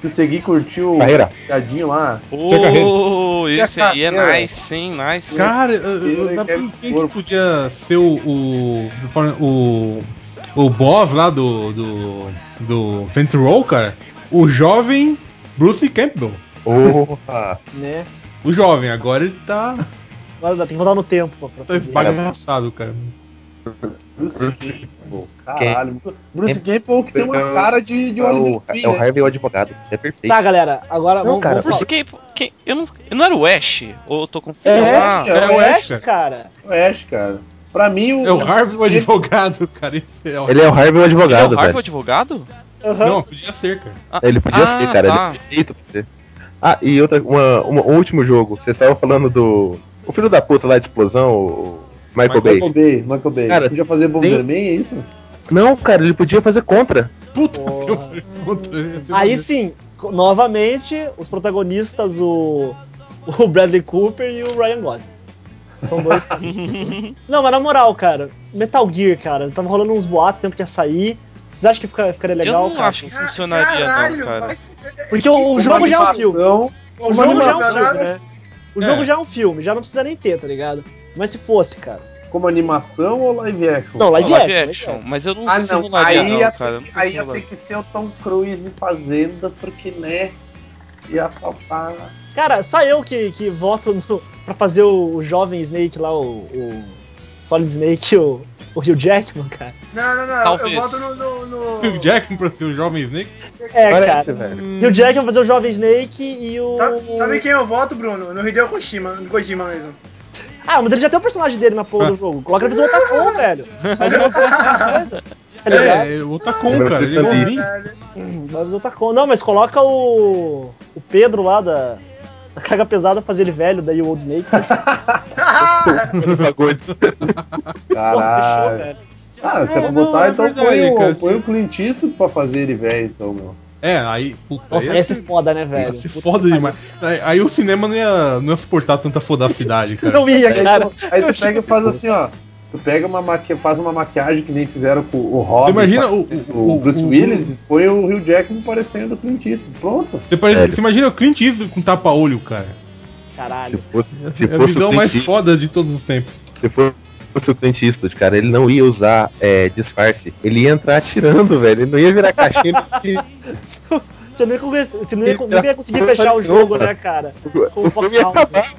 Speaker 2: Que o Segui curtiu o
Speaker 8: Carreira.
Speaker 2: piadinho lá.
Speaker 1: Ô, esse aí é
Speaker 2: Carreira.
Speaker 1: nice, hein? Nice.
Speaker 4: Cara, eu, eu,
Speaker 2: Ele
Speaker 4: eu
Speaker 2: quer
Speaker 4: pensei
Speaker 2: corpo.
Speaker 4: que podia ser o. o. é o, o boss lá do. do. do Saints Row, cara. O jovem Bruce Campbell.
Speaker 5: Porra!
Speaker 3: Né?
Speaker 4: O jovem, agora ele tá.
Speaker 3: Agora dá- tem que voltar no tempo pra
Speaker 4: tá
Speaker 3: fazer.
Speaker 4: esbagaçado, cara.
Speaker 2: Bruce Campbell. Caralho. Bruce Campbell que tem uma
Speaker 5: Então,
Speaker 2: cara de, de
Speaker 5: É o,
Speaker 2: Oliver
Speaker 5: é o
Speaker 2: Queen, né?
Speaker 5: Harvey o advogado. É perfeito.
Speaker 3: Tá, galera, agora
Speaker 8: Não,
Speaker 3: vamos,
Speaker 8: cara,
Speaker 3: vamos
Speaker 1: Bruce
Speaker 3: falar.
Speaker 1: Campbell, quem- eu não, não era o Ash? Ou eu tô confundindo?
Speaker 8: É,
Speaker 1: Ah,
Speaker 2: é,
Speaker 4: É o Ash,
Speaker 3: Então,
Speaker 4: cara.
Speaker 3: cara.
Speaker 5: é
Speaker 2: O Ash, cara. Pra mim, o.
Speaker 4: É o Harvey o advogado, cara. Esse é o-
Speaker 8: Ele é o Harvey o
Speaker 1: ele é o
Speaker 8: advogado,
Speaker 1: Harvey o
Speaker 8: velho.
Speaker 1: advogado?
Speaker 3: Aham.
Speaker 4: Não, podia ser, cara.
Speaker 8: Ele podia
Speaker 1: Ah,
Speaker 8: ser, cara.
Speaker 1: tá.
Speaker 8: Ele é perfeito pra ser. Ah, e outra, uma, uma- um último jogo. Você estava falando do. O filho da puta lá de explosão, o Michael,
Speaker 4: Michael
Speaker 8: Bay.
Speaker 2: Michael Bay, Michael Bay.
Speaker 8: Cara,
Speaker 2: Podia fazer Bomberman, é isso?
Speaker 8: Não, cara, ele podia fazer contra.
Speaker 4: Puta que eu
Speaker 3: Porra.
Speaker 4: pergunto.
Speaker 3: Aí sim, co- novamente, os protagonistas, o, o Bradley Cooper e o Ryan Gosling. São dois caras. Não, mas na moral, cara, Metal Gear, cara, tava rolando uns boatos, tempo que ia sair. Vocês acham que fica- ficaria legal,
Speaker 1: eu não
Speaker 3: cara?
Speaker 1: acho que funcionaria, não, cara.
Speaker 6: mas-
Speaker 3: Porque o, o
Speaker 6: Isso,
Speaker 3: jogo já é um filme.
Speaker 2: Animação,
Speaker 3: O jogo já é um
Speaker 6: animação,
Speaker 3: filme,
Speaker 6: né?
Speaker 3: né? O jogo já é um filme, já não precisa nem ter, tá ligado? Mas se fosse, cara.
Speaker 2: Como animação ou live action?
Speaker 3: Não, live,
Speaker 1: Não, live
Speaker 3: action,
Speaker 1: action,
Speaker 3: live
Speaker 1: mas eu não
Speaker 2: Ah,
Speaker 1: sei se
Speaker 2: não.
Speaker 1: rolaria,
Speaker 2: Aí
Speaker 1: não,
Speaker 2: ia ter
Speaker 1: cara. eu Não sei
Speaker 2: Aí
Speaker 1: se é
Speaker 2: ia ter
Speaker 1: rolaria.
Speaker 2: que ser o Tom Cruise fazendo, porque, né? Ia faltar.
Speaker 3: action. Cara, só eu que, que voto no, pra fazer o, o jovem Snake lá, o, o Solid Snake, o, o Hugh Jackman, cara.
Speaker 6: Não, não, não.
Speaker 1: Talvez.
Speaker 6: Eu volto no. no, no-
Speaker 4: O Jackman pra ser o jovem Snake?
Speaker 3: É, cara.
Speaker 8: Parece, velho.
Speaker 3: E o Jack vai fazer o Jovem Snake e o.
Speaker 6: Sabe, sabe quem eu voto, Bruno? No Hideo Kojima, no Kojima mesmo.
Speaker 3: Ah, mas ele já tem o personagem dele na porra do jogo. Coloca ele fazer o Otacon, velho. Mas ele coisa. Tá ligado?
Speaker 4: É, o Otacon,
Speaker 8: Lembra
Speaker 4: cara.
Speaker 8: do
Speaker 4: Ele é igualzinho.
Speaker 6: Caralho.
Speaker 3: Mas o Otacon. Não, mas coloca o. O Pedro lá da. Da carga pesada pra fazer ele velho, daí o Old Snake.
Speaker 8: Ele pagou de-
Speaker 3: Porra, fechou,
Speaker 2: Caralho.
Speaker 3: velho.
Speaker 2: Ah, se é pra
Speaker 4: É, não,
Speaker 2: botar,
Speaker 4: é
Speaker 2: então
Speaker 4: verdade,
Speaker 2: põe,
Speaker 4: cara,
Speaker 2: o, põe
Speaker 4: sim.
Speaker 2: o Clint Eastwood pra fazer ele velho, então, meu.
Speaker 4: É, aí. Puta,
Speaker 3: Nossa,
Speaker 4: aí
Speaker 3: ia ser foda, né,
Speaker 4: Ia
Speaker 3: velho?
Speaker 4: ser
Speaker 3: Puta
Speaker 4: foda
Speaker 3: que
Speaker 4: demais. Aí, aí o cinema não ia, não ia suportar tanta fodacidade,
Speaker 3: pariu.
Speaker 4: cara.
Speaker 3: Não ia,
Speaker 2: Aí,
Speaker 3: cara.
Speaker 2: tu, aí tu pega e faz assim, ó. Tu pega uma maqui... faz uma maquiagem que nem fizeram com o Robin,
Speaker 4: Imagina o-
Speaker 2: parecendo
Speaker 4: o-
Speaker 2: o Bruce
Speaker 4: o-
Speaker 2: Willis, e põe o Hugh Jackman parecendo o Clint Eastwood. Pronto.
Speaker 4: Você, parece-
Speaker 8: Velho.
Speaker 4: você imagina o Clint Eastwood com tapa-olho, cara.
Speaker 8: Se
Speaker 3: Caralho.
Speaker 8: fosse, se
Speaker 4: É a
Speaker 8: fosse
Speaker 4: visão
Speaker 8: o
Speaker 4: mais
Speaker 8: Clint Eastwood-
Speaker 4: foda de todos os tempos.
Speaker 8: se fosse o Clint Eastwood, cara, ele não ia usar é, disfarce. Ele ia entrar atirando, velho. Ele não ia virar caixinha. porque
Speaker 3: Você não ia, conhecer- você não ia, nunca ia conseguir fechar o jogo, né, cara? Com
Speaker 8: o
Speaker 3: o
Speaker 8: filme ia
Speaker 3: Foxhound.
Speaker 8: acabar.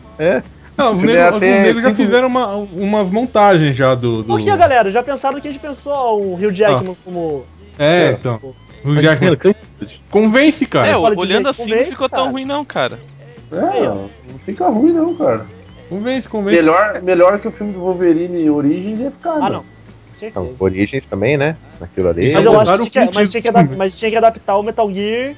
Speaker 4: Não, os
Speaker 2: Você ia
Speaker 4: negros
Speaker 2: ter
Speaker 4: já
Speaker 2: cinco-
Speaker 4: fizeram uma- umas montagens já do. do...
Speaker 3: Por que, é galera? Já pensaram que a gente pensou ó, o Hugh Jackman como.
Speaker 4: Ah. É, então. O Jack-
Speaker 8: Clint Eastwood.
Speaker 4: Convence, cara.
Speaker 1: É,
Speaker 3: Mas fala de
Speaker 1: olhando
Speaker 3: jeito,
Speaker 1: assim não
Speaker 3: convence,
Speaker 1: ficou
Speaker 3: cara.
Speaker 1: tão ruim, não, cara.
Speaker 2: É, ó, não fica ruim não, cara.
Speaker 4: Convence, convence.
Speaker 2: Melhor, melhor que o filme do Wolverine Origins ia ficar,
Speaker 3: Ah,
Speaker 2: né?
Speaker 3: não. Com
Speaker 8: Então,
Speaker 3: certeza.
Speaker 8: Origens também, né? Naquilo ali. É
Speaker 3: Mas eu acho que
Speaker 4: Botaram
Speaker 3: tinha
Speaker 4: o
Speaker 3: que,
Speaker 4: Clint
Speaker 3: mas tinha que,
Speaker 4: Eastwood.
Speaker 3: adap- mas tinha que adaptar o Metal Gear,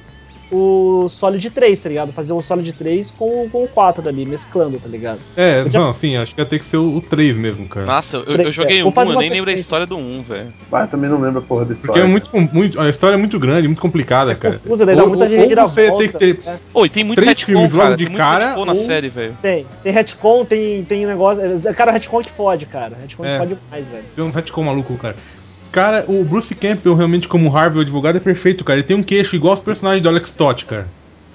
Speaker 3: o Solid 3, tá ligado? Fazer o Solid 3 com, com o 4 ali, mesclando, tá ligado?
Speaker 4: É,
Speaker 3: Podia-
Speaker 4: não, sim, acho que ia ter que ser o 3 mesmo, cara.
Speaker 1: Nossa, eu,
Speaker 3: Três,
Speaker 1: eu joguei
Speaker 3: é.
Speaker 1: um,
Speaker 3: Vou fazer
Speaker 1: eu
Speaker 3: uma
Speaker 1: nem lembro a
Speaker 3: sequência.
Speaker 1: história do 1, velho.
Speaker 2: Ah, eu também não lembro a porra da
Speaker 4: Porque
Speaker 2: história.
Speaker 4: é muito, com- muito. A história é muito grande, muito complicada,
Speaker 3: É
Speaker 4: cara.
Speaker 3: confusa, daí dá
Speaker 4: Ou-
Speaker 3: muita
Speaker 4: ou- ou
Speaker 3: reviravolta.
Speaker 4: você tem que ter-
Speaker 3: né?
Speaker 1: Ô, e tem muito
Speaker 4: Três
Speaker 1: retcon,
Speaker 4: filmes logo
Speaker 1: cara.
Speaker 4: de
Speaker 1: Tem muito
Speaker 4: cara,
Speaker 1: retcon na
Speaker 4: ou-
Speaker 1: série, velho.
Speaker 3: Tem. Tem retcon, tem, tem negócio. é, Cara, o retcon que fode, cara. Retcon
Speaker 4: É.
Speaker 3: que fode demais, velho.
Speaker 4: Tem um retcon maluco, cara. Cara, o Bruce Campbell, realmente, como Harvey, o advogado, é perfeito, cara. Ele tem um queixo igual aos personagens do Alex Todd, cara.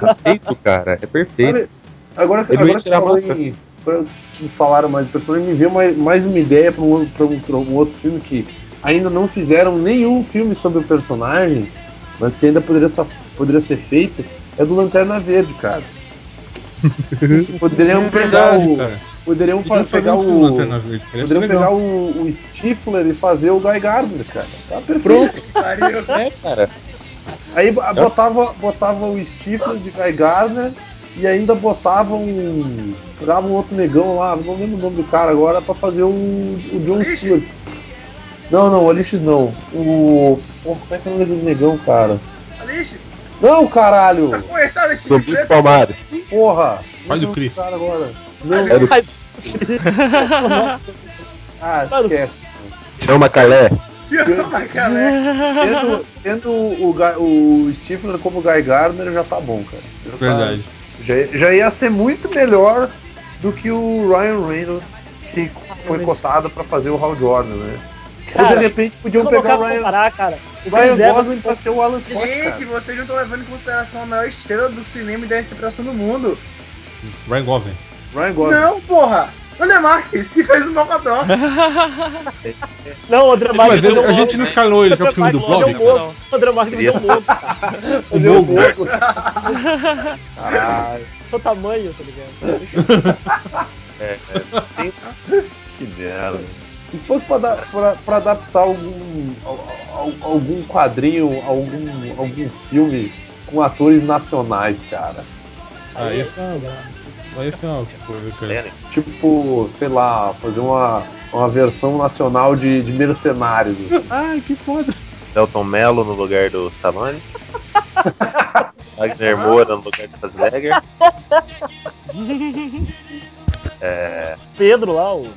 Speaker 8: Perfeito, cara. É perfeito.
Speaker 2: Sabe, agora
Speaker 8: Ele
Speaker 2: agora
Speaker 8: não ia
Speaker 2: que
Speaker 8: tirar a
Speaker 2: falou
Speaker 8: máscara.
Speaker 2: em, agora que falaram mais de personagem, me veio mais, mais uma ideia para um, pra um, pra um outro filme que ainda não fizeram nenhum filme sobre o personagem, mas que ainda poderia, só- poderia ser feito, é do Lanterna Verde, cara. Poderiam pegar o,
Speaker 4: cara.
Speaker 2: Poderiam fa-
Speaker 4: Podiam fazer
Speaker 2: pegar
Speaker 4: um filme do
Speaker 2: o.
Speaker 4: Lanterna Verde, cara, ia ser
Speaker 2: Poderiam
Speaker 4: legal.
Speaker 2: pegar o, o Stifler e fazer o Guy Gardner, cara. Tá perfeito.
Speaker 6: Pariu.
Speaker 8: É, cara.
Speaker 2: Aí b-
Speaker 4: Então?
Speaker 2: botava, botava o Stifler de Guy Gardner e ainda botava um. Pegava um outro negão lá, não lembro o nome do cara agora, pra fazer o, o John
Speaker 6: Olixes?
Speaker 2: Stewart. Não, não, o Alixis não. O. Pô, como é que é o nome do negão, cara?
Speaker 6: Alixis,
Speaker 2: Não, caralho!
Speaker 6: só conhece Alixis
Speaker 8: Do Bruce
Speaker 6: Secreto?
Speaker 8: Palmares.
Speaker 2: Porra! é
Speaker 4: Pai do
Speaker 2: Não,
Speaker 4: Chris.
Speaker 2: Cara agora. Não,
Speaker 8: Era o
Speaker 2: ah, esquece.
Speaker 8: Chama Calé.
Speaker 6: Tio Macalé.
Speaker 3: né?
Speaker 2: Tendo, tendo o, Guy- o Stifler como o Guy Gardner já tá bom, cara. Já tá-
Speaker 4: Verdade.
Speaker 2: já, já ia ser muito melhor do que o Ryan Reynolds, que foi
Speaker 3: Ah, mas-
Speaker 2: cotado pra fazer o Hal Jordan, né? Ou de
Speaker 3: Cara,
Speaker 2: repente
Speaker 3: se
Speaker 2: podiam pegar
Speaker 3: colocar
Speaker 2: o
Speaker 3: pra
Speaker 2: Ryan,
Speaker 3: comparar, cara, o
Speaker 2: Ryan
Speaker 3: Chris Evans
Speaker 2: Gosling pra ser o Alan Scott,
Speaker 6: Gente,
Speaker 2: cara.
Speaker 6: é vocês não estão levando em consideração a maior estrela do cinema e da interpretação do mundo.
Speaker 4: Ryan Gosling.
Speaker 2: Ryan Gosling.
Speaker 6: Não, porra! André Marques, que fez o Mocotó.
Speaker 3: Não, o André
Speaker 4: Mas
Speaker 3: Marques
Speaker 4: ele-
Speaker 3: é
Speaker 4: a
Speaker 3: um
Speaker 4: gente
Speaker 3: gente...
Speaker 4: não escalou ele já pro
Speaker 3: Mas
Speaker 4: filme do
Speaker 1: é
Speaker 3: eu vou fazer
Speaker 4: Blob,
Speaker 3: um
Speaker 4: cara.
Speaker 1: Não,
Speaker 3: O André Marques vai ser um lobo, cara.
Speaker 2: Fazer
Speaker 4: O
Speaker 2: o
Speaker 4: Bogo.
Speaker 2: Bogo. Caralho,
Speaker 3: Seu tamanho, tá ligado?
Speaker 2: que merda. E se fosse pra, dar- pra- pra adaptar algum, al- al- algum quadrinho, algum, algum filme com atores nacionais, cara?
Speaker 4: Aí é Aí é uma coisa, cara.
Speaker 2: Tipo, sei lá, fazer uma, uma versão nacional de, de Mercenários. assim.
Speaker 4: Ai, que foda.
Speaker 5: Delton Mello no lugar do Stallone. Wagner Moura no lugar do Schwarzenegger.
Speaker 3: Pedro lá, o.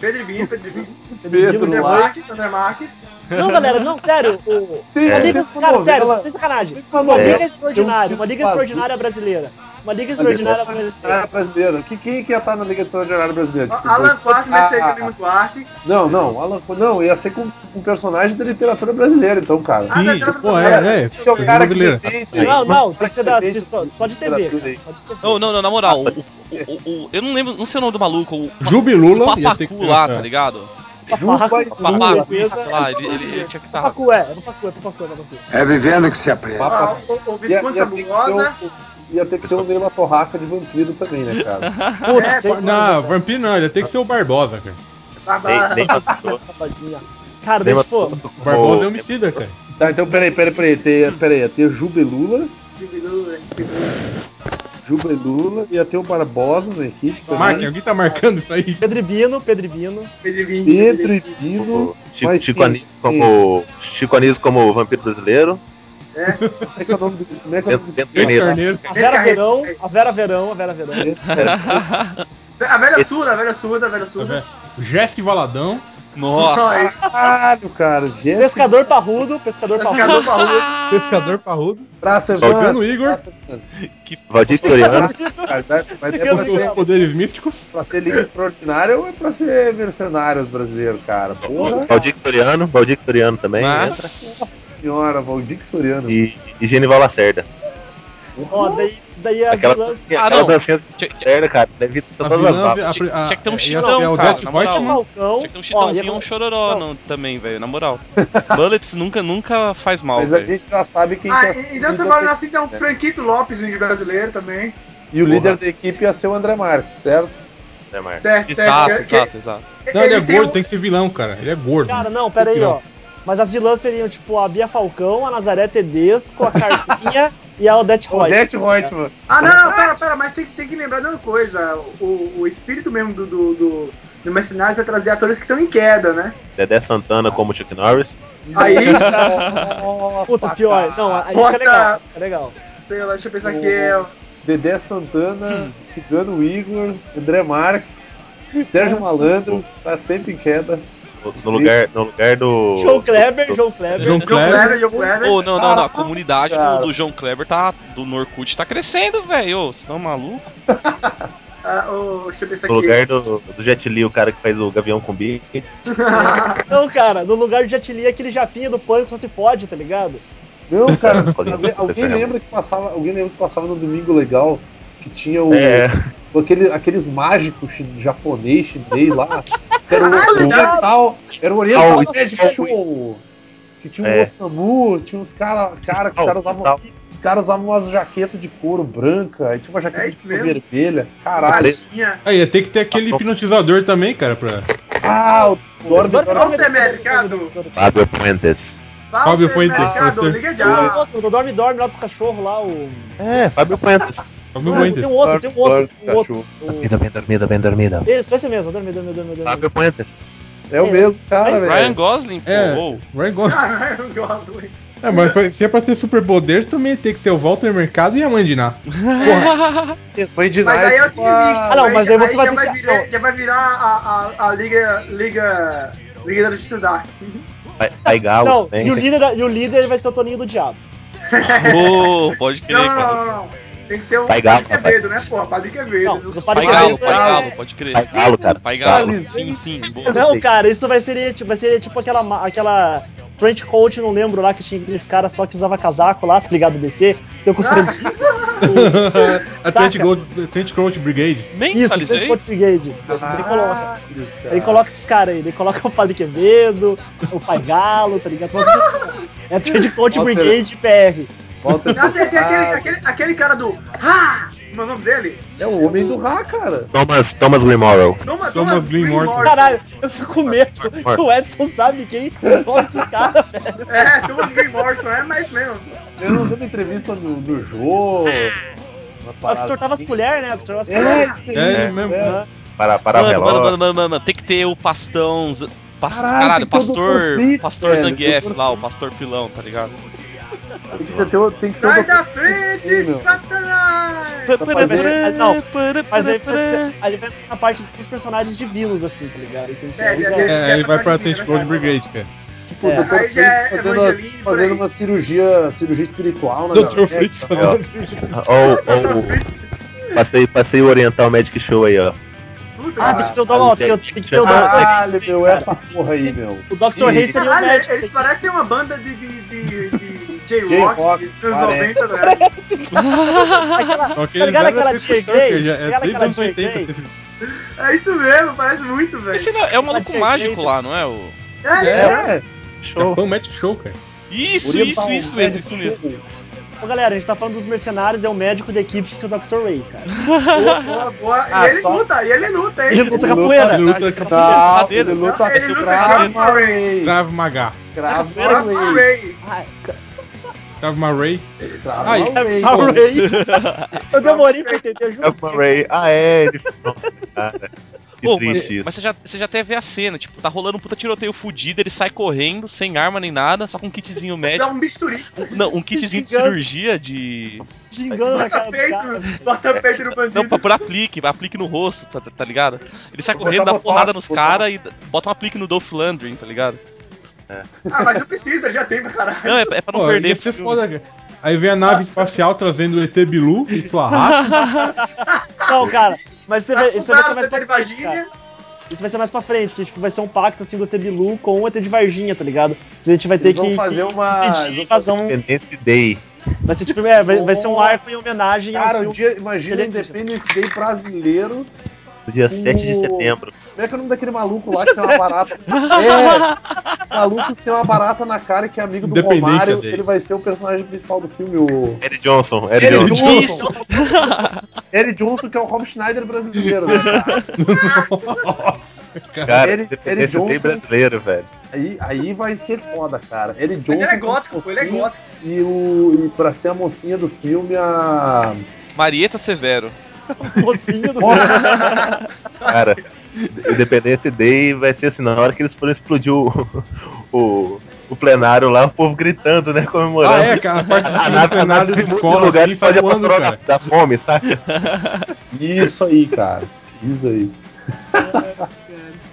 Speaker 6: Pedro Vinho, Pedro Vinho.
Speaker 2: Pedro
Speaker 3: Guilherme
Speaker 6: André
Speaker 2: lá.
Speaker 3: Marques.
Speaker 6: Marques, André Marques.
Speaker 3: Não, galera, não, sério. O...
Speaker 2: Tem,
Speaker 3: Uma
Speaker 5: É.
Speaker 3: liga,
Speaker 2: essa
Speaker 3: cara,
Speaker 2: novela-
Speaker 3: sério, sem sacanagem.
Speaker 2: tem uma
Speaker 3: Uma
Speaker 2: novela
Speaker 3: liga extraordinária, uma liga
Speaker 2: Brasil.
Speaker 3: extraordinária brasileira. Uma liga extraordinária brasileira.
Speaker 2: Ah, brasileiro. Que, quem que ia estar na Liga Extraordinária Brasileira?
Speaker 6: Ó, Alan Quarte vai ser
Speaker 2: Ah,
Speaker 6: Guilherme Quarte.
Speaker 2: Não, não, Alan, não, ia ser com com um personagem da literatura brasileira, então, cara.
Speaker 6: Ah,
Speaker 4: Sim,
Speaker 6: não, não,
Speaker 4: pô,
Speaker 6: não, não,
Speaker 4: é, é.
Speaker 2: Que é o cara que
Speaker 4: brasileira.
Speaker 2: defende.
Speaker 3: Não, não, tem que ser da,
Speaker 2: Tem
Speaker 3: de- só,
Speaker 2: que
Speaker 3: só de
Speaker 2: ser
Speaker 3: TV,
Speaker 2: tudo aí.
Speaker 3: cara. Só de TV.
Speaker 1: não, não, na moral. o- o- o- o- eu não lembro, não sei o nome do maluco. O
Speaker 4: Jubilula ia ter que
Speaker 1: Papacu
Speaker 4: ser
Speaker 1: lá,
Speaker 4: essa-
Speaker 1: tá ligado?
Speaker 2: Juca-
Speaker 3: Papacu,
Speaker 1: Papacu,
Speaker 3: beleza.
Speaker 1: sei lá, ele, ele- ele tinha que estar.
Speaker 3: Papacu, é, é Papacu, é Papacu, é Papacu.
Speaker 9: É vivendo que se aprende.
Speaker 6: Ó,
Speaker 2: Papa-
Speaker 6: Ah, o- O
Speaker 2: Ia-
Speaker 6: Visconde
Speaker 2: ia ter que ter
Speaker 6: Sabugosa.
Speaker 2: o- Ia ter que ter o Neila Torraca de vampiro também, né, cara?
Speaker 3: Puta,
Speaker 6: É,
Speaker 3: sei
Speaker 6: pode-
Speaker 3: lá, né,
Speaker 4: Não, vampiro não, ele ia ter que ser o Barbosa, cara.
Speaker 5: Nem,
Speaker 6: Barbara-
Speaker 5: nem passou.
Speaker 3: Tadinha. Cara, daí, tipo,
Speaker 4: O Barbosa é
Speaker 5: Ô,
Speaker 4: homicida, cara.
Speaker 2: Tá, então peraí, peraí, peraí. Ter, peraí, ia ter Jubelula, Jubelula, ia ter o Barbosa na equipe. também.
Speaker 4: Marquem, alguém tá marcando isso aí?
Speaker 3: Pedribino, Pedribino.
Speaker 6: Pedro Vinho,
Speaker 2: Pedro
Speaker 6: Pedro
Speaker 2: e
Speaker 6: Vinho.
Speaker 2: Pino.
Speaker 5: Chico,
Speaker 2: Mas
Speaker 5: tipo Chico
Speaker 2: quem-
Speaker 5: Anísio como. Chico Anísio como vampiro brasileiro.
Speaker 2: Como é que é o nome do. Como é que é o nome
Speaker 5: Bento
Speaker 2: do.
Speaker 5: Bento
Speaker 4: Três
Speaker 5: Carneiro.
Speaker 4: carneiros.
Speaker 3: A Vera Verão, a Vera Verão, a Vera Verão.
Speaker 6: A velha surda, a velha surda, a velha
Speaker 4: tá
Speaker 6: surda.
Speaker 4: vendo? O Jeff Valadão.
Speaker 1: Nossa!
Speaker 2: Caralho, cara. Jéssica.
Speaker 3: Pescador parrudo, pescador parrudo.
Speaker 6: Pescador parrudo.
Speaker 4: Pescador parrudo.
Speaker 2: Praça
Speaker 5: Valdir
Speaker 2: Evandro.
Speaker 4: Tá Igor.
Speaker 2: Praça Evandro.
Speaker 1: Que f-
Speaker 5: Valdir Soriano.
Speaker 2: Tá Cara, vai- vai ter pra
Speaker 4: Os
Speaker 2: ser,
Speaker 4: seus poderes místicos.
Speaker 2: pra ser Liga Extraordinária ou é pra ser Mercenários brasileiro, cara? Porra
Speaker 5: Valdir Soriano. Valdir Soriano também. entra.
Speaker 1: Mas.
Speaker 2: senhora, Valdir Soriano.
Speaker 5: E, e Genival Lacerda.
Speaker 3: Ó, daí, daí as
Speaker 5: Aquela,
Speaker 3: vilãs.
Speaker 1: Ah,
Speaker 5: aquela
Speaker 1: não.
Speaker 5: dancinha do
Speaker 1: Tinha, tinha-
Speaker 5: Lacerda, cara. Deve ter
Speaker 4: A
Speaker 5: todas as
Speaker 4: vilã,
Speaker 5: babas.
Speaker 4: a,
Speaker 1: Tinha-
Speaker 4: a,
Speaker 1: tinha que ter um
Speaker 4: ia ser
Speaker 1: chilão,
Speaker 4: o
Speaker 1: cara,
Speaker 4: Death
Speaker 1: na
Speaker 4: Boy,
Speaker 1: moral.
Speaker 3: O Falcão.
Speaker 1: tinha que ter um
Speaker 3: ó,
Speaker 1: chitãozinho, um
Speaker 3: ia-
Speaker 1: chororó
Speaker 3: Não.
Speaker 1: no- também, velho, na moral. Bullets nunca, nunca faz mal,
Speaker 2: Mas a
Speaker 1: velho.
Speaker 2: gente já sabe quem
Speaker 6: Ah,
Speaker 2: que é-
Speaker 6: e- então você vai olhar assim, tem um Franquito Lopes, um de brasileiro também.
Speaker 2: E o líder da equipe ia ser o André Marques, certo?
Speaker 5: né, Marcos?
Speaker 6: Certo,
Speaker 1: Exato,
Speaker 6: certo.
Speaker 1: exato, exato.
Speaker 4: Não, ele é
Speaker 6: tem
Speaker 4: gordo,
Speaker 6: um-
Speaker 4: tem que ser vilão, cara. Ele é gordo.
Speaker 3: um Cara, não, pera aí, ó. Mas as vilãs seriam, tipo, a Bia Falcão, a Nazaré Tedesco, a Carminha e a Odette Roy.
Speaker 2: Odete Reutemann.
Speaker 6: Ah, não, não, pera, pera, mas tem, que- tem que lembrar de uma coisa. O, o espírito mesmo do, do, do, do Mercenários é trazer atores que estão em queda, né?
Speaker 5: Dedé Santana como Chuck Norris.
Speaker 6: Aí,
Speaker 2: Nossa,
Speaker 3: Puta, pior.
Speaker 2: cara.
Speaker 3: Não, aí
Speaker 6: Bota-
Speaker 3: fica legal, fica legal.
Speaker 6: sei lá, deixa eu pensar que é.
Speaker 2: Dedé Santana, Cigano Igor, André Marques, Sérgio Malandro, tá sempre em queda.
Speaker 5: No, no lugar, no lugar do.
Speaker 3: João Kleber,
Speaker 5: do-
Speaker 3: João Kleber.
Speaker 4: John
Speaker 6: John
Speaker 4: Clare.
Speaker 6: Kleber, John Kleber.
Speaker 1: Ô, não, não, não. A comunidade
Speaker 2: cara.
Speaker 1: do, do João Kleber tá. Do Norcute tá crescendo, velho. Ô, Vocês tão maluco?
Speaker 6: Ah, ô, deixa eu pensar
Speaker 5: No
Speaker 6: aqui.
Speaker 5: lugar do, do Jet Li, o cara que faz o Gavião com Big.
Speaker 3: Não, cara, no lugar de Jatili é aquele japinha do pânico só se pode, tá ligado?
Speaker 2: Não, cara,
Speaker 5: Alguém-
Speaker 2: alguém, alguém lembra que passava, alguém lembra que passava no Domingo Legal, que tinha o,
Speaker 5: É,
Speaker 2: aquele, aqueles mágicos chi- japonês, chinês lá, que era o,
Speaker 6: Ah,
Speaker 2: o
Speaker 6: legal.
Speaker 2: oriental, era o oriental
Speaker 5: Ah, o-
Speaker 2: Magic Show, que Que tinha um
Speaker 5: É.
Speaker 2: Ossamu, tinha uns caras cara, que os
Speaker 5: Tal,
Speaker 2: caras usavam.
Speaker 5: tal.
Speaker 2: Os caras usavam umas jaquetas de couro branca, aí tinha uma jaqueta
Speaker 6: É
Speaker 2: de
Speaker 6: isso
Speaker 2: couro
Speaker 6: mesmo?
Speaker 2: vermelha. Caralho.
Speaker 6: Caixinha.
Speaker 4: Aí ia ter que ter aquele hipnotizador também, cara, pra.
Speaker 2: Ah, o Dora do
Speaker 6: Dora-
Speaker 2: Dora.
Speaker 6: Dora- Mercado.
Speaker 5: Fábio Fuentes.
Speaker 4: Fábio Fuentes.
Speaker 6: Mercado, liga já.
Speaker 3: O do Dorme Dorme lá dos cachorros lá, o.
Speaker 5: É, Fábio Fuentes.
Speaker 4: Fábio
Speaker 3: Ah, tem
Speaker 4: Fuentes.
Speaker 3: um outro, tem um outro. Tem um outro.
Speaker 2: Cachorro.
Speaker 3: O...
Speaker 5: bem dormida, bem dormida.
Speaker 3: Esse, esse mesmo, Dorme Dorme Dorme Dorme.
Speaker 5: Fábio Fuentes.
Speaker 2: É o mesmo
Speaker 1: Ryan
Speaker 2: cara, velho.
Speaker 1: Gosling, pô.
Speaker 4: É.
Speaker 1: ou.
Speaker 4: Ryan Gosling.
Speaker 6: Caralho, Gosling.
Speaker 4: É, mas pra- se é pra ter superpoder, também ia ter que ter o Walter Mercado e a mãe de Ná.
Speaker 2: Foi de
Speaker 6: Mas
Speaker 2: Nike
Speaker 6: aí é o
Speaker 2: com
Speaker 6: seguinte,
Speaker 2: a-
Speaker 3: Ah, não, mas aí você vai
Speaker 6: já,
Speaker 3: ter
Speaker 6: vai
Speaker 3: que-
Speaker 6: virar, já vai virar a, a, a Liga. Liga. Liga da Justiça Dark.
Speaker 5: Aí Galo
Speaker 3: Não,
Speaker 5: também.
Speaker 3: e o, líder, e o líder vai ser o Toninho do Diabo.
Speaker 1: Pô, pode
Speaker 6: Não,
Speaker 1: crer,
Speaker 6: não,
Speaker 1: cara.
Speaker 6: não, não, não. Tem que ser um o
Speaker 5: Vai, Galo,
Speaker 6: Padre Quevedo, né, porra? Padre Quevedo.
Speaker 3: Não, é
Speaker 6: Esses-
Speaker 3: do Padre
Speaker 1: Pai
Speaker 3: Vai,
Speaker 1: Galo,
Speaker 3: vai,
Speaker 1: pai
Speaker 3: vai.
Speaker 1: Galo, pode
Speaker 5: Pai
Speaker 1: crer.
Speaker 5: Galo, cara.
Speaker 1: Pai Galo,
Speaker 2: Palezinho.
Speaker 1: sim, sim. boa.
Speaker 3: Não, cara, isso vai ser, tipo, vai ser tipo aquela, ma- aquela French Coat, não lembro lá, que tinha aqueles caras só que usava casaco lá, tá ligado, DC. Eu gostei disso.
Speaker 4: Atlantic Gold- Atlantic Gold Brigade.
Speaker 3: Isso, French
Speaker 1: Mentalizei?
Speaker 3: Coat Brigade.
Speaker 2: Ah,
Speaker 3: Daí coloca.
Speaker 2: Caralho, cara.
Speaker 3: Daí coloca esses caras aí, daí coloca o Padre Quevedo, o Pai Galo, tá ligado? É a French Coat
Speaker 2: Walter-
Speaker 3: Brigade PR.
Speaker 2: Walter
Speaker 6: Ah, tem, tem aquele,
Speaker 2: Mercado.
Speaker 6: aquele, aquele cara do. Ha! Como é o nome dele?
Speaker 2: É o homem do Ra, cara.
Speaker 5: Thomas, Thomas Grimorrow.
Speaker 6: Thomas,
Speaker 4: Thomas Green Morton.
Speaker 3: Caralho, eu fico com medo que o Edson sabe quem são esses caras, velho.
Speaker 6: É, Thomas Green Morrison, é mais mesmo.
Speaker 2: Eu não vi uma entrevista do, do Jô. Umas
Speaker 3: Ah, Que tortava as
Speaker 2: assim.
Speaker 3: colheres, né? Que tortava as
Speaker 2: É,
Speaker 3: colheres.
Speaker 2: isso aí,
Speaker 4: É,
Speaker 2: isso
Speaker 4: mesmo.
Speaker 3: né?
Speaker 2: mesmo. né?
Speaker 5: Para, para
Speaker 1: Mano, mano,
Speaker 5: Veloz.
Speaker 1: mano, mano, mano, tem que ter o pastão. Z- pas-
Speaker 2: Caralho,
Speaker 1: Caralho,
Speaker 2: tem que ter o
Speaker 1: pastor.
Speaker 2: Dr. Fritz,
Speaker 1: pastor
Speaker 2: velho,
Speaker 1: Zangief
Speaker 2: Dr.
Speaker 1: lá, o pastor pilão, tá ligado?
Speaker 2: Tem que ter, o- tem que ter um o
Speaker 6: Sai
Speaker 2: Dr.
Speaker 6: da
Speaker 2: Fritz,
Speaker 6: frente,
Speaker 2: meu.
Speaker 6: Satanás!
Speaker 3: fazendo- não, Mas aí
Speaker 1: aí
Speaker 3: vai ser- aí vai ser na parte dos personagens de vilos, assim, tá ligado? Tem que ser-
Speaker 6: É, é,
Speaker 3: é,
Speaker 4: É, ele vai pra
Speaker 6: passagem
Speaker 4: Atlantic Gold Brigade, cara.
Speaker 2: Tipo,
Speaker 3: É.
Speaker 2: o Dr.
Speaker 6: Aí já é
Speaker 2: Fritz fazendo,
Speaker 6: Evangeline,
Speaker 2: as-
Speaker 6: por
Speaker 2: fazendo
Speaker 6: aí.
Speaker 2: uma cirurgia, cirurgia espiritual né, na
Speaker 4: Dr.
Speaker 2: galera.
Speaker 4: Fritz.
Speaker 5: Ó, ó, ó,
Speaker 6: Dr. Fritz.
Speaker 5: passei, passei o Oriental Magic Show aí, ó.
Speaker 6: Puta
Speaker 3: Ah,
Speaker 6: que
Speaker 3: tem que ter o Donald, tem, que- tem que ter o Donald.
Speaker 2: É, Caralho, meu, é essa porra aí, meu.
Speaker 3: O Dr. Rei seria o
Speaker 6: Caralho,
Speaker 3: médico.
Speaker 6: Ah, eles parecem uma banda de, de, de, de J-Rock
Speaker 2: J-rock,
Speaker 6: dos anos
Speaker 2: parece.
Speaker 6: 90, né?
Speaker 3: Aquela-
Speaker 4: Só que é
Speaker 3: Tá
Speaker 4: eles
Speaker 3: ligado
Speaker 4: eram
Speaker 3: aquela
Speaker 4: Atlantic
Speaker 3: Tia
Speaker 4: Circle,
Speaker 3: Grey?
Speaker 4: já
Speaker 3: Tá
Speaker 4: É
Speaker 3: ligado
Speaker 4: desde os
Speaker 3: aquela
Speaker 4: anos
Speaker 3: Tia
Speaker 4: 80.
Speaker 3: Grey?
Speaker 4: teve-
Speaker 6: É isso mesmo, parece muito, velho.
Speaker 1: Esse não, é o maluco
Speaker 3: Patrick
Speaker 1: mágico
Speaker 3: Bateman.
Speaker 1: lá, não é? O...
Speaker 6: É, é.
Speaker 2: É, tá um
Speaker 5: Show.
Speaker 4: Japão Magic Então, Show, cara.
Speaker 1: Isso,
Speaker 2: Oriental
Speaker 1: isso, isso mesmo, isso mesmo.
Speaker 3: Ô, galera, a gente tá falando dos mercenários, é o médico da equipe que é o Dr. Ray, cara.
Speaker 6: Boa, é, boa, boa.
Speaker 2: Ah,
Speaker 6: e ele
Speaker 2: só-
Speaker 6: luta, e ele luta, hein?
Speaker 3: Ele luta
Speaker 2: Luta-
Speaker 3: capoeira.
Speaker 4: Luta
Speaker 1: Caralho,
Speaker 4: que
Speaker 1: tá
Speaker 2: Não,
Speaker 1: porradeiro.
Speaker 2: ele luta-
Speaker 6: Ele
Speaker 1: Esse é o
Speaker 6: luta
Speaker 1: Krav
Speaker 2: Krav
Speaker 1: Maga.
Speaker 2: Maga.
Speaker 4: Krav Maga.
Speaker 2: Krav
Speaker 6: Agora
Speaker 2: Maga.
Speaker 6: Ray.
Speaker 3: Ah, cara,
Speaker 4: Krav Maga.
Speaker 2: Krav
Speaker 4: Ai,
Speaker 2: Maga.
Speaker 3: é o Ray. Eu demorei pra entender,
Speaker 5: É
Speaker 3: juro.
Speaker 5: o Murray. Ah, é. Ele... Nossa, cara. Que
Speaker 1: Pô, mano,
Speaker 5: triste isso.
Speaker 1: mas você já, você já até vê a cena, tipo, tá rolando um puta tiroteio fudido, ele sai correndo, sem arma nem nada, só com um kitzinho
Speaker 6: Dá
Speaker 3: É
Speaker 1: médico.
Speaker 6: um bisturi,
Speaker 1: Não, um kitzinho de
Speaker 3: Gigante.
Speaker 1: cirurgia de.
Speaker 3: Gingando na Ah, cara
Speaker 6: bota
Speaker 3: do cara.
Speaker 6: peito, bota peito no bandido.
Speaker 1: Não, pra- por aplique, aplique no rosto, tá, tá ligado? Ele sai
Speaker 2: Vou
Speaker 1: correndo,
Speaker 2: botar
Speaker 1: dá
Speaker 2: uma
Speaker 1: porrada
Speaker 2: foto,
Speaker 1: nos
Speaker 2: vou botar-
Speaker 1: caras e d- bota um aplique no Dolph Lundgren, tá ligado?
Speaker 6: Ah, mas não precisa, já tem pra caralho.
Speaker 1: Não, é, é pra não
Speaker 4: Pô,
Speaker 1: perder.
Speaker 4: ia
Speaker 1: o
Speaker 4: ser
Speaker 1: filme.
Speaker 4: foda, cara. Aí vem a nave espacial trazendo o ET Bilu e sua raça.
Speaker 3: Não, cara, mas você vai- isso vai ser
Speaker 6: Tá Afundado,
Speaker 3: mais
Speaker 6: Peter
Speaker 3: pra frente, cara.
Speaker 6: Varginha.
Speaker 3: Isso vai ser mais pra frente, que tipo, vai ser um pacto assim do ET Bilu com o ET de Varginha, tá ligado? A gente vai ter
Speaker 2: Eles
Speaker 3: que,
Speaker 2: vão fazer
Speaker 3: que
Speaker 2: uma.
Speaker 3: impedir um a
Speaker 2: eles vão fazer- um
Speaker 3: invasão.
Speaker 5: Independence Day.
Speaker 3: Vai ser tipo, é, vai, vai ser um
Speaker 2: Nossa.
Speaker 3: arco em homenagem
Speaker 2: Cara, um
Speaker 3: aos
Speaker 2: dia,
Speaker 3: filmes.
Speaker 2: imagina o Independence Day brasileiro.
Speaker 5: No dia 7 de
Speaker 2: O-
Speaker 5: setembro.
Speaker 2: Como é que é o nome daquele maluco lá que tem uma barata? É! Maluco que tem uma barata na cara e que é amigo do
Speaker 4: Independência
Speaker 2: Romário.
Speaker 4: Day.
Speaker 2: Ele vai ser o personagem principal do filme, o.
Speaker 5: Eric Johnson. Eric
Speaker 2: Eric
Speaker 5: Johnson.
Speaker 1: Isso!
Speaker 2: Eric Johnson, que é o Rob Schneider brasileiro, né, cara?
Speaker 5: Cara,
Speaker 2: Eric- Eric
Speaker 5: Independence Day
Speaker 2: Johnson.
Speaker 5: brasileiro, velho.
Speaker 2: Aí, aí vai ser foda, cara. Ele Johnson.
Speaker 6: Mas ele é
Speaker 2: com
Speaker 6: gótico, pô, ele é
Speaker 2: mocinha
Speaker 6: gótico.
Speaker 2: E, o, e pra ser a mocinha do filme, a.
Speaker 1: Marieta Severo.
Speaker 3: mocinho do
Speaker 2: Nossa!
Speaker 5: Cara, Independence Day vai ser assim, na hora que eles forem explodir o, o, o plenário lá, o povo gritando, né?
Speaker 4: Ah,
Speaker 5: Comemorando.
Speaker 4: é, cara. A parte do
Speaker 5: A
Speaker 4: filme do
Speaker 5: nave, a
Speaker 4: plenário
Speaker 5: nave
Speaker 4: de
Speaker 5: de muito
Speaker 4: escola
Speaker 5: lugar
Speaker 4: assim,
Speaker 5: e faz
Speaker 4: sai
Speaker 5: a
Speaker 4: voando,
Speaker 5: patroa
Speaker 4: cara.
Speaker 5: da fome, sabe?
Speaker 2: Isso aí, cara. Isso aí.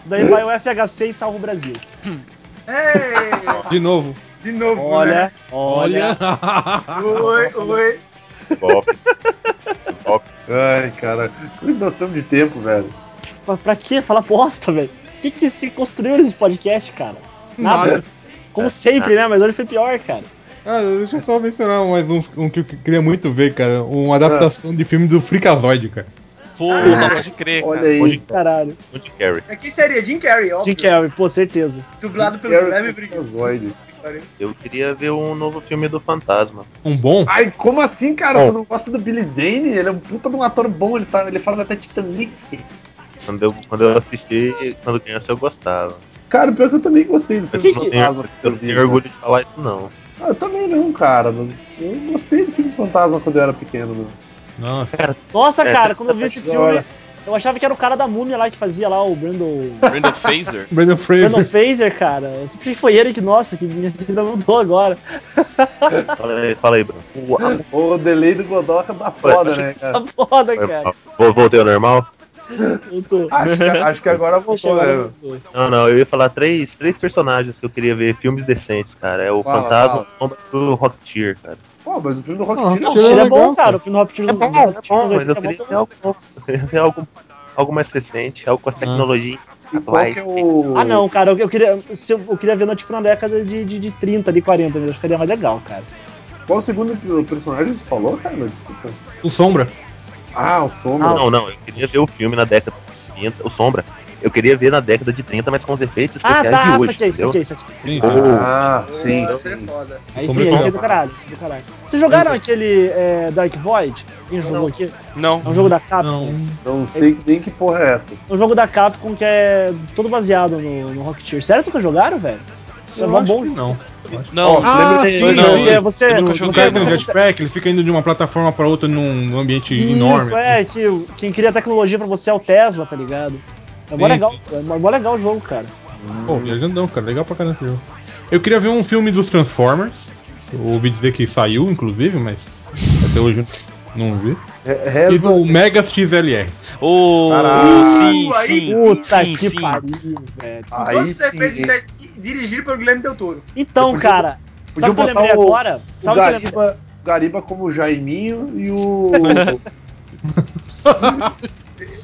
Speaker 3: Daí vai o FHC e salva o Brasil.
Speaker 6: Ei,
Speaker 4: De novo.
Speaker 6: É, de novo, né?
Speaker 3: Olha, olha.
Speaker 6: Oi, oi.
Speaker 5: Golpe. Golpe.
Speaker 2: Ai, cara. Como nós estamos de tempo, velho?
Speaker 3: Pra, pra que falar bosta, velho? O que, que se construiu nesse podcast, cara? Nada.
Speaker 4: Nada.
Speaker 3: Como sempre, né? Mas hoje foi pior, cara.
Speaker 4: Ah, deixa eu só mencionar mais um, um que eu queria muito ver, cara. Uma adaptação de filme do Freakazoid, cara.
Speaker 1: Pô,
Speaker 3: Ah,
Speaker 1: não pode
Speaker 6: É,
Speaker 1: crer, cara.
Speaker 2: Olha aí.
Speaker 5: Hoje-
Speaker 3: Caralho.
Speaker 5: Muito Carey.
Speaker 6: Aqui É seria Jim Carrey, óbvio.
Speaker 3: Jim Carrey, pô, certeza.
Speaker 6: Dublado pelo
Speaker 2: Gary
Speaker 6: Guilherme Briggs.
Speaker 2: Freakazoid. pariu.
Speaker 5: Eu queria ver um novo filme do Fantasma.
Speaker 4: Um bom?
Speaker 2: Ai, como assim, cara?
Speaker 8: Bom.
Speaker 2: Tu não gosta do Billy Zane? Ele é um puta de um ator bom, ele, tá, ele faz até Titanic.
Speaker 5: Quando eu, quando eu assisti, quando criança eu gostava.
Speaker 2: Cara, pior que eu também gostei do filme
Speaker 3: Que
Speaker 2: do
Speaker 3: que-
Speaker 2: Fantasma.
Speaker 5: Eu não tenho orgulho de falar isso não.
Speaker 2: né? Ah, eu também não, cara, mas eu gostei do filme do Fantasma quando eu era pequeno. né? Mano.
Speaker 4: Nossa.
Speaker 3: Nossa,
Speaker 5: É,
Speaker 3: cara, quando eu vi esse
Speaker 2: da hora.
Speaker 3: filme, eu achava que era o cara da múmia lá que fazia lá o Brandon.
Speaker 1: Brandon Fraser?
Speaker 4: Brandon
Speaker 3: Brandon
Speaker 4: Fraser.
Speaker 3: Fraser, cara. Eu sempre achei que foi ele que, nossa, que minha vida mudou agora.
Speaker 5: Fala aí, fala aí, Bruno. Ah,
Speaker 2: O delay do Godoka tá foda, né, cara?
Speaker 3: Tá foda,
Speaker 5: Foi
Speaker 3: cara.
Speaker 5: mal. Vol- Voltei ao normal?
Speaker 3: Voltou.
Speaker 2: Acho que, acho que agora
Speaker 3: Achei
Speaker 2: voltou,
Speaker 3: agora
Speaker 2: né?
Speaker 3: voltou.
Speaker 5: Não, não, eu ia falar três, três personagens que eu queria ver filmes decentes, cara. É o
Speaker 2: Fala,
Speaker 5: Fantasma Sombra do Rocketeer, cara.
Speaker 2: Pô, mas o filme do Rock
Speaker 4: Ah,
Speaker 2: Tira
Speaker 3: Não,
Speaker 4: Não,
Speaker 3: o tiro é
Speaker 4: legal,
Speaker 3: bom, cara.
Speaker 4: cara.
Speaker 3: O filme do Rock Tiro
Speaker 5: É
Speaker 3: dos
Speaker 5: bom,
Speaker 3: Rock
Speaker 5: é
Speaker 3: Tiro dos
Speaker 5: bom, mas eu
Speaker 3: 80 é
Speaker 5: queria ver
Speaker 3: bom.
Speaker 5: algo, novo, eu queria ver algo, algo mais recente, algo com a tecnologia.
Speaker 2: e qual que é o.
Speaker 3: Ah, não, cara. Eu, eu queria, se eu, eu queria ver, tipo, na década de, de, de 30, de 40 mesmo. Acho que seria mais legal, cara.
Speaker 2: Qual o segundo personagem que você falou, cara? Desculpa.
Speaker 4: O Sombra.
Speaker 2: Ah, o Sombra.
Speaker 5: Não, não, eu queria ver o filme na década de 30, o Sombra. Eu queria ver na década de 30, mas com os efeitos
Speaker 3: Ah,
Speaker 5: especiais
Speaker 3: tá.
Speaker 5: de
Speaker 3: Isso
Speaker 5: hoje,
Speaker 3: aqui, isso
Speaker 5: entendeu?
Speaker 3: aqui, isso aqui.
Speaker 4: Sim, sim.
Speaker 5: Ou-
Speaker 2: Ah, sim.
Speaker 6: Nossa, é foda.
Speaker 3: Aí
Speaker 4: Como
Speaker 3: sim, aí
Speaker 4: legal.
Speaker 3: sim é do caralho. Isso é do caralho. Vocês jogaram aquele é, Dark Void? Quem jogou aqui?
Speaker 1: Não.
Speaker 3: É um jogo da Capcom.
Speaker 4: Não.
Speaker 2: Não sei nem que porra é essa.
Speaker 3: É um jogo da Capcom que é todo baseado no, no Rock Tier. Sério que jogaram, velho? Isso é
Speaker 4: Eu
Speaker 3: mó
Speaker 4: acho
Speaker 3: bom.
Speaker 4: que não.
Speaker 1: Não,
Speaker 2: Ó,
Speaker 4: Ah,
Speaker 2: lembra-
Speaker 4: sim,
Speaker 1: não,
Speaker 3: é, você-
Speaker 1: eu nunca
Speaker 3: você-
Speaker 1: joguei,
Speaker 4: Cara,
Speaker 1: não.
Speaker 4: no
Speaker 3: você-
Speaker 4: jetpack, ele fica indo de uma plataforma pra outra num num ambiente enorme.
Speaker 3: Isso, é, que quem cria tecnologia pra você é o Tesla, tá ligado? É mó
Speaker 4: Sim.
Speaker 3: legal, é mó- mó legal o jogo, cara.
Speaker 4: Pô, viajandão, cara. Legal pra caramba esse jogo. Eu queria ver um filme dos Transformers. Eu ouvi dizer que saiu, inclusive, mas até hoje não vi.
Speaker 2: Re-
Speaker 4: E
Speaker 2: Reza.
Speaker 4: do Mega XLR.
Speaker 1: Ô,
Speaker 2: Caralho.
Speaker 1: sim, sim,
Speaker 3: Puta
Speaker 1: sim,
Speaker 3: que
Speaker 1: sim.
Speaker 3: pariu, velho.
Speaker 6: Todos
Speaker 2: Aí
Speaker 6: os
Speaker 2: sim.
Speaker 6: efeitos
Speaker 2: hein?
Speaker 6: já- dirigido pelo Guilherme Del Toro.
Speaker 3: Então,
Speaker 2: Eu podia-
Speaker 3: cara, sabe
Speaker 2: podia
Speaker 3: o que eu
Speaker 2: botar
Speaker 3: lembrei
Speaker 2: o-
Speaker 3: agora?
Speaker 2: O
Speaker 3: Sabe o que eu lembrei?
Speaker 2: Gariba, Gariba como o Jaiminho e o.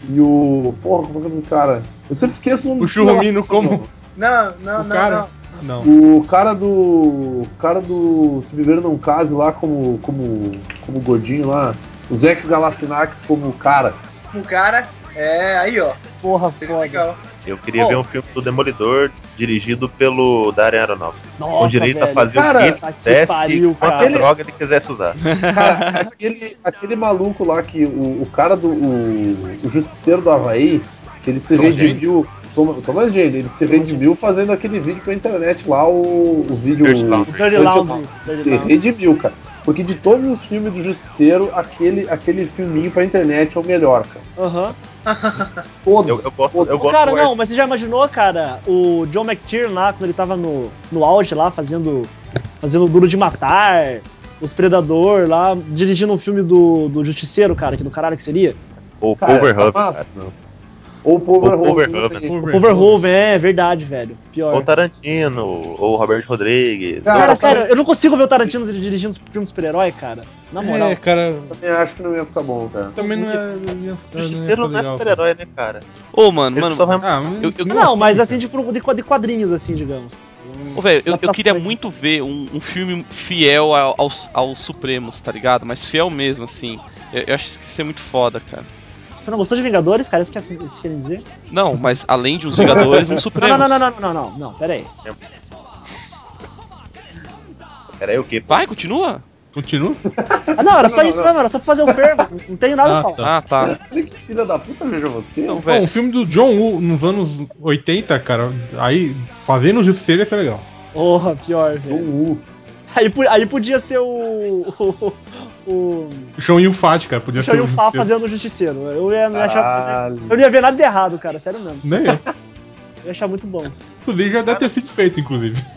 Speaker 2: e o. Porra, como é que é o nome do cara? Eu sempre esqueço o nome
Speaker 4: O
Speaker 2: do filho
Speaker 4: Churrumino
Speaker 2: da-
Speaker 4: como.
Speaker 6: Não, não,
Speaker 4: O
Speaker 6: não,
Speaker 4: cara?
Speaker 6: não.
Speaker 4: Não.
Speaker 2: O cara do. O cara do. Se viver não case lá como. como. como Godinho lá. O Zeke Galafinax como o cara.
Speaker 6: O cara. É, aí ó.
Speaker 3: Porra,
Speaker 6: Seria
Speaker 3: foda.
Speaker 6: legal.
Speaker 5: Eu queria
Speaker 3: Bom.
Speaker 5: ver um filme do Demolidor, dirigido pelo Darren Aronofsky. com
Speaker 3: Nossa,
Speaker 5: direito a
Speaker 3: velho.
Speaker 5: fazer um
Speaker 2: Cara,
Speaker 5: o que
Speaker 3: tá que
Speaker 5: quisesse,
Speaker 3: pariu,
Speaker 5: quanta
Speaker 3: cara.
Speaker 5: droga ele quisesse usar.
Speaker 2: Cara, aquele, aquele maluco lá que o, o cara do. O, o justiceiro do Havaí, que ele se
Speaker 4: Thomas
Speaker 2: redimiu. Thomas, Thomas Jane, ele se redimiu fazendo aquele vídeo pra internet lá, o, o vídeo.
Speaker 5: Dirty
Speaker 2: o-
Speaker 5: Laundry.
Speaker 3: Dirty
Speaker 2: Dirty
Speaker 3: Laundry.
Speaker 2: Laundry.
Speaker 3: Dirty
Speaker 2: Se
Speaker 3: Laundry.
Speaker 2: redimiu, cara. Porque de todos os filmes do Justiceiro, aquele, aquele filminho pra internet é o melhor, cara.
Speaker 3: Aham.
Speaker 2: Todos.
Speaker 5: Eu, eu gosto,
Speaker 2: todos.
Speaker 5: eu
Speaker 3: Ô,
Speaker 5: gosto
Speaker 3: Cara,
Speaker 5: do
Speaker 3: não, mas você já imaginou, cara, o John McTiernan lá, quando ele tava no, no auge lá, fazendo fazendo Duro de Matar, Os Predador lá, dirigindo um filme do, do Justiceiro, cara, que do caralho que seria?
Speaker 5: O
Speaker 2: Cara,
Speaker 5: Overhub,
Speaker 2: tá massa.
Speaker 5: cara.
Speaker 2: Ou o Poverhoven.
Speaker 5: Paul Verhoeven.
Speaker 3: Overhoven, é verdade, velho. Pior.
Speaker 5: Ou Tarantino, ou Roberto Rodrigues.
Speaker 2: Cara,
Speaker 3: Cara, sério, eu não consigo ver o Tarantino dir- dirigindo filme de super-herói, cara. Na moral.
Speaker 4: É, cara,
Speaker 2: Eu também acho que não ia ficar bom, cara.
Speaker 4: também não é. não ia-
Speaker 5: O
Speaker 4: não ia
Speaker 5: Justiceiro
Speaker 4: ficar
Speaker 5: não é
Speaker 4: legal,
Speaker 5: super-herói, né, cara?
Speaker 1: Ô, mano,
Speaker 5: Ele
Speaker 1: mano,
Speaker 5: só vai
Speaker 4: cara. Ah, mas
Speaker 1: Eu- eu-
Speaker 4: não é
Speaker 3: não,
Speaker 4: filme,
Speaker 3: mas
Speaker 4: cara.
Speaker 3: assim, tipo, de qua- de quadrinhos, assim, digamos.
Speaker 1: Ô, velho, eu,
Speaker 3: Já
Speaker 1: eu
Speaker 3: tá
Speaker 1: queria
Speaker 3: certo.
Speaker 1: muito ver um, um filme fiel ao- aos, aos Supremos, tá ligado? Mas fiel mesmo, assim. Eu, eu acho que isso é muito foda, cara.
Speaker 3: Você não gostou de Vingadores, cara? Isso que é- isso quer dizer?
Speaker 1: Não, mas além de uns Vingadores, um Supremos.
Speaker 3: Não, não, não, não, não, não, não, não, pera aí.
Speaker 5: Era eu é o quê?
Speaker 1: Vai, continua?
Speaker 4: Continua?
Speaker 3: Ah, não, era só
Speaker 2: Não, não,
Speaker 3: isso
Speaker 2: não.
Speaker 3: mesmo, era só pra fazer o fervo. Não tenho nada
Speaker 4: Ah,
Speaker 3: pra falar.
Speaker 1: Ah, tá.
Speaker 2: Olha que filha da puta, veja você. é
Speaker 1: Então,
Speaker 4: Bom,
Speaker 1: velho.
Speaker 4: um filme do John Woo nos anos 80, cara, aí fazendo o Justiceiro ia ser legal.
Speaker 3: Porra, pior, velho.
Speaker 2: Um U.
Speaker 3: Aí, po- aí podia ser o. O. O.
Speaker 4: O Sean Yu Fat, cara, podia
Speaker 3: O
Speaker 4: ser
Speaker 3: Shoyu Fá
Speaker 4: Justiceiro.
Speaker 3: fazendo o Justiceiro. Eu ia me achar.
Speaker 2: Caralho.
Speaker 3: Eu não ia ver nada de errado, cara, sério mesmo.
Speaker 4: Nem eu.
Speaker 3: Eu ia achar muito bom.
Speaker 4: Inclusive, já deve ter sido feito, inclusive.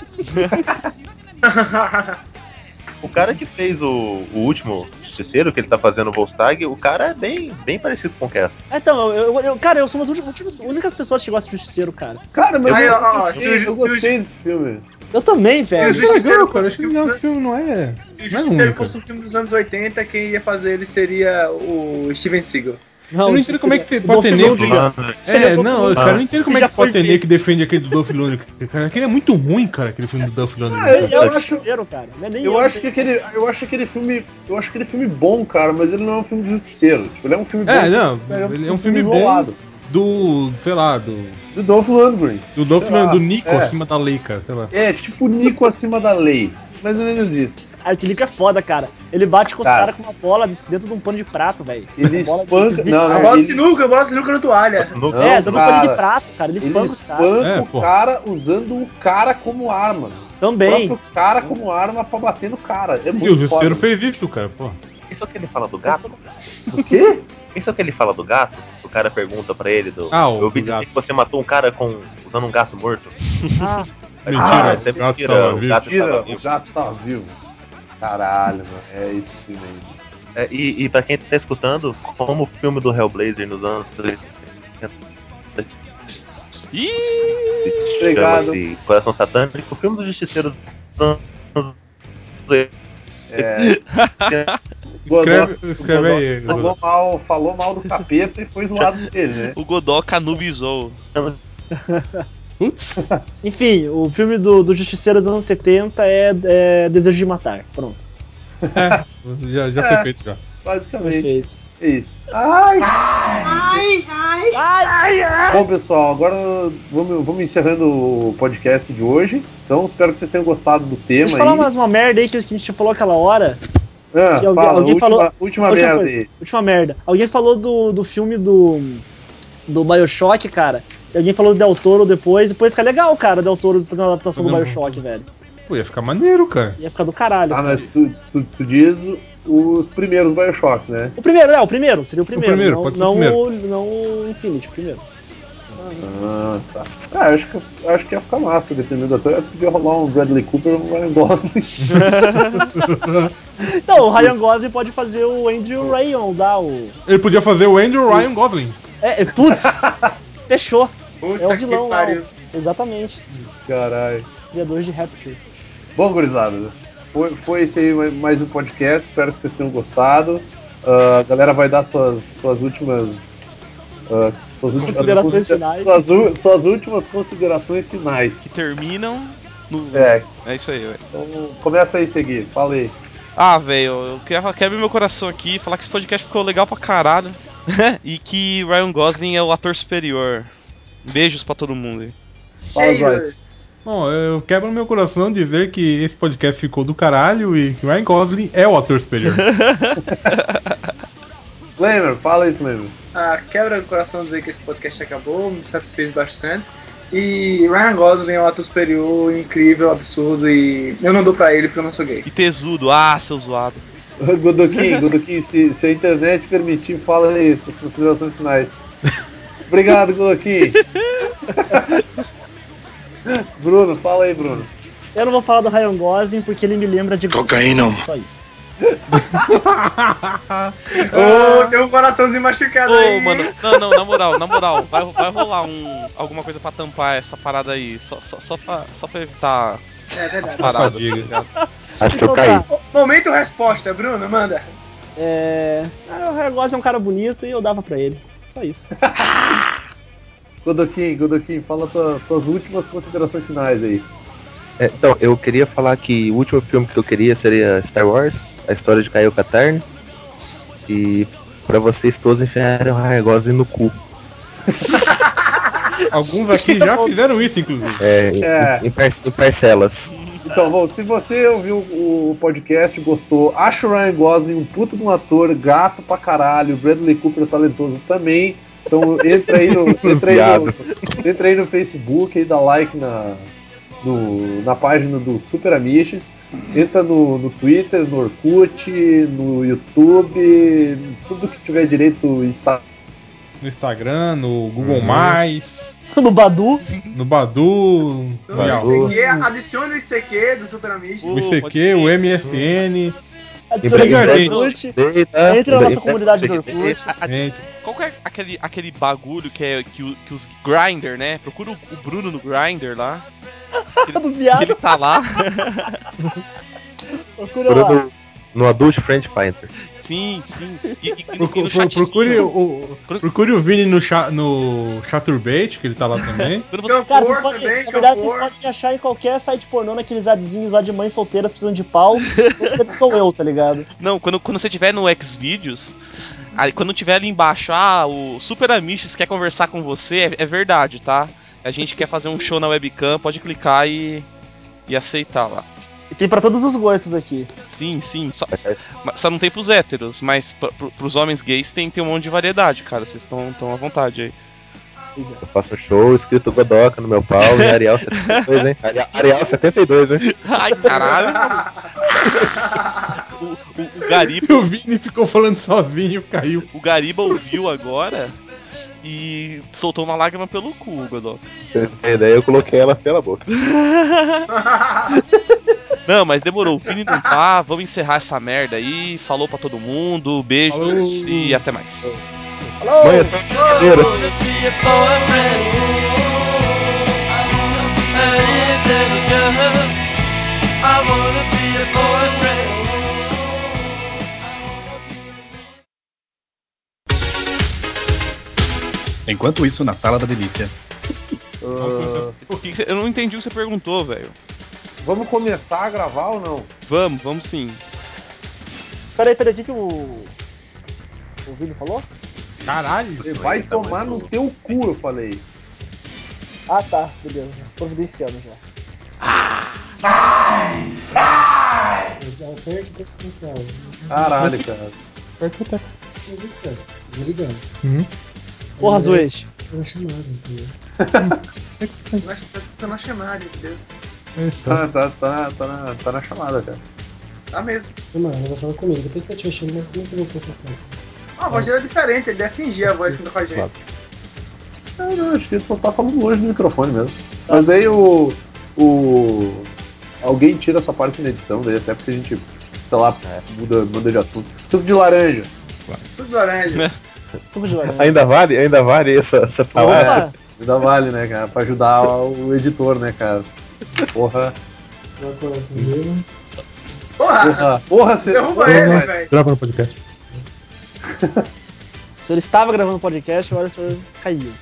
Speaker 5: O cara que fez o, o último Justiceiro, que ele tá fazendo o Volstag, o cara é bem, bem parecido com o Cass.
Speaker 3: Ah, Então, eu, eu- eu- cara, eu sou uma das últimas- únicas pessoas que gostam de Justiceiro, cara.
Speaker 2: Cara, mas
Speaker 6: Aí,
Speaker 2: eu,
Speaker 6: ó, ó,
Speaker 2: gostei,
Speaker 6: se o-
Speaker 2: eu gostei desse filme.
Speaker 3: Eu também, velho.
Speaker 2: é
Speaker 6: Se o Justiceiro
Speaker 4: cara,
Speaker 6: fosse
Speaker 4: acho
Speaker 6: um
Speaker 4: legal que
Speaker 6: filme-
Speaker 4: o filme não é.
Speaker 6: Se o
Speaker 4: Não é
Speaker 6: Justiceiro
Speaker 4: ruim,
Speaker 6: fosse um filme dos anos 80, quem ia fazer ele seria o Steven Seagal.
Speaker 4: eu não entendo como é que pode ter nego-
Speaker 3: Seria
Speaker 4: É,
Speaker 3: todo
Speaker 4: não,
Speaker 3: mundo.
Speaker 4: eu, cara, eu não
Speaker 2: Ah.
Speaker 4: entendo como
Speaker 3: Já
Speaker 4: é que
Speaker 3: foi
Speaker 4: pode ter
Speaker 3: feito.
Speaker 4: nego que defende aquele do Dolph Lundgren. Cara, aquele é muito ruim, cara, aquele filme do Dolph Lundgren.
Speaker 2: Ah,
Speaker 3: Ele é o
Speaker 2: Eu acho-
Speaker 3: Justiceiro, cara. Não é nem
Speaker 2: Eu acho que aquele. Eu acho aquele filme. Eu acho aquele filme bom, cara, mas ele não é um filme de justiceiro. Tipo, ele é um filme
Speaker 4: É,
Speaker 2: bom.
Speaker 4: não, ele é um filme bom. do, sei lá, do
Speaker 2: Do Dolph Lundgren.
Speaker 4: do Dolph
Speaker 2: Sei lá,
Speaker 4: Lundgren, do Nico
Speaker 2: é.
Speaker 4: acima da Leica, sei lá.
Speaker 2: É, tipo Nico acima da lei. Mais ou menos isso.
Speaker 3: Ah, que Lico é foda, cara. Ele bate com os
Speaker 2: Cara.
Speaker 3: caras com uma bola dentro de um pano de prato, velho.
Speaker 2: Ele
Speaker 3: Bola de
Speaker 2: espanca.
Speaker 3: de-
Speaker 2: Não, não,
Speaker 6: Bola de
Speaker 2: ele
Speaker 6: sinuca, bola de sinuca na toalha.
Speaker 5: No-
Speaker 3: É,
Speaker 2: Não,
Speaker 3: dando
Speaker 2: cara.
Speaker 3: pano de prato, cara. Ele
Speaker 2: Ele
Speaker 3: espanca os caras.
Speaker 2: espanca
Speaker 4: É,
Speaker 2: o
Speaker 4: pô.
Speaker 2: cara usando o cara como arma.
Speaker 3: Também.
Speaker 2: O próprio cara como arma pra bater no cara. É
Speaker 4: E o
Speaker 2: muito
Speaker 4: Justiceiro
Speaker 2: foda.
Speaker 4: fez isso, cara, pô.
Speaker 5: Isso é o que ele fala do gato?
Speaker 2: O quê?
Speaker 5: Isso é o que ele fala do gato? O cara pergunta pra ele do.
Speaker 4: Ah, o
Speaker 5: eu vi
Speaker 4: do
Speaker 5: dizer
Speaker 4: gato.
Speaker 5: que você matou um cara com usando um gato morto.
Speaker 3: Ah,
Speaker 5: Ah,
Speaker 4: Mentira,
Speaker 5: isso é
Speaker 4: o gato
Speaker 5: mentira,
Speaker 4: tava
Speaker 5: o
Speaker 4: vivo.
Speaker 5: gato
Speaker 2: Tira,
Speaker 5: tava
Speaker 2: o
Speaker 5: vivo.
Speaker 2: gato tá vivo. Caralho, mano. É isso que vem.
Speaker 5: É, e, e pra quem tá escutando, como o filme do Hellblazer nos anos 30
Speaker 1: Ih!
Speaker 2: Obrigado.
Speaker 5: chama-se Coração Satânico, o filme do Justiceiro dos anos 80.
Speaker 2: É,
Speaker 4: Escreve,
Speaker 2: Godó
Speaker 4: escreve aí.
Speaker 5: Tá
Speaker 2: falou,
Speaker 4: Godó.
Speaker 2: mal, falou mal do capeta e foi zoado dele, né?
Speaker 1: O Godó canubizou.
Speaker 4: Putz,
Speaker 3: enfim, o filme do, do Justiceiro dos anos 70 é, é Desejo de Matar. Pronto,
Speaker 4: é, já, já foi feito já.
Speaker 2: Basicamente,
Speaker 3: perfeito.
Speaker 2: é isso. Ai,
Speaker 6: Ai, ai.
Speaker 2: Bom, pessoal, agora vamos, vamos encerrando o podcast de hoje. Então, espero que vocês tenham gostado do tema
Speaker 3: Deixa eu falar
Speaker 2: aí.
Speaker 3: mais uma merda aí que a gente falou aquela hora.
Speaker 2: Ah,
Speaker 3: que alguém-
Speaker 2: fala,
Speaker 3: alguém
Speaker 2: última,
Speaker 3: falou-
Speaker 2: última
Speaker 3: Última
Speaker 2: merda
Speaker 3: coisa.
Speaker 2: aí.
Speaker 3: Última merda. Alguém falou do, do filme do. do Bioshock, cara. E alguém falou do Del Toro depois. E depois fica legal, cara, Del Toro fazer uma adaptação do
Speaker 4: Fazer um-
Speaker 3: Bioshock, velho.
Speaker 4: Pô, ia ficar maneiro, cara.
Speaker 3: Ia ficar do caralho.
Speaker 2: Uhum. Ah, mas tu, tu, tu diz os primeiros Bioshock, né?
Speaker 3: O primeiro, é, o primeiro. Seria o primeiro.
Speaker 4: primeiro,
Speaker 3: não,
Speaker 4: pode ser o
Speaker 3: não,
Speaker 4: primeiro.
Speaker 3: o- não o Infinity, o primeiro.
Speaker 2: Ah, tá. Ah, acho que, acho que ia ficar massa, dependendo do ator. Podia rolar um Bradley Cooper ou um Ryan Gosling.
Speaker 3: Então, o Ryan Gosling pode fazer o Andrew Rayon, dá o.
Speaker 4: Ele podia fazer o Andrew Ryan Gosling.
Speaker 3: É, é putz! fechou.
Speaker 6: Puta
Speaker 3: É o vilão
Speaker 6: que
Speaker 3: lá.
Speaker 6: pariu.
Speaker 3: Exatamente.
Speaker 2: Caralho.
Speaker 3: Criador de Rapture.
Speaker 2: Bom, gurizada, foi, foi esse aí mais um podcast. Espero que vocês tenham gostado. Ah, a galera vai dar suas, suas últimas. ah, suas últimas
Speaker 3: Considerações
Speaker 2: considera-
Speaker 3: finais.
Speaker 2: Suas, u- suas últimas considerações finais.
Speaker 1: Que terminam no. É,
Speaker 2: É,
Speaker 1: isso aí, velho.
Speaker 2: então começa aí seguir, fala aí.
Speaker 1: Ah, velho, eu quero quero abrir meu coração aqui e falar que esse podcast ficou legal pra caralho. e que Ryan Gosling é o ator superior. Beijos pra todo mundo aí.
Speaker 2: Fala,
Speaker 6: Cheiros.
Speaker 4: Bom, eu quebro meu coração dizer que esse podcast ficou do caralho e que o Ryan Gosling é o ator superior.
Speaker 2: Flamer, fala aí, Flamer.
Speaker 6: Ah, quebra o coração dizer que esse podcast acabou, me satisfez bastante. E Ryan Gosling é um ator superior, incrível, absurdo, e eu não dou pra ele porque eu não sou gay.
Speaker 1: E tesudo, ah, seu zoado.
Speaker 2: Godoquim, Godoquim, se, se a internet permitir, fala aí suas considerações finais. Obrigado, Godoquim. Bruno, fala aí, Bruno.
Speaker 3: Eu não vou falar do Ryan Gosling porque ele me lembra de. Cocaína! Só isso.
Speaker 6: Ô, tem um coraçãozinho machucado
Speaker 1: Ô,
Speaker 6: aí.
Speaker 1: mano, não, não, na moral, na moral, vai, vai rolar um, alguma coisa pra tampar essa parada aí, só, só, só, pra, só pra evitar
Speaker 6: É
Speaker 1: as
Speaker 6: verdade.
Speaker 1: paradas, tá
Speaker 4: Fadiga.
Speaker 1: ligado?
Speaker 8: Acho que eu caí.
Speaker 3: tá.
Speaker 6: Momento resposta, Bruno, manda.
Speaker 3: É. ah, o Ryan Gosling é um cara bonito e eu dava pra ele. Só isso.
Speaker 2: Godoquim, Godoquim, fala tua, tuas últimas considerações finais aí.
Speaker 8: É, então, eu queria falar que o último filme que eu queria seria Star Wars, a história de Caio Catarne. E pra vocês todos enfiarem o Ryan Gosling no cu.
Speaker 4: Alguns aqui já fizeram isso, inclusive.
Speaker 8: É, em-
Speaker 2: É.
Speaker 8: Em, par- em parcelas.
Speaker 2: Então, bom, se você ouviu o podcast, gostou, acha o Ryan Gosling um puto de um ator, gato pra caralho, Bradley Cooper é talentoso também. Então entra aí no, entra aí no,
Speaker 8: Viado.
Speaker 2: entra aí no Facebook e dá like na, no- na página do Super Amiches. Entra no, no Twitter, no Orkut, no YouTube, tudo que tiver direito está.
Speaker 4: No Instagram, no Google
Speaker 8: Uhum.
Speaker 4: Mais,
Speaker 3: No Badu.
Speaker 4: no Badu, no
Speaker 6: Então,
Speaker 4: Yahoo,
Speaker 6: ICQ, adicione o ICQ do Super Amish.
Speaker 4: no ICQ, o MSN.
Speaker 3: Adiciona
Speaker 8: Obrigado,
Speaker 3: no
Speaker 8: gente.
Speaker 3: Orkut.
Speaker 8: Eita,
Speaker 3: Entra na nossa
Speaker 8: eita,
Speaker 3: comunidade do
Speaker 8: eita,
Speaker 3: Orkut.
Speaker 1: A- a-
Speaker 4: gente.
Speaker 1: Qual que é aquele, aquele bagulho que, é, que, o- que os grinder, né? Procura o, o Bruno no grinder lá,
Speaker 3: Dos
Speaker 1: que
Speaker 3: viados,
Speaker 1: ele tá lá.
Speaker 3: procura
Speaker 8: Procura
Speaker 3: lá.
Speaker 8: no, no Adult Friend Finder.
Speaker 1: Sim, sim. E, e- e no- e
Speaker 4: Procu-
Speaker 1: no
Speaker 4: pro-
Speaker 1: chatzinho,
Speaker 4: Procure o, o- procure o Vini no, cha, no Chaturbate, que ele tá lá também.
Speaker 1: Quando você
Speaker 6: Campor
Speaker 3: Cara, vocês podem,
Speaker 6: também, é
Speaker 3: na verdade, vocês
Speaker 6: Campor.
Speaker 3: podem me achar em qualquer site pornô naqueles adzinhos lá de mães solteiras precisando de pau. Esse sou eu, tá ligado?
Speaker 1: Não, quando, quando você tiver no Xvideos, Aí quando tiver ali embaixo, ah, o Super Amishes quer conversar com você, é, é verdade, tá? A gente quer fazer um show na webcam, pode clicar e, e aceitar lá.
Speaker 3: E tem pra todos os gostos aqui.
Speaker 1: Sim, sim, só, só não tem pros héteros, mas pra, pro- pros homens gays tem, tem um monte de variedade, cara, vocês estão tão à vontade aí.
Speaker 8: Eu faço um show escrito Godoca no meu pau e Arial 72, hein? Aria- Arial 72, hein?
Speaker 1: Ai, caralho! o, o- o Gariba
Speaker 4: E o Vini ficou falando sozinho, caiu.
Speaker 1: O Gariba ouviu agora e soltou uma lágrima pelo cu, Godot.
Speaker 8: E daí eu coloquei ela pela boca.
Speaker 1: Não, mas demorou. O Vini não tá. Vamos encerrar essa merda aí. Falou pra todo mundo. Beijos
Speaker 4: Falou.
Speaker 1: e até mais.
Speaker 8: Mãe, eu tô de cadeira.
Speaker 7: Enquanto isso, na sala da delícia.
Speaker 2: Ah,
Speaker 1: O que que cê- Eu não entendi o que você perguntou, velho.
Speaker 2: vamos começar a gravar ou não?
Speaker 1: Vamos, vamos sim.
Speaker 3: Peraí, peraí, o que, que o. O Vini falou?
Speaker 4: Caralho.
Speaker 2: Ele vai tomar no teu cu, eu falei.
Speaker 3: Ah tá, beleza. Providenciando já.
Speaker 2: Caralho, cara.
Speaker 4: tá
Speaker 3: Porra, Zuez.
Speaker 6: Nós estamos na chamada, entendeu?
Speaker 2: Tá, tá, tá, tá, na, tá na chamada, cara.
Speaker 6: Tá mesmo.
Speaker 9: Mano, ela falou comigo, depois que eu te achei, mas como que eu vou fazer
Speaker 6: Ah, a voz dele é diferente, ele deve fingir a voz quando tá com a gente.
Speaker 2: Ah, não, acho que ele só tá falando longe do microfone mesmo. Mas aí o. o. Alguém tira essa parte na edição, daí até porque a gente, sei lá, muda, muda de assunto. Suco de laranja.
Speaker 6: Suco de laranja.
Speaker 3: Suco de né? laranja.
Speaker 8: Ainda vale, ainda vale essa, essa palavra.
Speaker 3: Opa!
Speaker 2: Ainda vale, né, cara? Pra ajudar o editor, né, cara? Porra.
Speaker 9: uma coisa comigo?
Speaker 6: Porra!
Speaker 2: Porra, É porra, você.
Speaker 6: Derruba ele, velho.
Speaker 4: Grava no podcast.
Speaker 3: O senhor estava gravando podcast, agora o senhor caiu.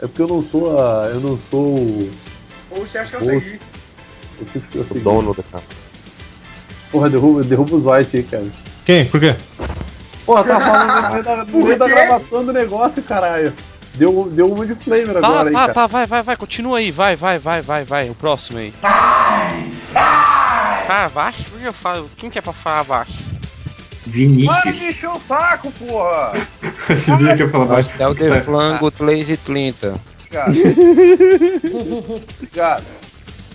Speaker 2: É porque eu não sou a. Eu não sou o.
Speaker 6: Ou você acha que é eu
Speaker 2: Ou-
Speaker 6: segui.
Speaker 2: Eu sei que eu
Speaker 8: O
Speaker 2: sei.
Speaker 8: dono da casa.
Speaker 2: Porra, derruba, derruba os Vice aí, cara.
Speaker 4: Quem? Por quê?
Speaker 2: Porra, tá falando no meio da, no meio da
Speaker 6: quê?
Speaker 2: gravação do negócio, caralho. Deu, deu uma de flamer
Speaker 1: Tá,
Speaker 2: agora aí,
Speaker 1: tá,
Speaker 2: cara.
Speaker 1: tá. Vai, vai, vai. Continua aí. Vai, vai, vai, vai, vai. O próximo aí. Tá, baixo? Por que eu falo? Quem que é pra falar baixo?
Speaker 6: Para
Speaker 7: Vinícius.
Speaker 6: de encher o saco, porra!
Speaker 7: Você viu que eu falava baixo?
Speaker 10: Pastel de
Speaker 2: Ah.
Speaker 10: flango 3 e 30.
Speaker 2: Obrigado. Obrigado.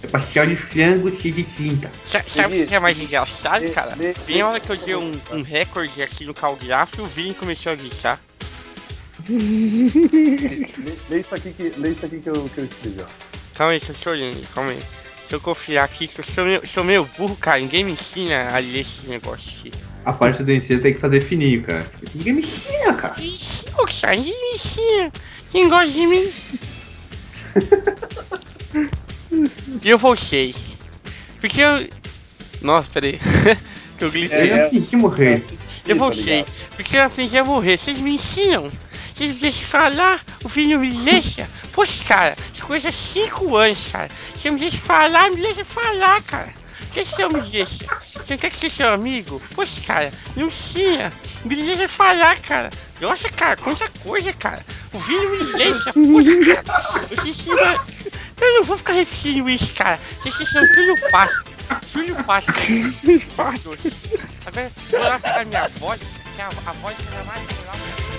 Speaker 7: É pastel de frango cheio de tinta.
Speaker 11: Sa- Sabe o que é mais engraçado, cara?
Speaker 2: Ne- ne-
Speaker 11: Bem a hora que eu dei um, um recorde aqui no Calgraf, o Vini começou a guichar.
Speaker 2: Lê, lê isso aqui que, lê isso aqui que, eu, que eu escrevi, ó.
Speaker 11: Calma aí, que eu sou lindo, calma aí. Deixa eu confiar aqui, que eu sou meio, sou meio burro, cara. Ninguém me ensina a ler esse negócio aqui.
Speaker 7: A parte do ensino tem que fazer fininho, cara. Ninguém me ensina, cara.
Speaker 11: Ixi, ô, cara, ninguém me ensina. Quem gosta de mim? e eu voltei. Porque eu... Nossa, peraí. que eu glitei.
Speaker 2: É,
Speaker 7: Eu fingi morrer.
Speaker 11: Eu vou
Speaker 2: Tá
Speaker 11: ser,
Speaker 2: ligado?
Speaker 11: porque eu aprendi a morrer. Vocês me ensinam, vocês me deixam falar, o filho me deixa. Poxa, cara, isso coisa há cinco anos, cara. Você me deixa falar, me deixa falar, cara. Vocês são me deixa. Você não quer que seja seu amigo? Poxa, cara, me ensina, me deixa falar, cara. Nossa, cara, quanta coisa, cara. O filho me deixa, poxa, cara. Eu, te ensino a- eu não vou ficar repetindo isso, cara. Vocês são filho passo. Filho passo. Tá Filho passo. Agora, vou lá pegar minha voz, que a, a voz que era mais legal.